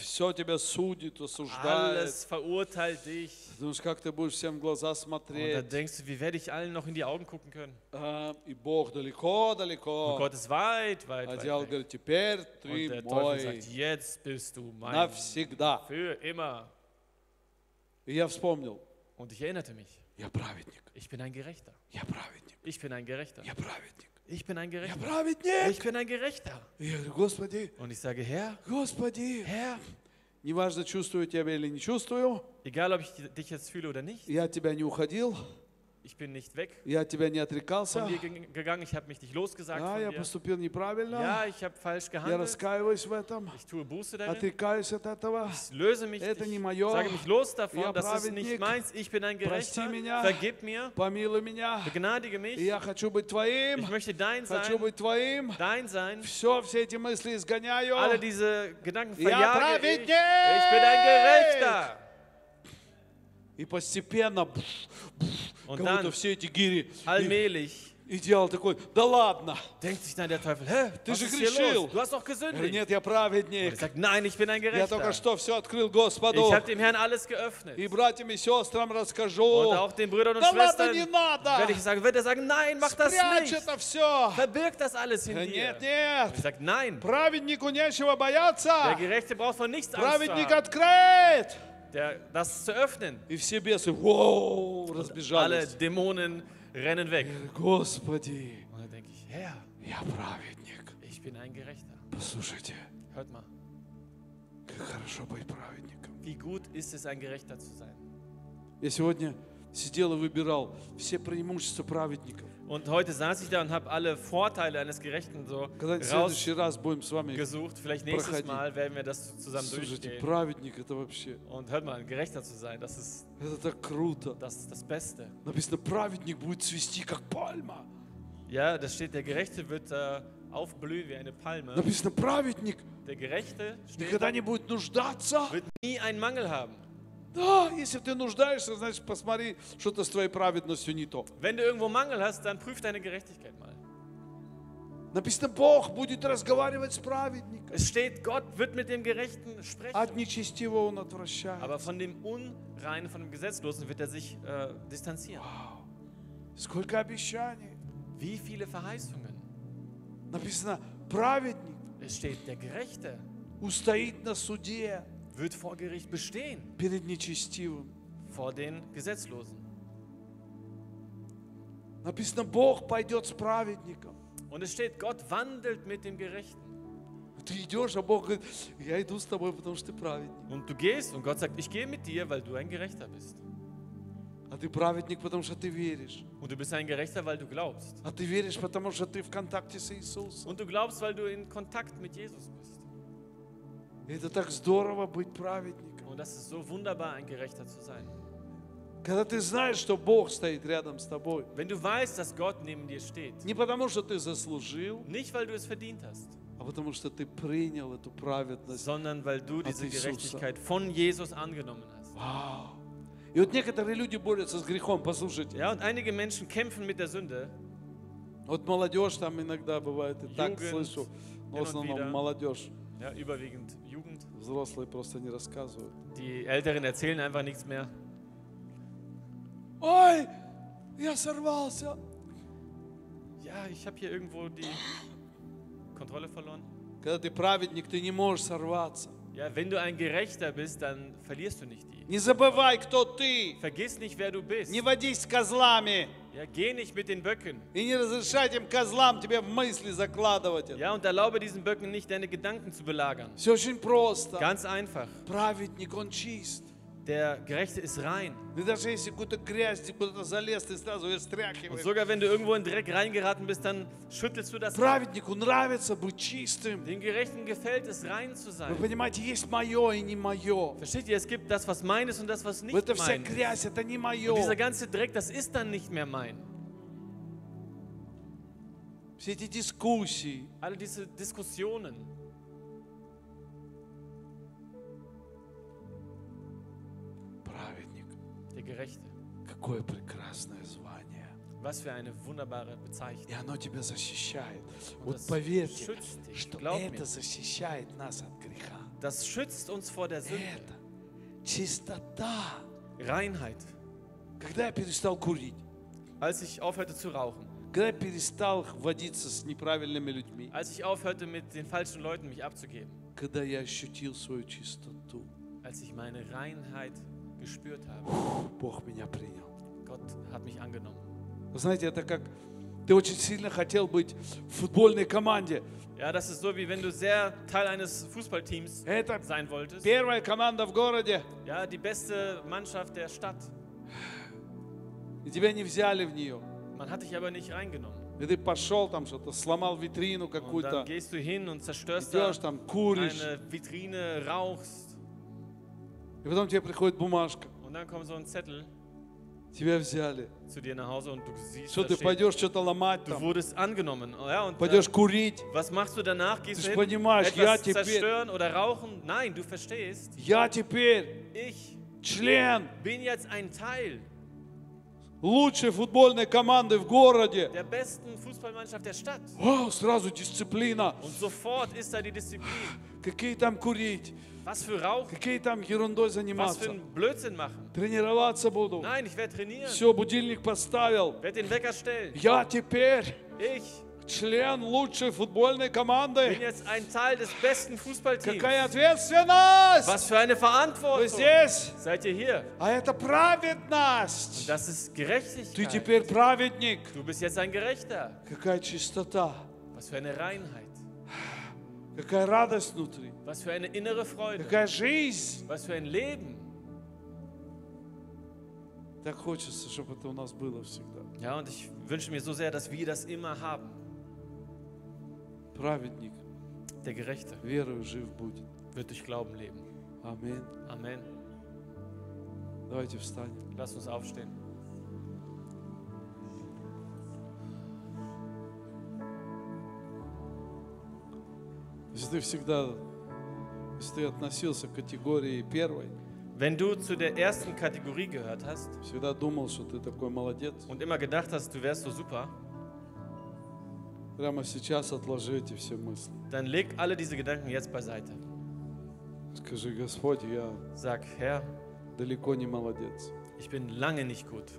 [SPEAKER 1] Все А, тебя судит, осуждает.
[SPEAKER 2] Alles verurteilt dich.
[SPEAKER 1] Думаешь, как ты будешь всем в глаза
[SPEAKER 2] Und dann
[SPEAKER 1] смотреть?
[SPEAKER 2] denkst du, wie werde ich allen noch in die Augen gucken können?
[SPEAKER 1] А, И Бог далеко-далеко.
[SPEAKER 2] Und Gott ist weit, weit,
[SPEAKER 1] А
[SPEAKER 2] weit
[SPEAKER 1] дьявол
[SPEAKER 2] weg.
[SPEAKER 1] говорит, теперь
[SPEAKER 2] Und
[SPEAKER 1] ты
[SPEAKER 2] der Teufel sagt,
[SPEAKER 1] мой
[SPEAKER 2] jetzt bist du mein.
[SPEAKER 1] навсегда.
[SPEAKER 2] Für immer.
[SPEAKER 1] И я вспомнил,
[SPEAKER 2] Und ich erinnerte mich,
[SPEAKER 1] я праведник,
[SPEAKER 2] ich bin ein Gerechter.
[SPEAKER 1] я праведник,
[SPEAKER 2] Ich bin ein Gerechter.
[SPEAKER 1] я праведник,
[SPEAKER 2] Ich bin ein
[SPEAKER 1] я
[SPEAKER 2] Gerechter.
[SPEAKER 1] праведник.
[SPEAKER 2] Ich bin ein Gerechter.
[SPEAKER 1] И я говорю, Господи,
[SPEAKER 2] Und ich sage, Herr,
[SPEAKER 1] Господи,
[SPEAKER 2] Herr,
[SPEAKER 1] неважно, чувствую тебя или не чувствую,
[SPEAKER 2] egal ob ich dich jetzt fühle oder nicht,
[SPEAKER 1] я от тебя не уходил,
[SPEAKER 2] Ich bin nicht weg
[SPEAKER 1] Я от тебя не
[SPEAKER 2] von
[SPEAKER 1] отрекался.
[SPEAKER 2] dir ge- gegangen, ich habe mich nicht losgesagt
[SPEAKER 1] Да, я
[SPEAKER 2] von dir.
[SPEAKER 1] поступил неправильно.
[SPEAKER 2] Ja, ich habe falsch
[SPEAKER 1] Я
[SPEAKER 2] gehandelt.
[SPEAKER 1] раскаиваюсь в этом.
[SPEAKER 2] Ich tue Buße darin.
[SPEAKER 1] Отрекаюсь от этого.
[SPEAKER 2] Ich löse mich,
[SPEAKER 1] Это не
[SPEAKER 2] ich
[SPEAKER 1] моё.
[SPEAKER 2] sage mich los
[SPEAKER 1] Я
[SPEAKER 2] davon, das ist
[SPEAKER 1] праведник.
[SPEAKER 2] nicht meins. Ich bin ein Gerechter.
[SPEAKER 1] Прости меня.
[SPEAKER 2] Vergib mir,
[SPEAKER 1] Помилуй меня.
[SPEAKER 2] begnadige
[SPEAKER 1] И
[SPEAKER 2] mich.
[SPEAKER 1] я хочу быть
[SPEAKER 2] Ich
[SPEAKER 1] твоим.
[SPEAKER 2] möchte dein
[SPEAKER 1] Хочу
[SPEAKER 2] sein,
[SPEAKER 1] быть твоим.
[SPEAKER 2] dein sein.
[SPEAKER 1] Все, все эти мысли изгоняю.
[SPEAKER 2] Alle diese Gedanken
[SPEAKER 1] Ja,
[SPEAKER 2] verjage
[SPEAKER 4] праведник!
[SPEAKER 2] ich. Ich bin ein Gerechter.
[SPEAKER 1] И постепенно бф, бф,
[SPEAKER 2] Und
[SPEAKER 1] как будто
[SPEAKER 2] dann-
[SPEAKER 1] все эти гири. И,
[SPEAKER 2] Allmählich
[SPEAKER 1] и дьявол такой, да ладно.
[SPEAKER 2] denkt sich dann der Teufel, hä,
[SPEAKER 1] Ты
[SPEAKER 2] was
[SPEAKER 1] же
[SPEAKER 2] ist hier
[SPEAKER 1] грешил.
[SPEAKER 2] los? Du hast doch
[SPEAKER 1] Я говорю,
[SPEAKER 2] gesündigt.
[SPEAKER 1] Нет, я
[SPEAKER 2] Er
[SPEAKER 1] праведник.
[SPEAKER 2] sagt, nein, ich bin ein
[SPEAKER 1] Я только
[SPEAKER 2] Gerechter.
[SPEAKER 1] что все открыл
[SPEAKER 2] Ich
[SPEAKER 1] Господу.
[SPEAKER 2] habe dem Herrn alles geöffnet.
[SPEAKER 1] И
[SPEAKER 2] Und
[SPEAKER 1] братьям и сестрам расскажу.
[SPEAKER 2] auch den Brüdern und
[SPEAKER 1] Да ладно,
[SPEAKER 2] Schwestern
[SPEAKER 1] не надо.
[SPEAKER 2] werde ich sagen, wird er sagen, nein, mach das
[SPEAKER 1] Спрячь
[SPEAKER 2] nicht.
[SPEAKER 1] это все.
[SPEAKER 2] Verbirg das alles in dir.
[SPEAKER 1] Нет,
[SPEAKER 2] Und
[SPEAKER 1] нет.
[SPEAKER 2] ich sage, nein,
[SPEAKER 1] Праведнику нечего
[SPEAKER 2] der
[SPEAKER 1] бояться.
[SPEAKER 2] Gerechte braucht von nichts Angst zu
[SPEAKER 1] Праведник
[SPEAKER 2] haben,
[SPEAKER 1] открыт.
[SPEAKER 2] der, das zu öffnen.
[SPEAKER 1] И все бесы воу,
[SPEAKER 2] Alle
[SPEAKER 1] разбежались.
[SPEAKER 2] Dämonen rennen weg.
[SPEAKER 1] Господи,
[SPEAKER 2] Und dann denke ich, Herr,
[SPEAKER 1] я праведник.
[SPEAKER 2] ich bin ein Gerechter.
[SPEAKER 1] Послушайте,
[SPEAKER 2] Hört mal,
[SPEAKER 1] как хорошо быть праведником.
[SPEAKER 2] wie gut ist es, ein Gerechter zu sein.
[SPEAKER 1] Я сегодня сидел и выбирал все преимущества праведников.
[SPEAKER 2] Und heute saß ich da und habe alle Vorteile eines Gerechten so
[SPEAKER 1] Когда в
[SPEAKER 2] raus,
[SPEAKER 1] следующий раз будем с вами...
[SPEAKER 2] gesucht. Vielleicht nächstes
[SPEAKER 1] Проходи.
[SPEAKER 2] Mal werden wir das zusammen
[SPEAKER 1] Слушайте,
[SPEAKER 2] durchgehen.
[SPEAKER 1] праведник это вообще...
[SPEAKER 2] Und hört mal, gerechter zu sein, das ist
[SPEAKER 1] Это так круто.
[SPEAKER 2] das, ist das Beste.
[SPEAKER 1] Написано, праведник будет цвести, как пальма.
[SPEAKER 2] Ja, das steht, der Gerechte wird äh, aufblühen wie eine Palme.
[SPEAKER 1] Написано, праведник
[SPEAKER 2] Der Gerechte steht,
[SPEAKER 1] никогда не будет нуждаться.
[SPEAKER 2] wird nie einen Mangel haben.
[SPEAKER 1] Да, если ты нуждаешься, значит, посмотри, что-то с твоей праведностью не то.
[SPEAKER 2] Wenn du irgendwo Mangel hast, dann prüf deine Gerechtigkeit mal.
[SPEAKER 1] Написано, Бог будет разговаривать с праведником.
[SPEAKER 2] Es steht, Gott wird mit dem Gerechten
[SPEAKER 1] От
[SPEAKER 2] sprechen.
[SPEAKER 1] нечестивого он отвращает.
[SPEAKER 2] Aber von dem Unreinen, von dem Gesetzlosen wird er sich äh, distanzieren.
[SPEAKER 1] Сколько обещаний.
[SPEAKER 2] Wie viele Verheißungen?
[SPEAKER 1] Написано, праведник
[SPEAKER 2] Es steht, der Gerechte
[SPEAKER 1] устоит на суде
[SPEAKER 2] wird vor Gericht bestehen,
[SPEAKER 1] перед нечестивым.
[SPEAKER 2] vor den Gesetzlosen.
[SPEAKER 1] Написано, Бог пойдет с праведником.
[SPEAKER 2] Und es steht, Gott wandelt mit dem Gerechten.
[SPEAKER 1] Ты идешь, а Бог говорит, я иду с тобой, потому что ты праведник.
[SPEAKER 2] Und du gehst und Gott sagt, ich gehe mit dir, weil du ein Gerechter bist.
[SPEAKER 1] А ты праведник, потому что ты веришь.
[SPEAKER 2] Und du bist ein Gerechter, weil du glaubst.
[SPEAKER 1] А ты веришь, потому что ты в контакте с Иисусом.
[SPEAKER 2] Und du glaubst, weil du in Kontakt mit Jesus bist.
[SPEAKER 1] И это так здорово быть праведником.
[SPEAKER 2] Und das ist so wunderbar, ein Gerechter zu sein.
[SPEAKER 1] Когда ты знаешь, что Бог стоит рядом с тобой.
[SPEAKER 2] Wenn du weißt, dass Gott neben dir steht,
[SPEAKER 1] Не потому, что ты заслужил,
[SPEAKER 2] nicht weil du es verdient hast,
[SPEAKER 1] а потому, что ты принял эту праведность.
[SPEAKER 2] sondern weil du diese
[SPEAKER 1] Jesus.
[SPEAKER 2] Gerechtigkeit von Jesus angenommen hast.
[SPEAKER 1] Вау! И вот некоторые люди борются с грехом, послушайте.
[SPEAKER 2] Ja, und einige Menschen kämpfen mit der Sünde.
[SPEAKER 1] Вот молодежь там иногда бывает, и так
[SPEAKER 2] Jugend,
[SPEAKER 1] слышу. Но в
[SPEAKER 2] hin und wieder.
[SPEAKER 1] основном молодежь,
[SPEAKER 2] Ja, überwiegend Jugend.
[SPEAKER 1] взрослые просто не рассказывают.
[SPEAKER 2] Die Älteren erzählen einfach nichts mehr.
[SPEAKER 1] Ой, я сорвался.
[SPEAKER 2] Ja, ich habe hier irgendwo die Kontrolle verloren.
[SPEAKER 1] Когда ты праведник, ты не можешь сорваться.
[SPEAKER 2] Ja, wenn du ein Gerechter bist, dann verlierst du nicht die.
[SPEAKER 1] Не забывай, кто ты.
[SPEAKER 2] Vergiss nicht, wer du bist.
[SPEAKER 1] Не водись с козлами.
[SPEAKER 2] Ja, geh nicht mit den Böcken.
[SPEAKER 1] И не разрешай этим козлам тебе в мысли закладывать это.
[SPEAKER 2] Ja, und erlaube diesen Böcken nicht, deine Gedanken zu belagern.
[SPEAKER 1] Все очень просто.
[SPEAKER 2] Ganz einfach.
[SPEAKER 1] Праведник, он чист.
[SPEAKER 2] Der Gerechte ist rein.
[SPEAKER 1] И даже если какую-то грязь ты куда-то залез, ты сразу ее
[SPEAKER 2] Und
[SPEAKER 1] стряхиваешь.
[SPEAKER 2] sogar wenn du irgendwo in Dreck reingeraten bist, dann schüttelst du das ab.
[SPEAKER 1] Праведнику нравится быть чистым.
[SPEAKER 2] Dem Gerechten gefällt es, rein zu
[SPEAKER 1] Вы
[SPEAKER 2] sein.
[SPEAKER 1] понимаете, есть мое и не мое.
[SPEAKER 2] Versteht ihr? Es gibt das, was mein ist und das, was
[SPEAKER 1] Вот
[SPEAKER 2] nicht
[SPEAKER 1] эта вся
[SPEAKER 2] mein ist.
[SPEAKER 1] грязь, это не
[SPEAKER 2] Und dieser
[SPEAKER 1] мое.
[SPEAKER 2] ganze Dreck, das ist dann nicht mehr mein.
[SPEAKER 1] Все эти дискуссии.
[SPEAKER 2] Alle diese Diskussionen.
[SPEAKER 1] Праведник,
[SPEAKER 2] Der Gerechte.
[SPEAKER 1] какое прекрасное звание.
[SPEAKER 2] Was für eine wunderbare Bezeichnung.
[SPEAKER 1] И оно тебя защищает. Вот
[SPEAKER 2] das
[SPEAKER 1] поверьте,
[SPEAKER 2] schützt dich,
[SPEAKER 1] что
[SPEAKER 2] glaub
[SPEAKER 1] это
[SPEAKER 2] mir.
[SPEAKER 1] защищает нас от греха.
[SPEAKER 2] Das schützt uns vor der Sünde.
[SPEAKER 1] Это чистота.
[SPEAKER 2] Reinheit.
[SPEAKER 1] Когда я перестал курить,
[SPEAKER 2] Als ich aufhörte zu rauchen,
[SPEAKER 1] когда я перестал водиться с неправильными людьми,
[SPEAKER 2] als ich aufhörte mit den falschen Leuten mich abzugeben,
[SPEAKER 1] когда я ощутил свою чистоту,
[SPEAKER 2] als ich meine Reinheit gespürt habe,
[SPEAKER 1] Бог меня принял.
[SPEAKER 2] Gott hat mich angenommen.
[SPEAKER 1] Вы знаете, это как ты очень сильно хотел быть в футбольной команде.
[SPEAKER 2] Ja, das ist so, wie wenn du sehr Teil eines Fußballteams
[SPEAKER 1] Это
[SPEAKER 2] sein wolltest.
[SPEAKER 1] первая команда в городе.
[SPEAKER 2] Ja, die beste Mannschaft der Stadt.
[SPEAKER 1] и тебя не взяли в нее.
[SPEAKER 2] Man hat dich aber nicht reingenommen.
[SPEAKER 1] И ты пошел там что-то, сломал витрину
[SPEAKER 2] Und dann
[SPEAKER 1] какую-то,
[SPEAKER 2] gehst du hin und zerstörst da
[SPEAKER 1] идешь там, куришь,
[SPEAKER 2] eine Vitrine, rauchst
[SPEAKER 1] и потом тебе приходит бумажка,
[SPEAKER 2] und dann kommt so ein Zettel
[SPEAKER 1] тебя взяли.
[SPEAKER 2] zu dir nach Hause und du siehst,
[SPEAKER 1] Что
[SPEAKER 2] da
[SPEAKER 1] ты
[SPEAKER 2] steht,
[SPEAKER 1] пойдешь что-то ломать
[SPEAKER 2] du
[SPEAKER 1] там,
[SPEAKER 2] wurdest angenommen. Oh ja, und dann,
[SPEAKER 1] пойдешь курить,
[SPEAKER 2] was machst du danach?
[SPEAKER 1] Ты
[SPEAKER 2] Gehst
[SPEAKER 1] ж
[SPEAKER 2] du hin,
[SPEAKER 1] понимаешь, я
[SPEAKER 2] etwas
[SPEAKER 1] теперь-
[SPEAKER 2] zerstören oder rauchen? Nein, du verstehst.
[SPEAKER 1] я теперь
[SPEAKER 2] Ich
[SPEAKER 1] член
[SPEAKER 2] bin jetzt ein Teil
[SPEAKER 1] лучшей футбольной команды в городе.
[SPEAKER 2] der besten Fußballmannschaft der Stadt.
[SPEAKER 1] Вау, sразу дисциплина.
[SPEAKER 2] Und sofort ist da die Disziplin.
[SPEAKER 1] Какие там курить,
[SPEAKER 2] Was für Rauchen,
[SPEAKER 1] какие там ерундой
[SPEAKER 2] was für
[SPEAKER 1] заниматься.
[SPEAKER 2] ein Blödsinn machen.
[SPEAKER 1] Тренироваться буду.
[SPEAKER 2] Nein, ich werde trainieren,
[SPEAKER 1] Все, будильник поставил.
[SPEAKER 2] werde den Wecker stellen.
[SPEAKER 1] Я теперь
[SPEAKER 2] Ich
[SPEAKER 1] член лучшей футбольной
[SPEAKER 2] bin
[SPEAKER 1] команды.
[SPEAKER 2] jetzt ein Teil des besten Fußballteams.
[SPEAKER 1] Какая ответственность!
[SPEAKER 2] Was für eine
[SPEAKER 1] Вы
[SPEAKER 2] Verantwortung.
[SPEAKER 1] здесь,
[SPEAKER 2] Seid ihr hier?
[SPEAKER 1] а это праведность.
[SPEAKER 2] Das ist
[SPEAKER 1] Ты
[SPEAKER 2] Gerechtigkeit.
[SPEAKER 1] теперь праведник.
[SPEAKER 2] Du bist jetzt ein Gerechter.
[SPEAKER 1] Какая чистота,
[SPEAKER 2] Was für eine Reinheit.
[SPEAKER 1] какая радость внутри,
[SPEAKER 2] Was für eine innere Freude.
[SPEAKER 1] какая жизнь.
[SPEAKER 2] Was für ein Leben.
[SPEAKER 1] Так хочется, чтобы это у нас было всегда.
[SPEAKER 2] Ja, und ich wünsche mir so sehr, dass wir das immer haben.
[SPEAKER 1] Праведник
[SPEAKER 2] Der Gerechte
[SPEAKER 1] верою жив будет.
[SPEAKER 2] wird durch Glauben leben.
[SPEAKER 1] Аминь.
[SPEAKER 2] Amen.
[SPEAKER 1] Давайте встанем.
[SPEAKER 2] Lass uns aufstehen.
[SPEAKER 1] Если ты всегда, если ты относился к категории первой,
[SPEAKER 2] Wenn du zu der ersten Kategorie gehört hast
[SPEAKER 1] всегда думал, что ты такой молодец,
[SPEAKER 2] und immer gedacht hast, du wärst so super,
[SPEAKER 1] прямо сейчас отложи эти все мысли.
[SPEAKER 2] dann leg alle diese Gedanken jetzt beiseite.
[SPEAKER 1] Скажи, Господь, я
[SPEAKER 2] Sag, Herr,
[SPEAKER 1] далеко не молодец.
[SPEAKER 2] ich bin lange nicht gut.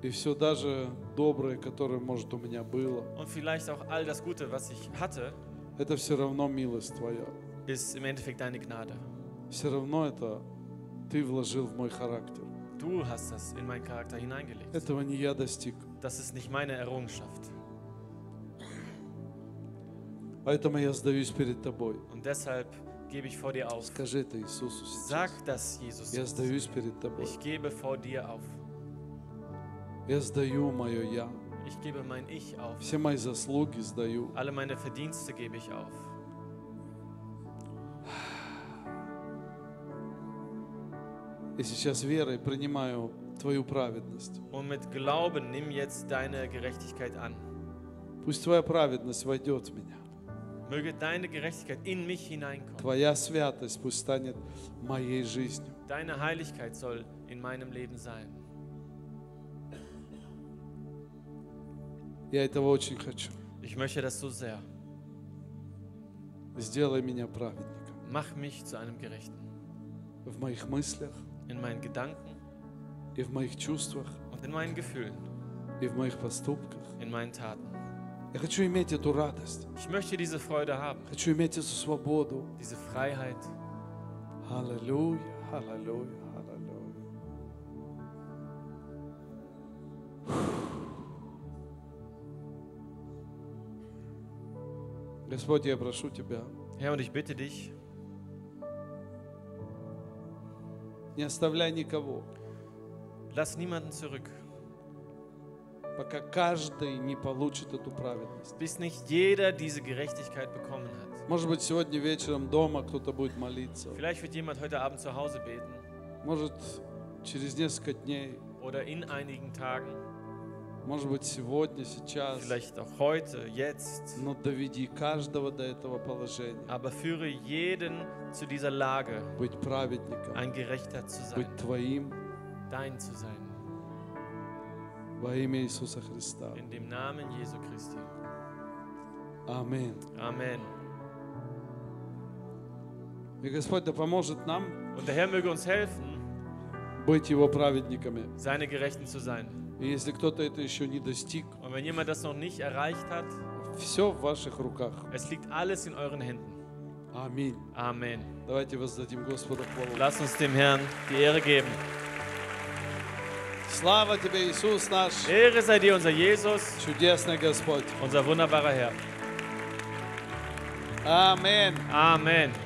[SPEAKER 1] И все даже доброе, которое, может, у меня было,
[SPEAKER 2] Und vielleicht auch all das Gute, was ich hatte,
[SPEAKER 1] это все равно милость Твоя.
[SPEAKER 2] ist im Endeffekt deine Gnade.
[SPEAKER 1] Все равно это Ты вложил в мой характер.
[SPEAKER 2] Du hast das in meinen Charakter hineingelegt.
[SPEAKER 1] Этого не я достиг,
[SPEAKER 2] Das ist nicht meine Errungenschaft.
[SPEAKER 1] поэтому я сдаюсь перед Тобой.
[SPEAKER 2] Und deshalb gebe ich vor dir auf.
[SPEAKER 1] Скажи это Иисусу
[SPEAKER 2] Sag
[SPEAKER 1] сейчас.
[SPEAKER 2] das, Jesus.
[SPEAKER 1] Я сдаюсь перед Тобой.
[SPEAKER 2] Ich gebe vor dir auf.
[SPEAKER 1] Я сдаю мое «я».
[SPEAKER 2] Ich gebe mein Ich auf.
[SPEAKER 1] Все мои заслуги сдаю.
[SPEAKER 2] Alle meine Verdienste gebe ich auf.
[SPEAKER 1] И сейчас верой принимаю Твою праведность.
[SPEAKER 2] Und mit Glauben nimm jetzt deine Gerechtigkeit an.
[SPEAKER 1] Пусть Твоя праведность войдет в меня.
[SPEAKER 2] Möge deine Gerechtigkeit in mich hineinkommen.
[SPEAKER 1] Твоя святость пусть станет моей жизнью.
[SPEAKER 2] Deine Heiligkeit soll in meinem Leben sein.
[SPEAKER 1] Я этого очень хочу.
[SPEAKER 2] Ich möchte das so sehr.
[SPEAKER 1] Сделай меня праведником
[SPEAKER 2] Mach mich zu einem Gerechten.
[SPEAKER 1] в моих мыслях
[SPEAKER 2] In meinen Gedanken
[SPEAKER 1] и в моих чувствах
[SPEAKER 2] und in meinen Gefühlen,
[SPEAKER 1] и в моих поступках.
[SPEAKER 2] in meinen Taten.
[SPEAKER 1] Я хочу иметь эту радость.
[SPEAKER 2] Ich möchte diese Freude haben,
[SPEAKER 1] Хочу иметь эту свободу.
[SPEAKER 2] diese Freiheit.
[SPEAKER 1] Аллилуйя, аллилуйя, аллилуйя. Господь, я прошу Тебя,
[SPEAKER 2] Herr, und ich bitte dich,
[SPEAKER 1] не оставляй никого,
[SPEAKER 2] lass niemanden zurück,
[SPEAKER 1] пока каждый не получит эту праведность.
[SPEAKER 2] bis nicht jeder diese Gerechtigkeit bekommen hat.
[SPEAKER 1] Может быть, сегодня вечером дома кто-то будет молиться.
[SPEAKER 2] Vielleicht wird jemand heute Abend zu Hause beten
[SPEAKER 1] Может, через несколько дней.
[SPEAKER 2] oder in einigen Tagen,
[SPEAKER 1] Может быть, сегодня, сейчас.
[SPEAKER 2] vielleicht auch heute, jetzt.
[SPEAKER 1] Но доведи каждого до этого положения.
[SPEAKER 2] Aber führe jeden zu dieser Lage,
[SPEAKER 1] Быть праведником.
[SPEAKER 2] ein Gerechter zu
[SPEAKER 1] Быть
[SPEAKER 2] sein,
[SPEAKER 1] Твоим
[SPEAKER 2] dein zu sein.
[SPEAKER 1] Во имя Иисуса Христа.
[SPEAKER 2] In dem Namen Jesu Christi.
[SPEAKER 1] Аминь.
[SPEAKER 2] Amen.
[SPEAKER 1] И Господь да поможет нам
[SPEAKER 2] Und der Herr möge uns helfen,
[SPEAKER 1] быть Его праведниками.
[SPEAKER 2] seine Gerechten zu sein.
[SPEAKER 1] И если кто-то это еще не достиг,
[SPEAKER 2] Und wenn jemand das noch nicht erreicht hat,
[SPEAKER 1] все в ваших руках.
[SPEAKER 2] es liegt alles in euren Händen.
[SPEAKER 1] Аминь.
[SPEAKER 2] Amen.
[SPEAKER 1] Давайте воздадим Господу хвалу.
[SPEAKER 2] Lass uns dem Herrn die Ehre geben.
[SPEAKER 1] Слава Тебе, Иисус наш,
[SPEAKER 2] Ehre sei dir, unser Jesus,
[SPEAKER 1] чудесный Господь.
[SPEAKER 2] unser wunderbarer Herr.
[SPEAKER 1] Аминь.
[SPEAKER 2] Amen.